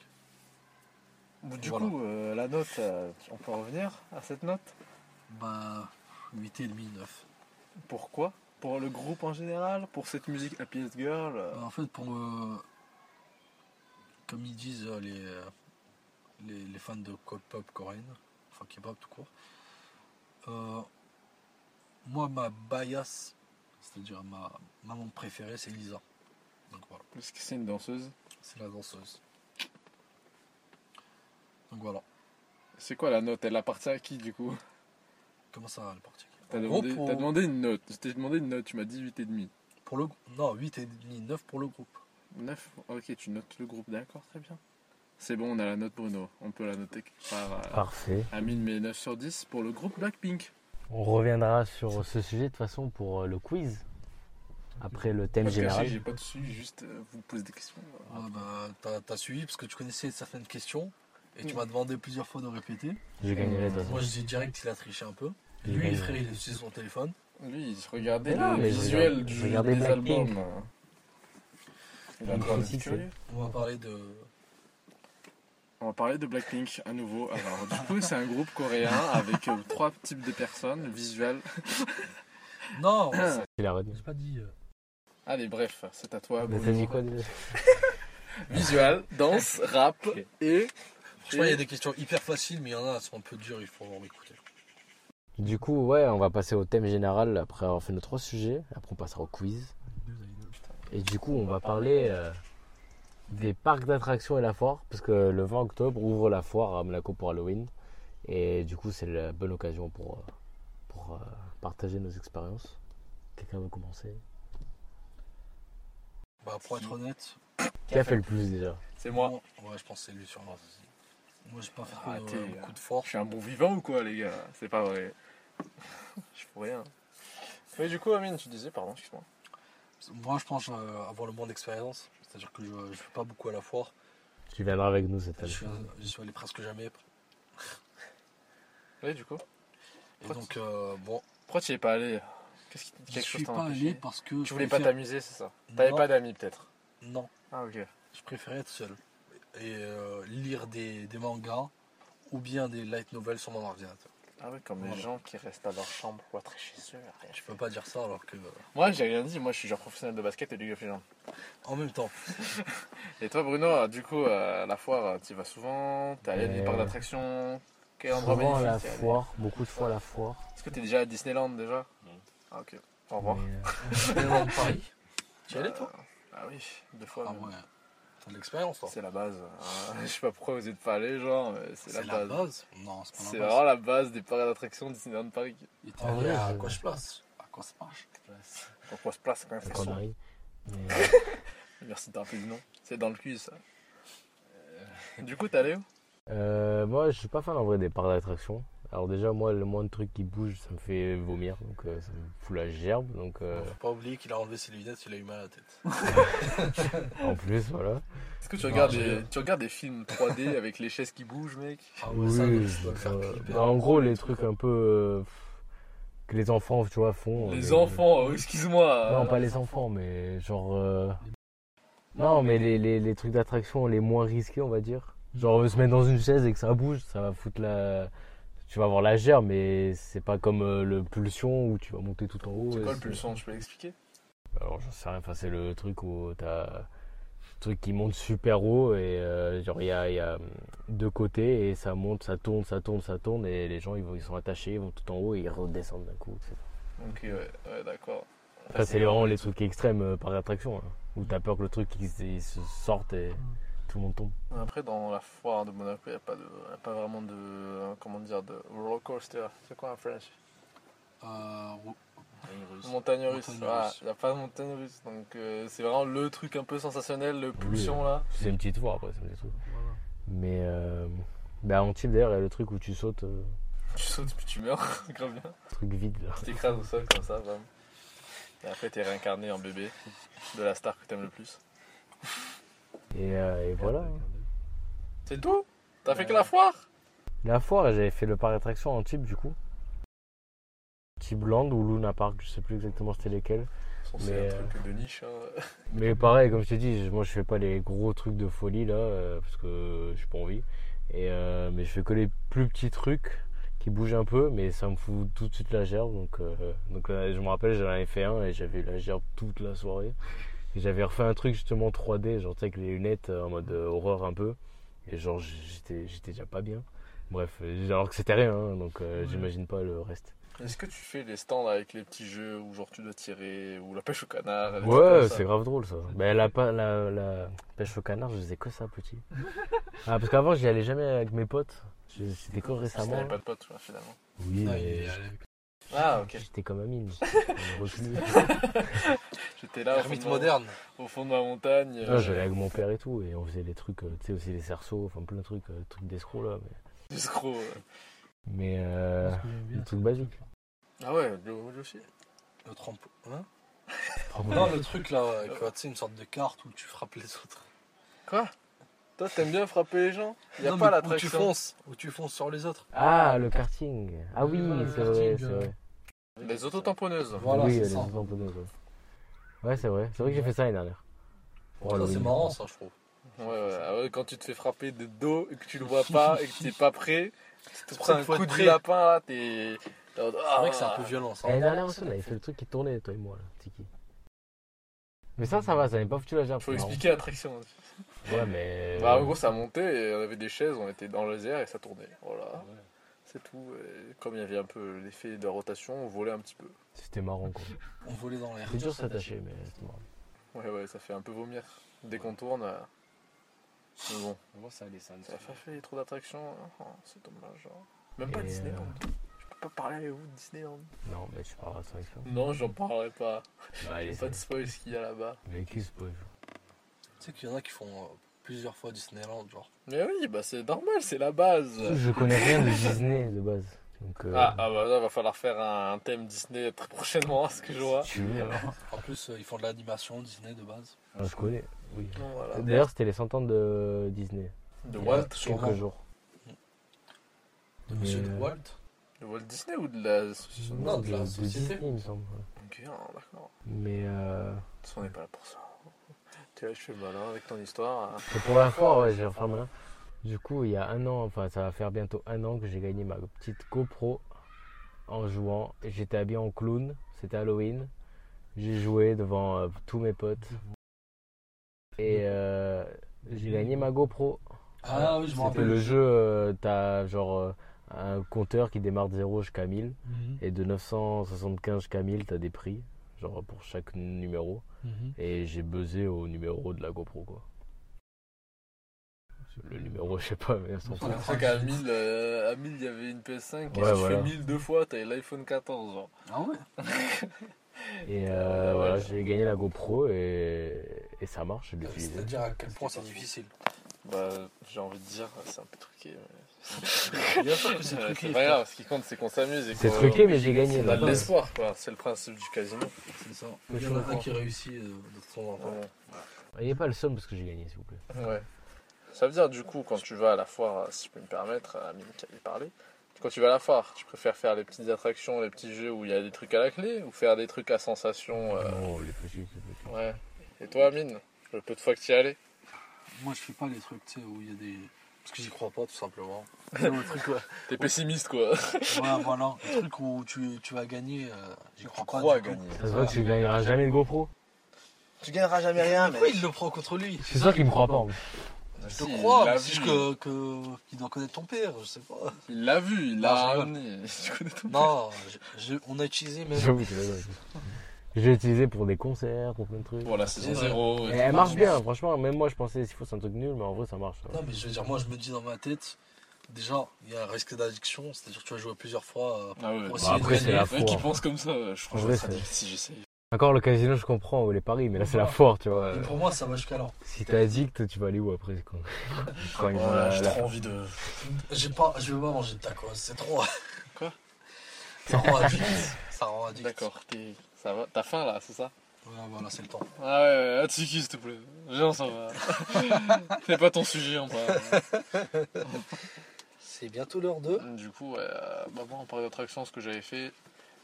Speaker 3: du
Speaker 2: Voilà.
Speaker 3: coup, euh, la note, euh, on peut revenir à cette note
Speaker 2: Bah, 8 et demi, 9.
Speaker 3: Pourquoi Pour le groupe en général Pour cette musique Happiest Girl euh,
Speaker 2: en fait, pour me- Comme ils disent euh, les, euh, les, les fans de co- pop coréenne, enfin K-pop tout court, euh, moi, ma bias, c'est-à-dire ma maman préférée, c'est Lisa. Donc voilà,
Speaker 3: Parce que c'est une danseuse.
Speaker 2: c'est la danseuse. Donc voilà,
Speaker 3: C'est quoi la note Elle appartient à qui du coup
Speaker 2: comment ça va le parti
Speaker 3: T'as
Speaker 2: gros,
Speaker 3: demandé,
Speaker 2: pour-
Speaker 3: t'as demandé une note. Je t'ai demandé une note, tu m'as dit 8,5.
Speaker 2: Pour le... Non, 8 et demi, 9 pour le groupe.
Speaker 3: 9 Ok, tu notes le groupe, d'accord, très bien. C'est bon, on a la note Bruno. On peut la noter quelque part euh,
Speaker 1: Parfait.
Speaker 3: à 1000, mais 9 sur 10 pour le groupe Blackpink.
Speaker 1: On reviendra sur ce sujet de toute façon pour euh, le quiz. Après le thème
Speaker 3: Parce que
Speaker 1: général.
Speaker 3: j'ai- J'ai pas dessus, juste euh, vous posez des questions.
Speaker 2: Ouais, bah, t'as, t'as suivi parce que tu connaissais certaines questions et tu
Speaker 3: Mm.
Speaker 2: m'as demandé plusieurs fois de répéter.
Speaker 1: Je gagnerai de toute façon.
Speaker 2: Moi, je dis direct qu'il a triché un peu. Et
Speaker 1: Il
Speaker 2: lui,
Speaker 1: gagne.
Speaker 2: frère, il a utilisé son téléphone.
Speaker 3: Lui, il se regardait
Speaker 1: Mais non,
Speaker 3: le
Speaker 1: mais je
Speaker 3: visuel
Speaker 1: regarde-
Speaker 3: du,
Speaker 1: je regardais
Speaker 3: des
Speaker 1: Blackpink.
Speaker 3: albums. euh. Il a le droit d'être
Speaker 1: Critique,
Speaker 3: curieux.
Speaker 2: On va parler de.
Speaker 3: On va parler de Blackpink à nouveau. Alors, du coup, c'est un groupe coréen avec euh, trois types de personnes, visuel.
Speaker 2: Non
Speaker 1: Il a retenu.
Speaker 5: J'ai pas dit. euh,
Speaker 3: Allez, bref, c'est à toi.
Speaker 1: Mais
Speaker 3: Bruno.
Speaker 1: t'as dit quoi déjà
Speaker 3: Visual, danse, rap et
Speaker 2: Franchement, il y a des questions hyper faciles, mais il y en a, elles sont un peu dures, il faut en écouter.
Speaker 1: Du coup, ouais, on va passer au thème général après avoir fait nos trois sujets. Après, on passera au quiz.
Speaker 5: deux idoles.
Speaker 1: Et du coup, on va parler euh, des parcs d'attractions et la foire. Parce que le 20 octobre ouvre la foire à Monaco pour Halloween. Et du coup, c'est la bonne occasion pour, euh, pour euh, partager nos expériences. Quelqu'un veut commencer
Speaker 2: Bah, pour être honnête,
Speaker 1: Qui a fait le plus déjà
Speaker 3: c'est moi.
Speaker 2: Ouais, je pense que c'est lui sûrement. Moi, j'ai pas fait trop
Speaker 3: Arrêtez,
Speaker 2: de-
Speaker 3: euh.
Speaker 2: beaucoup de force.
Speaker 3: Je suis un bon vivant ou quoi, les gars C'est pas vrai. Je suis pour rien. Mais du coup, Amine, tu disais, pardon, excuse-moi.
Speaker 2: Moi, je pense euh, avoir le moins d'expérience. C'est-à-dire que je, je fais pas beaucoup à la foire.
Speaker 1: Tu viendras avec nous cette
Speaker 2: Je
Speaker 1: année.
Speaker 2: suis, je suis allé presque jamais.
Speaker 3: Oui, du coup.
Speaker 2: Et donc, euh, bon,
Speaker 3: Pourquoi tu y es pas allé Qu'est-ce qui
Speaker 2: je
Speaker 3: quelque chose
Speaker 2: suis
Speaker 3: t'a
Speaker 2: pas
Speaker 3: empêché
Speaker 2: allé parce que.
Speaker 3: Tu
Speaker 2: je
Speaker 3: voulais pas
Speaker 2: préfère-
Speaker 3: t'amuser, c'est ça T'avais
Speaker 2: Non.
Speaker 3: pas d'amis, peut-être
Speaker 2: Non,
Speaker 3: Ah, ok.
Speaker 2: je préférais être seul. Et euh, lire des, des mangas ou bien des light novels sur mon ordinateur.
Speaker 3: Ah, ouais, comme les
Speaker 2: Voilà.
Speaker 3: gens qui restent à leur chambre pour être chez eux. à rien
Speaker 2: Je
Speaker 3: faire.
Speaker 2: peux pas dire ça alors que.
Speaker 3: Moi, j'ai rien dit. Moi, je suis genre professionnel de basket et League of Legends.
Speaker 2: En même temps,
Speaker 3: Et toi, Bruno, euh, du coup, euh, à la foire, tu vas souvent T'es allé à
Speaker 1: Euh,
Speaker 3: une parc d'attraction Quel endroit
Speaker 1: Souvent à la
Speaker 3: magnifique t'es allé
Speaker 1: foire, beaucoup de fois à la foire.
Speaker 3: Est-ce que t'es déjà à Disneyland déjà
Speaker 4: Non.
Speaker 3: Ah, ok. Au revoir.
Speaker 1: Mais, euh,
Speaker 2: Disneyland Paris. Tu y allais toi
Speaker 3: Ah oui, deux fois.
Speaker 2: Ah
Speaker 3: même.
Speaker 2: ouais. T'as de l'expérience toi.
Speaker 3: C'est la base. hein. Je sais pas pourquoi vous êtes pas allé, genre, mais c'est la, base.
Speaker 2: Non, c'est pas
Speaker 3: C'est
Speaker 2: la
Speaker 3: vraiment
Speaker 2: base.
Speaker 3: la base des parcs d'attractions de Disneyland Paris.
Speaker 2: Il était
Speaker 1: En vrai,
Speaker 2: allé à
Speaker 1: je-
Speaker 2: quoi je place À quoi ça marche
Speaker 3: Donc on se place quand même.
Speaker 1: quand on
Speaker 3: façon.
Speaker 1: euh, arrive. Mais,
Speaker 3: Merci de rappeler le nom. C'est dans le cul ça. Du coup, t'es allé où
Speaker 1: euh, moi, je suis pas fan en vrai des parcs d'attraction. Alors déjà, moi, le moins de trucs qui bougent, ça me fait vomir, donc euh, ça me fout la gerbe. Donc euh,
Speaker 2: Faut pas oublier qu'il a enlevé ses lunettes, il a eu mal à la tête.
Speaker 1: en plus, voilà.
Speaker 3: Est-ce que tu regardes,
Speaker 2: je
Speaker 3: des,
Speaker 2: rigole.
Speaker 3: tu regardes des films 3D avec les chaises qui bougent, mec
Speaker 2: Ah
Speaker 1: Oui,
Speaker 2: je dois le faire hein.
Speaker 1: euh,
Speaker 2: flipper.
Speaker 1: bah, en gros, les trucs un peu euh, pff, que les enfants, tu vois, font.
Speaker 3: Les
Speaker 1: mais-
Speaker 3: enfants, euh, excuse-moi.
Speaker 1: Non,
Speaker 3: euh,
Speaker 1: pas les enfants, mais genre. euh, Non, mais les, les- les trucs d'attraction les moins risqués, on va dire. Genre, euh, se mettre dans une chaise et que ça bouge, ça va foutre la. Tu vas avoir la gerbe, mais c'est pas comme euh, le pulsion où tu vas monter tout en haut.
Speaker 3: C'est
Speaker 1: et
Speaker 3: quoi le pulsion Tu peux l'expliquer
Speaker 1: Alors, j'en sais rien, enfin, c'est le truc où t'as. Le truc qui monte super haut et euh, genre, il y a, il y a, hum, deux côtés et ça monte, ça tourne, ça tourne, ça tourne et les gens ils, vont- ils sont attachés, ils vont tout en haut et ils redescendent d'un coup. etc.
Speaker 3: Ok, ouais, ouais, d'accord.
Speaker 1: Ça, c'est vraiment les trucs extrêmes euh, par attraction, hein, où t'as peur que le truc il, se- il se sorte et tout le monde tombe.
Speaker 3: Après, dans la foire de Monaco, il n'y a, pas de- y a pas vraiment de. euh, Comment dire De roller coaster. C'est quoi un French
Speaker 2: Euh, ou-
Speaker 3: Montagne russe.
Speaker 2: Montagne
Speaker 3: Il
Speaker 2: russe.
Speaker 3: n'y a pas de montagne russe. Donc, euh, c'est vraiment le truc un peu sensationnel, le pulsion là.
Speaker 1: C'est une petite fois après, c'est un petit truc. Mais euh, bah, en type d'ailleurs, il y a le truc où tu sautes, euh,
Speaker 3: Tu sautes puis tu meurs. Grave bien.
Speaker 1: truc vide là.
Speaker 3: Tu t'écrases au sol comme ça, bam. Et après, t'es réincarné en bébé de la star que t'aimes le plus.
Speaker 1: Et, euh, et voilà. hein.
Speaker 3: C'est tout T'as fait que la foire
Speaker 1: La fois, j'avais fait le parc d'attraction en type du coup. Type Land ou Luna Park, je sais plus exactement c'était lesquels. Mais,
Speaker 3: C'est un
Speaker 1: euh,
Speaker 3: truc de niche. hein.
Speaker 1: Mais pareil, comme je t'ai dit, je- moi je fais pas les gros trucs de folie là, euh, parce que j'ai pas envie. Et, euh, mais je fais que les plus petits trucs qui bougent un peu, mais ça me fout tout de suite la gerbe. Donc, euh, donc là, je me rappelle, j'en avais fait un et j'avais eu la gerbe toute la soirée. Et j'avais refait un truc justement 3D, genre tu sais, avec les lunettes euh, en mode euh, horreur un peu. Et genre j'étais j'étais déjà pas bien. Bref, euh, alors que c'était rien, hein, donc euh,
Speaker 5: Ouais.
Speaker 1: j'imagine pas le reste.
Speaker 3: Est-ce que tu fais les stands avec les petits jeux où genre tu dois tirer ou la pêche au canard les trucs
Speaker 1: Ouais,
Speaker 3: comme ça
Speaker 1: c'est grave drôle ça. Ben, la, pa- la, la pêche au canard, je faisais que ça petit. Ah, parce qu'avant, j'y allais jamais avec mes potes. Je- C'était que
Speaker 3: Parce que
Speaker 1: récemment.
Speaker 3: t'avais pas de potes, quoi, finalement.
Speaker 1: Oui,
Speaker 2: Non,
Speaker 1: mais
Speaker 2: il-
Speaker 3: Ah, ok.
Speaker 1: j'étais comme Amine. un reclus.
Speaker 3: J'étais là au fond,
Speaker 2: Ermite
Speaker 3: de ma-
Speaker 2: moderne.
Speaker 3: au fond de ma montagne. euh,
Speaker 2: Ah,
Speaker 1: Non, J'allais avec mon père et tout, et on faisait des trucs, euh, tu sais, aussi les cerceaux, enfin plein de trucs, euh, trucs d'escrocs là. Mais,
Speaker 3: des escrocs, euh.
Speaker 1: mais euh, des trucs basiques.
Speaker 3: Ah ouais, le rouge aussi.
Speaker 2: Le trempe. hein
Speaker 1: Oh,
Speaker 2: non,
Speaker 1: ouais.
Speaker 2: le truc là, ouais, que, tu sais, une sorte de carte où tu frappes les autres.
Speaker 3: Quoi Toi, t'aimes bien frapper les gens Y a
Speaker 2: Non,
Speaker 3: pas
Speaker 2: mais Où tu
Speaker 3: l'attraction.
Speaker 2: fonces, où tu fonces sur les autres.
Speaker 1: Ah, le karting. Ah oui,
Speaker 5: Ah, le
Speaker 1: c'est vrai,
Speaker 5: karting,
Speaker 1: c'est
Speaker 5: euh,
Speaker 1: vrai.
Speaker 3: Les autotamponneuses.
Speaker 2: Voilà,
Speaker 1: oui,
Speaker 2: c'est
Speaker 1: les
Speaker 2: ça.
Speaker 1: enfants bonheurs, ouais. Ouais, c'est vrai. C'est vrai que j'ai fait ça l'année dernière. Oh,
Speaker 2: ça,
Speaker 1: Halloween.
Speaker 2: c'est marrant ça, je trouve.
Speaker 3: Ouais, ouais, ah ouais, quand tu te fais frapper de dos et que tu le vois pas et que t'es pas prêt, tu te
Speaker 2: pour
Speaker 3: prends
Speaker 2: ça
Speaker 3: un
Speaker 2: qu'il faut
Speaker 3: coup
Speaker 2: être
Speaker 3: de
Speaker 2: prêt.
Speaker 3: lapin là, t'es. ah. C'est
Speaker 2: C'est vrai que c'est un peu violent ça.
Speaker 1: L'année Eh, dernière aussi, on avait fait le truc qui tournait, toi et moi, là, Tiki. Mais ça, ça va, ça n'avait pas foutu la gerbe.
Speaker 3: Faut
Speaker 1: c'est
Speaker 3: expliquer l'attraction.
Speaker 1: marrant. Ouais, mais. euh,
Speaker 3: Bah, en gros, ça montait et on avait des chaises, on était dans les airs et ça tournait. Voilà. C'est tout. Et comme il y avait un peu l'effet de rotation, on volait un petit peu.
Speaker 1: C'était marrant, quoi.
Speaker 2: On volait dans l'air.
Speaker 1: C'est dur de s'attacher, mais c'est marrant.
Speaker 3: Ouais, ouais, ça fait un peu vomir. Dès qu'on tourne. euh, Mais bon,
Speaker 4: Comment ça descend
Speaker 3: ça a pas fait trop d'attractions. hein. Oh, c'est dommage. hein. Même pas
Speaker 1: Et,
Speaker 3: Disneyland. Je peux pas parler avec vous de Disneyland.
Speaker 1: Non, mais tu parleras de son expérience.
Speaker 3: Non, j'en parlerai pas.
Speaker 1: Bah, allez,
Speaker 3: Pas de spoil ce qu'il y a là-bas.
Speaker 1: Mais qui se pose
Speaker 2: Tu sais qu'il y en a qui font euh, plusieurs fois Disneyland, genre.
Speaker 3: Mais oui, bah c'est normal, c'est la base.
Speaker 1: Je connais rien de Disney de base. Donc, euh,
Speaker 3: Ah, ah bah là, va falloir faire un, un thème Disney très prochainement, à ce que je vois.
Speaker 1: si tu veux, alors.
Speaker 2: En plus, euh, ils font de l'animation Disney de base.
Speaker 1: Ah, je connais. Oui.
Speaker 3: Voilà.
Speaker 1: D'ailleurs, c'était les 100 ans de Disney.
Speaker 3: Ah, bah. De
Speaker 1: Il y a
Speaker 3: Walt,
Speaker 1: Quelques
Speaker 2: sûrement.
Speaker 1: jours.
Speaker 2: De Monsieur
Speaker 1: Mais,
Speaker 2: de
Speaker 1: euh,
Speaker 2: Walt.
Speaker 3: de Walt Disney ou de l'association
Speaker 2: Non, de la société.
Speaker 1: Disney, il me semble.
Speaker 3: Ok, ah, d'accord.
Speaker 1: Mais euh,
Speaker 3: De toute façon, on n'est pas là pour ça. Tu vois, je suis malin avec ton histoire. hein.
Speaker 1: mais pour la fois, ouais, j'ai enfin malin. Du coup, il y a un an, enfin, ça va faire bientôt un an que j'ai gagné ma petite copro en jouant. J'étais habillé en clown, c'était Halloween. J'ai joué devant euh, tous mes potes. Et euh, j'ai gagné ma GoPro.
Speaker 2: Ah oui, je me
Speaker 1: C'était
Speaker 2: rappelle.
Speaker 1: le jeu, euh, t'as genre euh, un compteur qui démarre de 0 jusqu'à 1000.
Speaker 5: Mhm,
Speaker 1: Et de 975 jusqu'à 1000, t'as des prix, genre pour chaque numéro.
Speaker 5: mhm.
Speaker 1: Et j'ai buzzé au numéro de la GoPro, quoi. Le numéro, je sais pas, mais elles sont
Speaker 3: Je crois qu'à 1000, euh, à 1000, il y avait une PS5. Et
Speaker 1: Ouais,
Speaker 3: si
Speaker 1: voilà.
Speaker 3: tu fais 1000 deux fois, t'as l'iPhone 14. genre.
Speaker 2: Ah ouais
Speaker 1: Et euh, voilà, j'ai gagné la GoPro et, et ça marche, je l'utilise.
Speaker 2: C'est-à-dire à quel point c'est difficile.
Speaker 3: Bah, j'ai envie de dire, c'est un peu truqué. mais-
Speaker 2: Bien sûr que c'est
Speaker 3: Ouais,
Speaker 2: truqué.
Speaker 3: pas
Speaker 2: frère.
Speaker 3: grave, ce qui compte, c'est qu'on s'amuse. et
Speaker 1: C'est
Speaker 3: qu'on-
Speaker 1: truqué, mais j'ai gagné.
Speaker 3: On a
Speaker 1: là.
Speaker 3: de l'espoir, quoi. C'est le principe du casino.
Speaker 2: C'est ça.
Speaker 1: Mais
Speaker 2: Il y
Speaker 1: je
Speaker 2: en a un
Speaker 1: comprends.
Speaker 2: qui réussit euh, de son
Speaker 3: Ouais.
Speaker 1: Ayez pas le somme parce que j'ai gagné, s'il vous plaît.
Speaker 3: Ouais. Ça veut dire du coup quand tu vas à la foire, si je peux me permettre, Amine qui avait parlé, quand tu vas à la foire, tu préfères faire les petites attractions, les petits jeux où il y a des trucs à la clé ou faire des trucs à sensation euh,
Speaker 1: Non, les petits, les petits.
Speaker 3: Ouais. Et toi Amine, le peu de fois que tu y allais
Speaker 2: Moi, je fais pas les trucs, tu sais, où il y a des. Parce que j'y crois pas, tout simplement. Non, le truc, ouais.
Speaker 3: T'es pessimiste quoi.
Speaker 2: Ouais, voilà. Le truc où tu, tu vas gagner, euh, j'y crois pas. du tout.
Speaker 1: Ça se voit que tu gagneras jamais de GoPro.
Speaker 3: Tu gagneras jamais rien mais
Speaker 2: Pourquoi il le prend contre lui
Speaker 1: C'est ça qu'il me croit pas. en fait.
Speaker 2: Je te crois, mais c'est juste que, que, qu'il doit connaître ton père, je sais pas.
Speaker 3: Il l'a vu, il l'a
Speaker 2: Non, je rigole.
Speaker 3: ramené. Tu connais ton-
Speaker 2: Non, je- je- on a utilisé même.
Speaker 1: J'avoue, tu l'as gagné. J'ai utilisé pour des concerts, pour plein de trucs.
Speaker 3: Pour la saison
Speaker 2: Ouais.
Speaker 3: 0.
Speaker 1: Et Eh, elle marche bien, franchement. Même moi, je pensais s'il faut, c'est un truc nul, mais en vrai, ça marche. ça.
Speaker 2: Non, mais je veux dire, moi, je me dis dans ma tête, déjà, il y a un risque d'addiction, c'est-à-dire que tu vas jouer plusieurs fois. euh,
Speaker 3: Ah ouais.
Speaker 2: Bon,
Speaker 3: Bah,
Speaker 2: c'est
Speaker 3: après
Speaker 2: une
Speaker 3: c'est la
Speaker 1: manière.
Speaker 3: fois. qui pense comme ça, ouais. je
Speaker 1: En
Speaker 3: crois que
Speaker 1: vrai,
Speaker 3: ça
Speaker 1: c'est-
Speaker 3: si j'essaye.
Speaker 1: Encore le casino, je comprends, ou les paris, mais là, c'est la foire, tu vois.
Speaker 2: Et pour moi, ça va jusqu'à là.
Speaker 1: Si t'es addict, tu vas aller où après quand, quand ils vont
Speaker 3: Ouais,
Speaker 1: la-
Speaker 3: J'ai
Speaker 1: la-
Speaker 3: trop envie de
Speaker 2: J'ai pas, je veux pas manger de tacos, c'est trop.
Speaker 3: Quoi
Speaker 2: Ça rend addict. Ça rend addict.
Speaker 3: D'accord, t'es- ça va, t'as faim là, c'est ça
Speaker 2: Ouais, voilà, c'est le temps.
Speaker 3: Ah ouais, ouais, à Tsiki, s'il te plaît. Genre ça va. Fais pas ton sujet hein, en vrai.
Speaker 2: C'est bientôt l'heure de.
Speaker 3: Du coup, ouais, euh, bah moi en parlant d'attraction, ce que j'avais fait,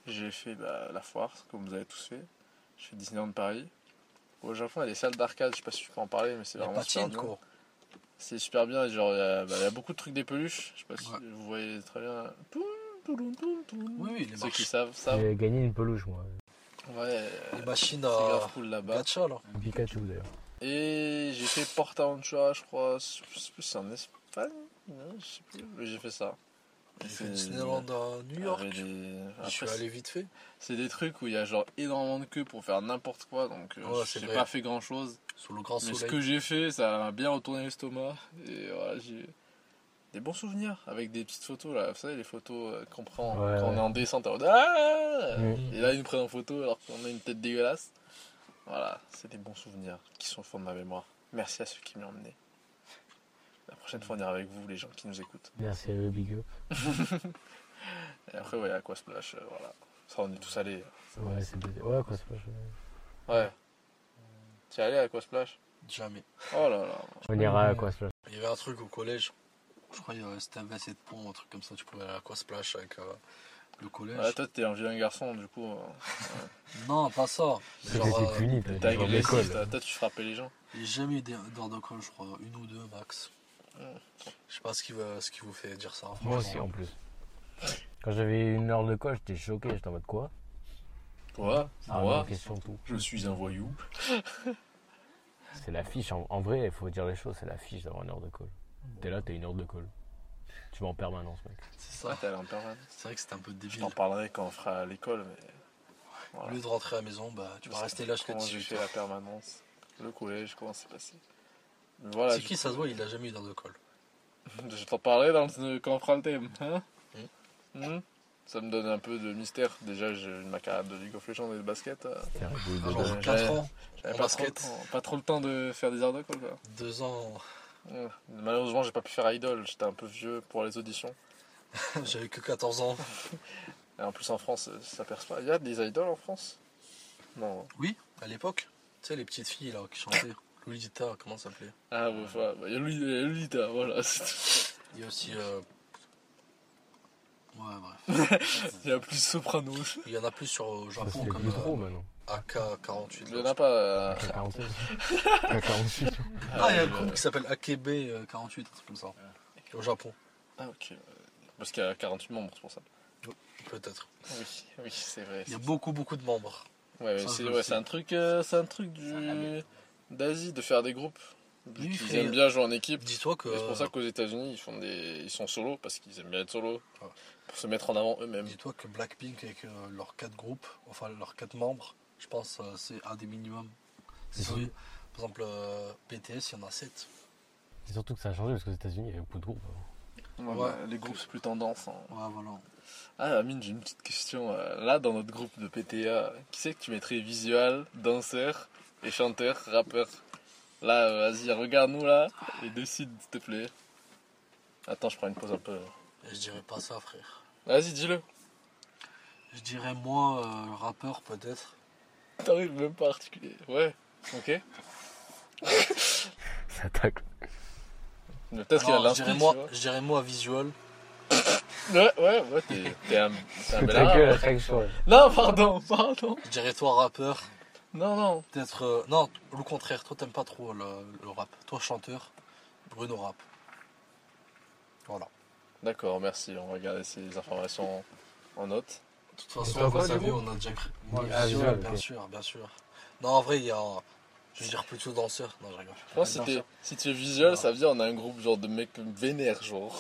Speaker 3: j'ai fait bah, la foire, comme vous avez tous fait. J'ai fait Disneyland Paris. Au Japon, il y a des salles d'arcade, je sais pas si tu peux en parler, mais c'est
Speaker 2: La
Speaker 3: vraiment
Speaker 2: patine,
Speaker 3: super bien.
Speaker 2: quoi.
Speaker 3: C'est super bien, et genre il y, a- bah, il y a beaucoup de trucs des peluches, je sais pas si
Speaker 2: Ouais.
Speaker 3: vous voyez très bien. Toum, touloum, touloum, touloum.
Speaker 2: Oui, oui, les,
Speaker 3: Ceux qui
Speaker 2: marches-
Speaker 3: savent, savent.
Speaker 1: J'ai gagné une peluche, moi.
Speaker 3: Ouais,
Speaker 2: les machines
Speaker 3: c'est
Speaker 2: à
Speaker 3: grave cool là-bas.
Speaker 2: gacha, là.
Speaker 1: Un Pikachu, d'ailleurs.
Speaker 3: Et j'ai fait Porta Ancha, je crois. Je sais plus si c'est en Espagne. non, Je sais plus. Mais j'ai fait ça.
Speaker 2: J'ai fait
Speaker 3: C'est-
Speaker 2: Disneyland à New York.
Speaker 3: Avec des-
Speaker 2: Je
Speaker 3: Après,
Speaker 2: suis allé vite fait.
Speaker 3: C'est des trucs où il y a genre énormément de queue pour faire n'importe quoi. Donc euh,
Speaker 2: Ouais, c'est
Speaker 3: j'ai
Speaker 2: vrai.
Speaker 3: pas fait grand chose.
Speaker 2: Sous le grand
Speaker 3: Mais ce
Speaker 2: soleil.
Speaker 3: que j'ai fait, ça m'a bien retourné l'estomac. Et voilà, j'ai des bons souvenirs avec des petites photos là. Vous savez, les photos euh, qu'on prend
Speaker 1: Ouais,
Speaker 3: quand
Speaker 1: ouais.
Speaker 3: on est en descente. en mode, Ah
Speaker 2: Euh,
Speaker 1: Mm.
Speaker 3: Et là, ils nous prennent en photo alors qu'on a une tête dégueulasse. Voilà, c'est des bons souvenirs qui sont au fond de ma mémoire. Merci à ceux qui m'y ont emmené. La prochaine fois, on ira avec vous, les gens qui nous écoutent.
Speaker 1: Merci à eux, big E. up.
Speaker 3: Et après, ouais, Aqua Splash, euh, voilà. Ça, on est tous allés.
Speaker 1: Ouais, c'est peut-être- Ouais, quoi, c'est pas cher.
Speaker 3: Ouais. T'y es allé à Aqua Splash
Speaker 2: Jamais.
Speaker 3: Oh là là.
Speaker 1: On ira à quoi ce
Speaker 2: Il y avait un truc au collège. Je crois que c'était un basset de pont, un truc comme ça. Tu pouvais aller à quoi se plage avec euh, le collège.
Speaker 3: Ouais, toi, t'es un vilain garçon, du coup. euh,
Speaker 2: Non, pas ça.
Speaker 1: C'était
Speaker 2: Genre, euh,
Speaker 1: puni,
Speaker 3: T'es
Speaker 1: t'as dit
Speaker 3: agressif,
Speaker 1: l'école.
Speaker 3: toi, toi, tu frappais les gens.
Speaker 2: J'ai jamais eu d'heure de colle, je crois, une ou deux max. Je sais pas ce qui, va- ce qui vous fait dire ça.
Speaker 1: Moi
Speaker 2: franchement.
Speaker 1: aussi, en plus. Quand j'avais une heure de colle, j'étais choqué. J'étais en mode quoi
Speaker 3: Toi,
Speaker 1: Ah,
Speaker 3: moi,
Speaker 1: non, question tout.
Speaker 3: je suis un voyou.
Speaker 1: C'est l'affiche. En, en vrai, il faut dire les choses. C'est l'affiche d'avoir une heure de colle. T'es là, t'as une heure de colle. Tu vas en permanence, mec.
Speaker 2: C'est
Speaker 3: Toi,
Speaker 2: ça.
Speaker 3: t'es allé en permanence.
Speaker 2: C'est vrai que c'était un peu
Speaker 3: hein. Je
Speaker 2: débile.
Speaker 3: t'en parlerai quand on fera l'école, mais.
Speaker 2: Au
Speaker 3: Voilà.
Speaker 2: lieu de rentrer à la maison, bah, tu vas rester là jusqu'à
Speaker 3: Comment j'ai
Speaker 2: 18
Speaker 3: fait
Speaker 2: h
Speaker 3: la permanence, le collège, comment c'est passé. Voilà.
Speaker 2: C'est
Speaker 3: Ah, du euh, Ah,
Speaker 2: qui, ça se voit, il a jamais eu d'heure de colle.
Speaker 3: coup, Je t'en parlerai dans le- quand on fera le thème. Hein
Speaker 2: Hmm.
Speaker 3: Hmm Ça me donne un peu de mystère. Déjà, j'ai eu ma carrière de League of Legends et de basket. euh,
Speaker 1: Faire un boule de
Speaker 2: Ah, Genre
Speaker 1: dingue.
Speaker 3: Ouais.
Speaker 2: 4 ans,
Speaker 3: J'avais
Speaker 2: En
Speaker 3: pas, trop le
Speaker 2: basket.
Speaker 3: temps- pas trop le temps de faire des hard quoi.
Speaker 2: 2 ans, Hmm.
Speaker 3: Ouais. Malheureusement, j'ai pas pu faire Idol. J'étais un peu vieux pour les auditions.
Speaker 2: j'avais que 14 ans.
Speaker 3: Et en plus, en France, euh, ça perce pas. Il y a des idoles en France Non.
Speaker 2: Oui, à l'époque, tu sais, les petites filles là qui chantaient. Lolita, comment ça s'appelait
Speaker 3: Ah,
Speaker 2: Euh.
Speaker 3: bah, voilà. Bah, Il y a Loli- il y a Lolita, voilà. c'est tout.
Speaker 2: Il y a aussi. euh, Ouais, bref.
Speaker 3: Il y a plus Soprano.
Speaker 2: Il y en a plus sur au
Speaker 1: Parce
Speaker 2: Japon
Speaker 1: qu'il y a
Speaker 2: comme
Speaker 1: plus trop
Speaker 2: euh,
Speaker 1: maintenant.
Speaker 2: AK-48.
Speaker 3: Il y en a pas. euh,
Speaker 1: T'as 46. T'as 46.
Speaker 2: Ah, il y a un
Speaker 3: euh,
Speaker 2: groupe qui s'appelle Akebe48, un truc comme ça. Au Japon,
Speaker 3: Ah, ok. Parce qu'il y a 48 membres, c'est pour ça.
Speaker 2: peut-être.
Speaker 3: Oui, oui, c'est vrai.
Speaker 2: Il y a beaucoup, beaucoup de membres.
Speaker 3: Ouais, mais
Speaker 2: Ça, je
Speaker 3: c'est
Speaker 2: le
Speaker 3: ouais,
Speaker 2: sais.
Speaker 3: c'est un truc, euh, c'est un truc
Speaker 4: un
Speaker 3: du d'Asie de faire des groupes.
Speaker 2: Oui,
Speaker 3: Ils
Speaker 2: frère. Euh.
Speaker 3: aiment bien jouer en équipe.
Speaker 2: Dis-toi que.
Speaker 3: Et C'est pour ça qu'aux États-Unis, ils font des, ils sont solo parce qu'ils aiment bien être solo
Speaker 2: Ouais.
Speaker 3: pour se mettre en avant eux-mêmes.
Speaker 2: Dis-toi que Blackpink avec euh, leurs quatre groupes, enfin leurs quatre membres, je pense euh, c'est un des minimums.
Speaker 1: C'est
Speaker 2: Par
Speaker 1: sûr.
Speaker 2: exemple, euh, BTS, il y en a 7.
Speaker 1: C'est surtout que ça a changé parce qu'aux États-Unis, il y avait beaucoup de groupes. hein. avant.
Speaker 3: Ouais,
Speaker 2: Ouais.
Speaker 3: bah, les groupes c'est plus tendance. hein.
Speaker 2: Ouais, voilà.
Speaker 3: Ah Amine, j'ai une petite question. euh, Là, dans notre groupe de PTA, qui c'est que tu mettrais visual, danseur et chanteur, rappeur Là, euh, vas-y, regarde-nous là et décide, s'il te plaît. Attends, je prends une pause un peu.
Speaker 2: Et je dirais pas ça, frère.
Speaker 3: Vas-y, dis-le.
Speaker 2: Je dirais moi, euh, rappeur peut-être.
Speaker 3: T'arrives même pas à articuler. Ouais. Ok.
Speaker 1: Ça attaque.
Speaker 3: Mais peut-être qu'il a de
Speaker 2: Non, je
Speaker 3: l'inspiration.
Speaker 2: dirais moi, je dirais moi visual.
Speaker 3: Ouais, ouais, ouais, t'es, t'es un, t'es un
Speaker 1: Ta
Speaker 3: bel arabe.
Speaker 1: gueule, réaction.
Speaker 3: Non, pardon, pardon.
Speaker 2: Je dirais toi, rappeur.
Speaker 3: Non, non.
Speaker 2: Peut-être. euh, non, le contraire, toi t'aimes pas trop le, le rap. Toi, chanteur, Bruno rap. Voilà.
Speaker 3: D'accord, merci. On va garder ces informations en note.
Speaker 2: De toute façon,
Speaker 1: toi,
Speaker 2: vous
Speaker 1: quoi, du
Speaker 2: savez,
Speaker 1: coup
Speaker 2: on a déjà créé.
Speaker 5: Moi,
Speaker 1: Ah,
Speaker 2: Visual,
Speaker 1: visual,
Speaker 2: bien
Speaker 1: ok.
Speaker 2: sûr, bien sûr. Non, en vrai, il y a. un- Je veux dire plutôt danseur. Non, je rigole.
Speaker 3: Je pense que si t'es, si tu es visuel, ça veut dire on a un groupe genre de mecs vénères, genre.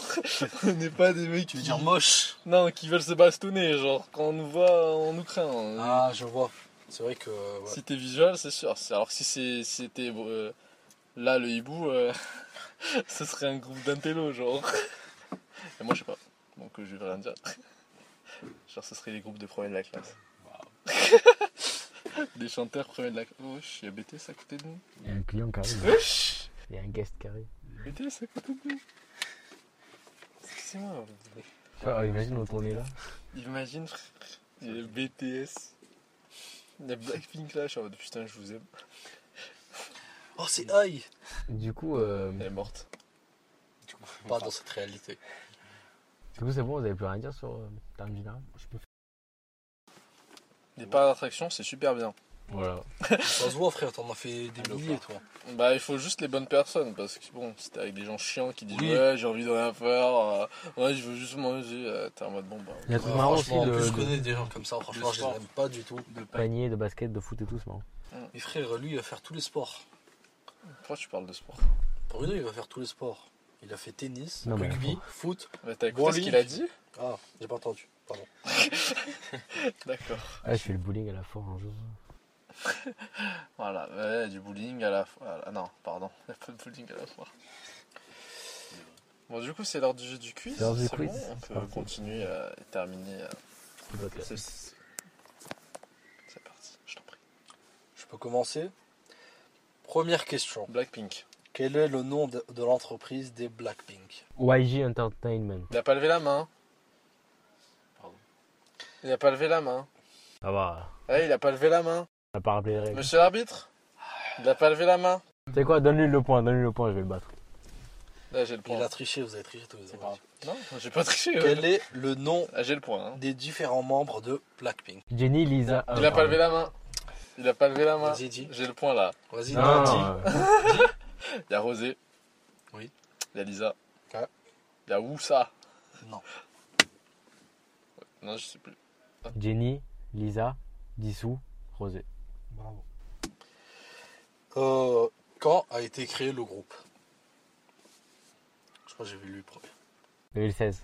Speaker 3: on n'est pas des mecs
Speaker 2: Tu
Speaker 3: qui,
Speaker 2: veux dire moche
Speaker 3: non, qui veulent se bastonner, genre. Quand on nous voit, on nous craint. On-
Speaker 2: Ah, je vois. C'est vrai que. ouais.
Speaker 3: Si t'es visuel, c'est sûr. C'est- Alors que si c'est, si t'es, euh, là, le hibou, euh, ce serait un groupe d'intello, genre. Et moi, je sais pas. Donc, euh, je vais rien dire. Genre, ce serait les groupes de premiers de la classe. Des chanteurs premiers de la classe. Oh, il y a BTS à côté de nous.
Speaker 1: Il y a un client
Speaker 2: Ah
Speaker 1: qui arrive.
Speaker 3: Wesh,
Speaker 1: Il y a un guest qui arrive.
Speaker 3: BTS à côté de nous. Excusez-moi.
Speaker 1: Ah, imagine quand on est là.
Speaker 3: Imagine, frère. Il y a BTS. Il y a Blackpink là, je suis en mode putain, je vous aime.
Speaker 2: Oh, c'est aïe
Speaker 1: Du coup, euh,
Speaker 3: Elle est morte.
Speaker 2: Pas dans cette réalité.
Speaker 1: du coup c'est bon, vous avez plus rien à dire sur euh, Terme Général
Speaker 5: Je peux
Speaker 3: Les parcs d'attraction, c'est super bien.
Speaker 1: Voilà.
Speaker 2: Ça se voit, frère, t'en as fait des
Speaker 3: Allô,
Speaker 2: milliers, toi.
Speaker 3: Bah, il faut juste les bonnes personnes parce que bon, si t'es avec des gens chiants qui disent
Speaker 2: Oui.
Speaker 3: ouais, j'ai envie de rien faire, euh, ouais, je veux juste manger, euh, t'es en mode bon, bah.
Speaker 1: Il y a un truc
Speaker 2: Ouais,
Speaker 1: marrant aussi
Speaker 2: Ah, franchement, en plus, je
Speaker 1: de, de
Speaker 2: connais des gens comme ça, franchement,
Speaker 3: de
Speaker 2: je les
Speaker 3: sport.
Speaker 2: aime pas du tout.
Speaker 1: panier, de basket, de foot et tout, c'est marrant.
Speaker 2: Mais frère, lui, il va faire tous les sports.
Speaker 3: Pourquoi tu parles de sport
Speaker 2: Bruno, il va faire tous les sports. Il a fait tennis,
Speaker 1: Non, mais
Speaker 2: rugby, foot.
Speaker 3: Mais t'as écouté
Speaker 2: Bon,
Speaker 3: ce
Speaker 2: lui-
Speaker 3: qu'il a dit
Speaker 2: Ah, j'ai pas entendu. Pardon.
Speaker 3: D'accord.
Speaker 1: Ah, je fais le bowling à la fois un jour.
Speaker 3: Voilà, ouais, du bowling à la fois. Ah, non, pardon, y a pas de bowling à la fois. Bon, du coup, c'est l'heure du jeu du quiz.
Speaker 1: C'est l'heure du
Speaker 3: c'est
Speaker 1: quiz.
Speaker 3: Bon, on
Speaker 1: C'est
Speaker 3: peut
Speaker 1: parti.
Speaker 3: continuer euh, et terminer. euh,
Speaker 1: C'est le podcast.
Speaker 3: ce- ce- C'est parti, je t'en prie.
Speaker 2: Je peux commencer Première question.
Speaker 3: Blackpink.
Speaker 2: Quel est le nom de, de l'entreprise des Blackpink
Speaker 1: YG Entertainment.
Speaker 3: Il a pas levé la main.
Speaker 4: Pardon.
Speaker 3: Il a pas levé la main.
Speaker 1: Ça va,
Speaker 3: Eh, il a pas levé la main.
Speaker 1: on a pas rappelé les règles.
Speaker 3: Monsieur l'arbitre Il n'a pas levé la main
Speaker 1: Tu sais quoi, donne-lui le point, donne-lui le point, je vais le battre.
Speaker 3: Là, Eh, j'ai le point.
Speaker 2: Il a triché, vous avez triché tous les deux.
Speaker 4: pas grave.
Speaker 3: Non, j'ai pas triché. ouais.
Speaker 2: Quel est le nom
Speaker 3: Ah, j'ai le point. hein.
Speaker 2: des différents membres de Blackpink
Speaker 1: Jenny, Lisa.
Speaker 3: Il a pas levé la main. Il a pas levé la main.
Speaker 2: Ah, Vas-y, dis.
Speaker 3: J'ai le point là.
Speaker 2: Vas-y,
Speaker 1: Non,
Speaker 2: dis.
Speaker 1: non, euh,
Speaker 3: Il y a Rosé.
Speaker 2: Oui.
Speaker 3: Il y a Lisa.
Speaker 2: Ouais.
Speaker 3: Il y a Oussa.
Speaker 2: Non.
Speaker 3: Non, je sais plus.
Speaker 1: Jenny, Lisa, Dissou, Rosé.
Speaker 5: Bravo.
Speaker 2: Euh, quand a été créé le groupe Je crois que j'avais lu le premier.
Speaker 1: 2016.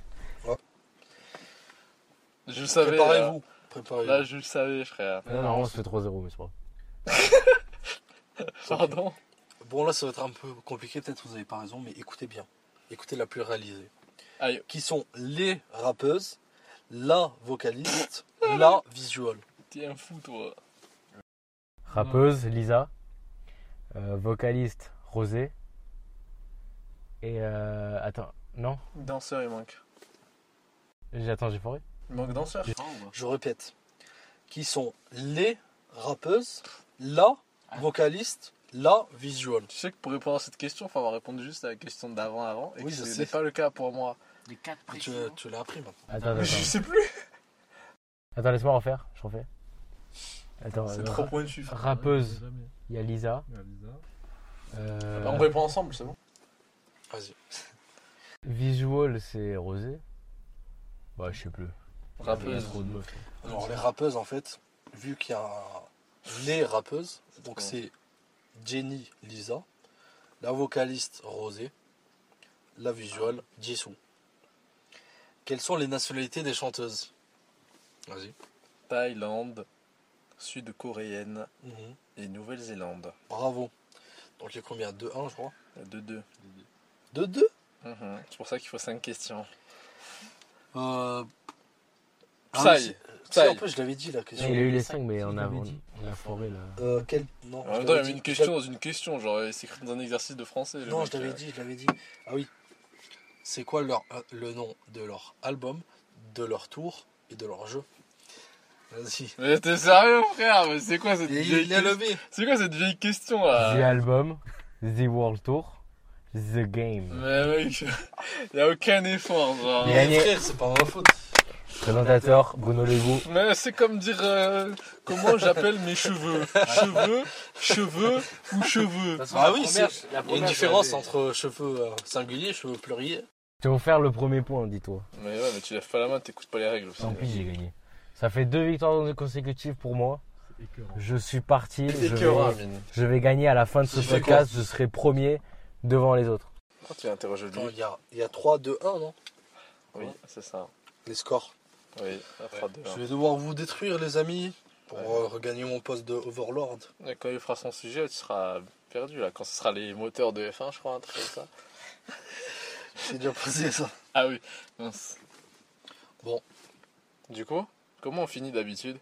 Speaker 3: Je le savais. Là.
Speaker 2: Préparez-vous.
Speaker 3: Là,
Speaker 2: Préparez-vous.
Speaker 3: je le savais, frère.
Speaker 1: Ah, Non, non, on se fait 3-0, mais c'est pas. grave.
Speaker 3: Pardon.
Speaker 2: Bon, là, ça va être un peu compliqué, peut-être vous n'avez pas raison, mais écoutez bien. Écoutez la plus réalisée.
Speaker 3: Aïe.
Speaker 2: Qui sont les rappeuses, la vocaliste, la visual.
Speaker 3: T'es un fou, toi.
Speaker 1: Rappeuse, Lisa. Euh, vocaliste, Rosé. Et euh, attends, non
Speaker 3: Danseur, il manque.
Speaker 1: J'attends, j'ai foré.
Speaker 3: Il manque danseur.
Speaker 2: Je répète, qui sont les rappeuses, la vocaliste, la visual.
Speaker 3: Tu sais que pour répondre à cette question, il faut avoir répondu juste à la question d'avant-avant. Et
Speaker 2: Oui,
Speaker 3: que
Speaker 2: je
Speaker 3: ce
Speaker 2: sais.
Speaker 3: n'est pas le cas pour moi.
Speaker 4: Les quatre
Speaker 2: Et Ah, Tu,
Speaker 4: précédents.
Speaker 2: tu l'as appris maintenant.
Speaker 1: Attends, attends.
Speaker 3: Mais je sais plus.
Speaker 1: Attends, laisse-moi refaire, je refais. Attends,
Speaker 3: C'est
Speaker 1: euh,
Speaker 3: trop pointu.
Speaker 1: ra- rappeuse,
Speaker 5: Ouais, jamais.
Speaker 1: il y a Lisa.
Speaker 5: Il y a Lisa.
Speaker 1: Euh,
Speaker 3: Bah, On répond ensemble, c'est bon.
Speaker 2: Vas-y.
Speaker 1: Visual, c'est Rosé. Bah, je sais plus. Il y a
Speaker 3: Rappeuse.
Speaker 1: trop de meufs.
Speaker 2: Alors les rappeuses en fait, vu qu'il y a un- les rappeuses, donc
Speaker 3: Ouais.
Speaker 2: c'est Jenny Lisa, la vocaliste Rosé, la visual Jisoo. Quelles sont les nationalités des chanteuses Vas-y.
Speaker 3: Thaïlande, Sud-Coréenne
Speaker 2: Mhm.
Speaker 3: et Nouvelle-Zélande.
Speaker 2: Bravo. Donc il y a combien 2-1 je crois
Speaker 3: 2-2.
Speaker 2: 2-2
Speaker 3: Mhm. C'est pour ça qu'il faut 5 questions.
Speaker 2: Euh...
Speaker 3: Psy.
Speaker 2: mais c'est- tu sais, en
Speaker 3: Psy.
Speaker 2: plus, je l'avais dit la
Speaker 1: Il y
Speaker 2: question.
Speaker 1: a eu les 5, mais
Speaker 5: Si,
Speaker 1: on
Speaker 5: je
Speaker 1: a,
Speaker 5: l'avais
Speaker 1: on,
Speaker 5: dit.
Speaker 1: on a foré là.
Speaker 2: Euh, quel... non,
Speaker 3: En
Speaker 2: je
Speaker 3: même temps, il y
Speaker 2: l'avais
Speaker 3: avait une
Speaker 2: dit.
Speaker 3: question dans une question. Genre, euh, c'est écrit dans un exercice de français.
Speaker 2: Je
Speaker 3: le
Speaker 2: l'avais- Non,
Speaker 3: mec,
Speaker 2: je l'avais
Speaker 3: euh,
Speaker 2: dit, je l'avais dit. Ah oui. C'est quoi leur, euh, le nom de leur album, de leur tour et de leur jeu Vas-y.
Speaker 3: Mais t'es sérieux, frère Mais c'est quoi cette
Speaker 2: Et
Speaker 3: vieille
Speaker 2: Il l'a
Speaker 3: question
Speaker 2: levé.
Speaker 3: C'est quoi cette vieille question
Speaker 1: The
Speaker 3: là
Speaker 1: Album, The World Tour, The Game.
Speaker 3: Mais mec, y a aucun effort, genre.
Speaker 1: Yeah. Gagné.
Speaker 2: Mais frère, c'est pas ma faute.
Speaker 1: Présentateur, Bruno Legout.
Speaker 3: Mais c'est comme dire euh, comment j'appelle mes cheveux. Cheveux, cheveux ou cheveux.
Speaker 2: Ah oui, c'est- Il y a une différence entre cheveux euh, singuliers, cheveux pluriers.
Speaker 1: Je vais vous faire le premier point, dis-toi.
Speaker 3: Mais ouais, mais tu lèves pas la main, t'écoutes pas les règles aussi.
Speaker 1: En plus, j'ai gagné. Ça fait deux victoires consécutives pour moi.
Speaker 5: C'est écœurant.
Speaker 1: Je suis parti.
Speaker 3: T'es
Speaker 1: Je
Speaker 3: écœurant,
Speaker 1: vais,
Speaker 2: hein.
Speaker 3: Amine.
Speaker 1: je vais gagner à la fin de ce
Speaker 2: Je fais
Speaker 1: podcast. Je serai premier devant les autres.
Speaker 3: Quand Ah, tu as interrogé
Speaker 2: Attends,
Speaker 3: lui
Speaker 2: il y a, il y a 3, 2, 1, non
Speaker 3: Oui, c'est ça.
Speaker 2: Les scores.
Speaker 3: Oui, à 3 2
Speaker 2: Je vais devoir vous détruire, les amis, pour
Speaker 3: Ouais.
Speaker 2: euh, regagner mon poste de Overlord.
Speaker 3: Et Quand il fera son sujet, tu seras perdu là. Quand ce sera les moteurs de F1, je crois, un truc comme ça.
Speaker 2: C'est déjà posé, ça.
Speaker 3: Ah oui, mince.
Speaker 2: Bon.
Speaker 3: Du coup, comment on finit d'habitude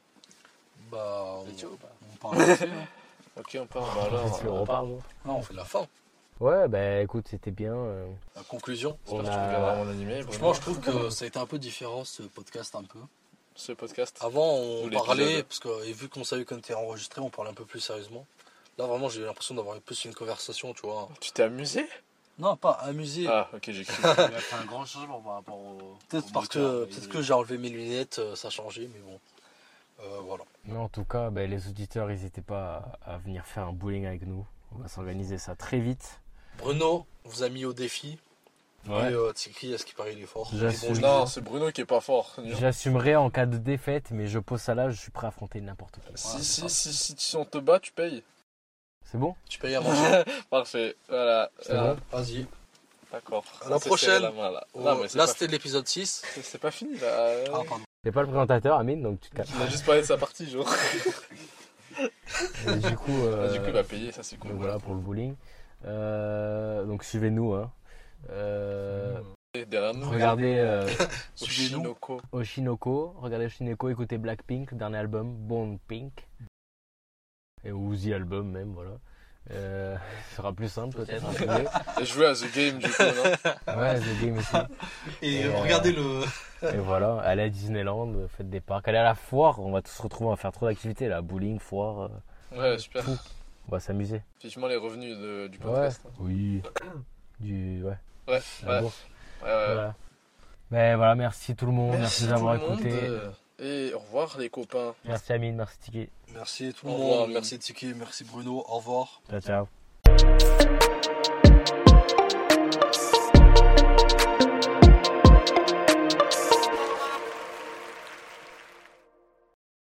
Speaker 2: Bah, on,
Speaker 3: Idiot, bah.
Speaker 2: on parle vite fait, hein.
Speaker 3: Ok, on part. Bah alors,
Speaker 1: Tu le
Speaker 3: euh,
Speaker 1: repars, non
Speaker 2: Non, on fait la fin,
Speaker 1: Ouais, bah écoute, c'était bien. euh,
Speaker 2: la conclusion.
Speaker 1: on
Speaker 3: Tu regarderas
Speaker 1: a...
Speaker 3: mon animé, Bruno.
Speaker 2: Franchement, je trouve que ça a été un peu différent ce podcast un peu.
Speaker 3: ce podcast. Ah,
Speaker 2: Avant, on
Speaker 3: Ou l'épisode.
Speaker 2: parlait, parce que et vu qu'on savait qu'on était enregistré, on parlait un peu plus sérieusement. Là, vraiment, j'ai eu l'impression d'avoir eu plus une conversation, tu vois.
Speaker 3: Tu t'es amusé
Speaker 2: Non, pas amusé.
Speaker 3: Ah, ok, j'ai cru.
Speaker 4: Il y a pas un grand changement par rapport au.
Speaker 2: peut-être
Speaker 4: au
Speaker 2: parce
Speaker 4: moteur, euh,
Speaker 2: que
Speaker 4: mais-
Speaker 2: peut-être que j'ai enlevé mes lunettes, euh, ça a changé, mais bon. Euh, voilà.
Speaker 1: Mais en tout cas, bah, les auditeurs, n'hésitez pas à à venir faire un bowling avec nous. On va s'organiser ça très vite.
Speaker 2: Bruno vous a mis au défi. Et euh, Tiki, à ce qui paraît, il est fort.
Speaker 1: Je
Speaker 2: Et bon,
Speaker 1: suis-
Speaker 2: je-
Speaker 3: non, c'est Bruno qui est pas fort.
Speaker 1: J'assumerai en cas de défaite, mais je pose ça là, je suis prêt à affronter n'importe qui.
Speaker 3: Si, si, si, si, si on te bat, tu payes.
Speaker 1: C'est bon
Speaker 2: tu payes à manger.
Speaker 3: Parfait, voilà.
Speaker 1: C'est
Speaker 3: Euh,
Speaker 1: bon
Speaker 2: Vas-y.
Speaker 3: D'accord.
Speaker 2: À la
Speaker 3: On s'est serré
Speaker 2: prochaine.
Speaker 3: la main, là,
Speaker 2: Oh,
Speaker 3: Non, mais c'est
Speaker 2: là,
Speaker 3: pas-
Speaker 2: c'était l'épisode 6.
Speaker 3: c'est- c'est pas fini là.
Speaker 2: Ah, pardon.
Speaker 1: T'es pas le présentateur, Amine, donc tu te calmes.
Speaker 3: Il a juste parlé de sa partie, genre.
Speaker 1: Et du coup,
Speaker 3: Ah,
Speaker 1: euh,
Speaker 3: Du coup, il va payer, ça c'est cool.
Speaker 1: donc voilà pour le bowling. Euh, donc suivez-nous. Hein. Euh,
Speaker 3: Et derrière nous,
Speaker 1: regardez euh,
Speaker 3: au
Speaker 2: Suivez-nous.
Speaker 3: Shinoko.
Speaker 1: Oshinoko, regardez Oshinoko, écoutez Blackpink, dernier album, Bond Pink. Et ou The Album même, voilà. Euh, ce sera plus simple peut-être. à trouver.
Speaker 3: Et jouer à The Game, du coup, non
Speaker 1: ouais, The Game aussi.
Speaker 2: Et
Speaker 1: euh,
Speaker 2: regardez le.
Speaker 1: Et voilà, allez à Disneyland, faites des parcs, allez à la foire, on va tous se retrouver, on va faire trop d'activités là, bowling, foire, euh,
Speaker 3: Ouais, super.
Speaker 1: Fou. on va s'amuser.
Speaker 3: Vivement les revenus de- du
Speaker 1: Ouais.
Speaker 3: podcast. hein.
Speaker 1: Oui. Du. Ouais.
Speaker 3: Ouais,
Speaker 1: la
Speaker 3: ouais,
Speaker 1: bourse.
Speaker 3: ouais, ouais.
Speaker 1: Voilà. Mais Ben, voilà, merci tout le monde, merci,
Speaker 3: Merci
Speaker 1: d'avoir
Speaker 3: tout le monde,
Speaker 1: écouté.
Speaker 3: euh, Et au revoir, les copains.
Speaker 1: Merci Amine, merci Tiki.
Speaker 2: Merci tout le
Speaker 3: Au revoir,
Speaker 2: monde.
Speaker 3: oui.
Speaker 2: Merci Tiki, merci Bruno. Au revoir.
Speaker 1: Ciao, ciao.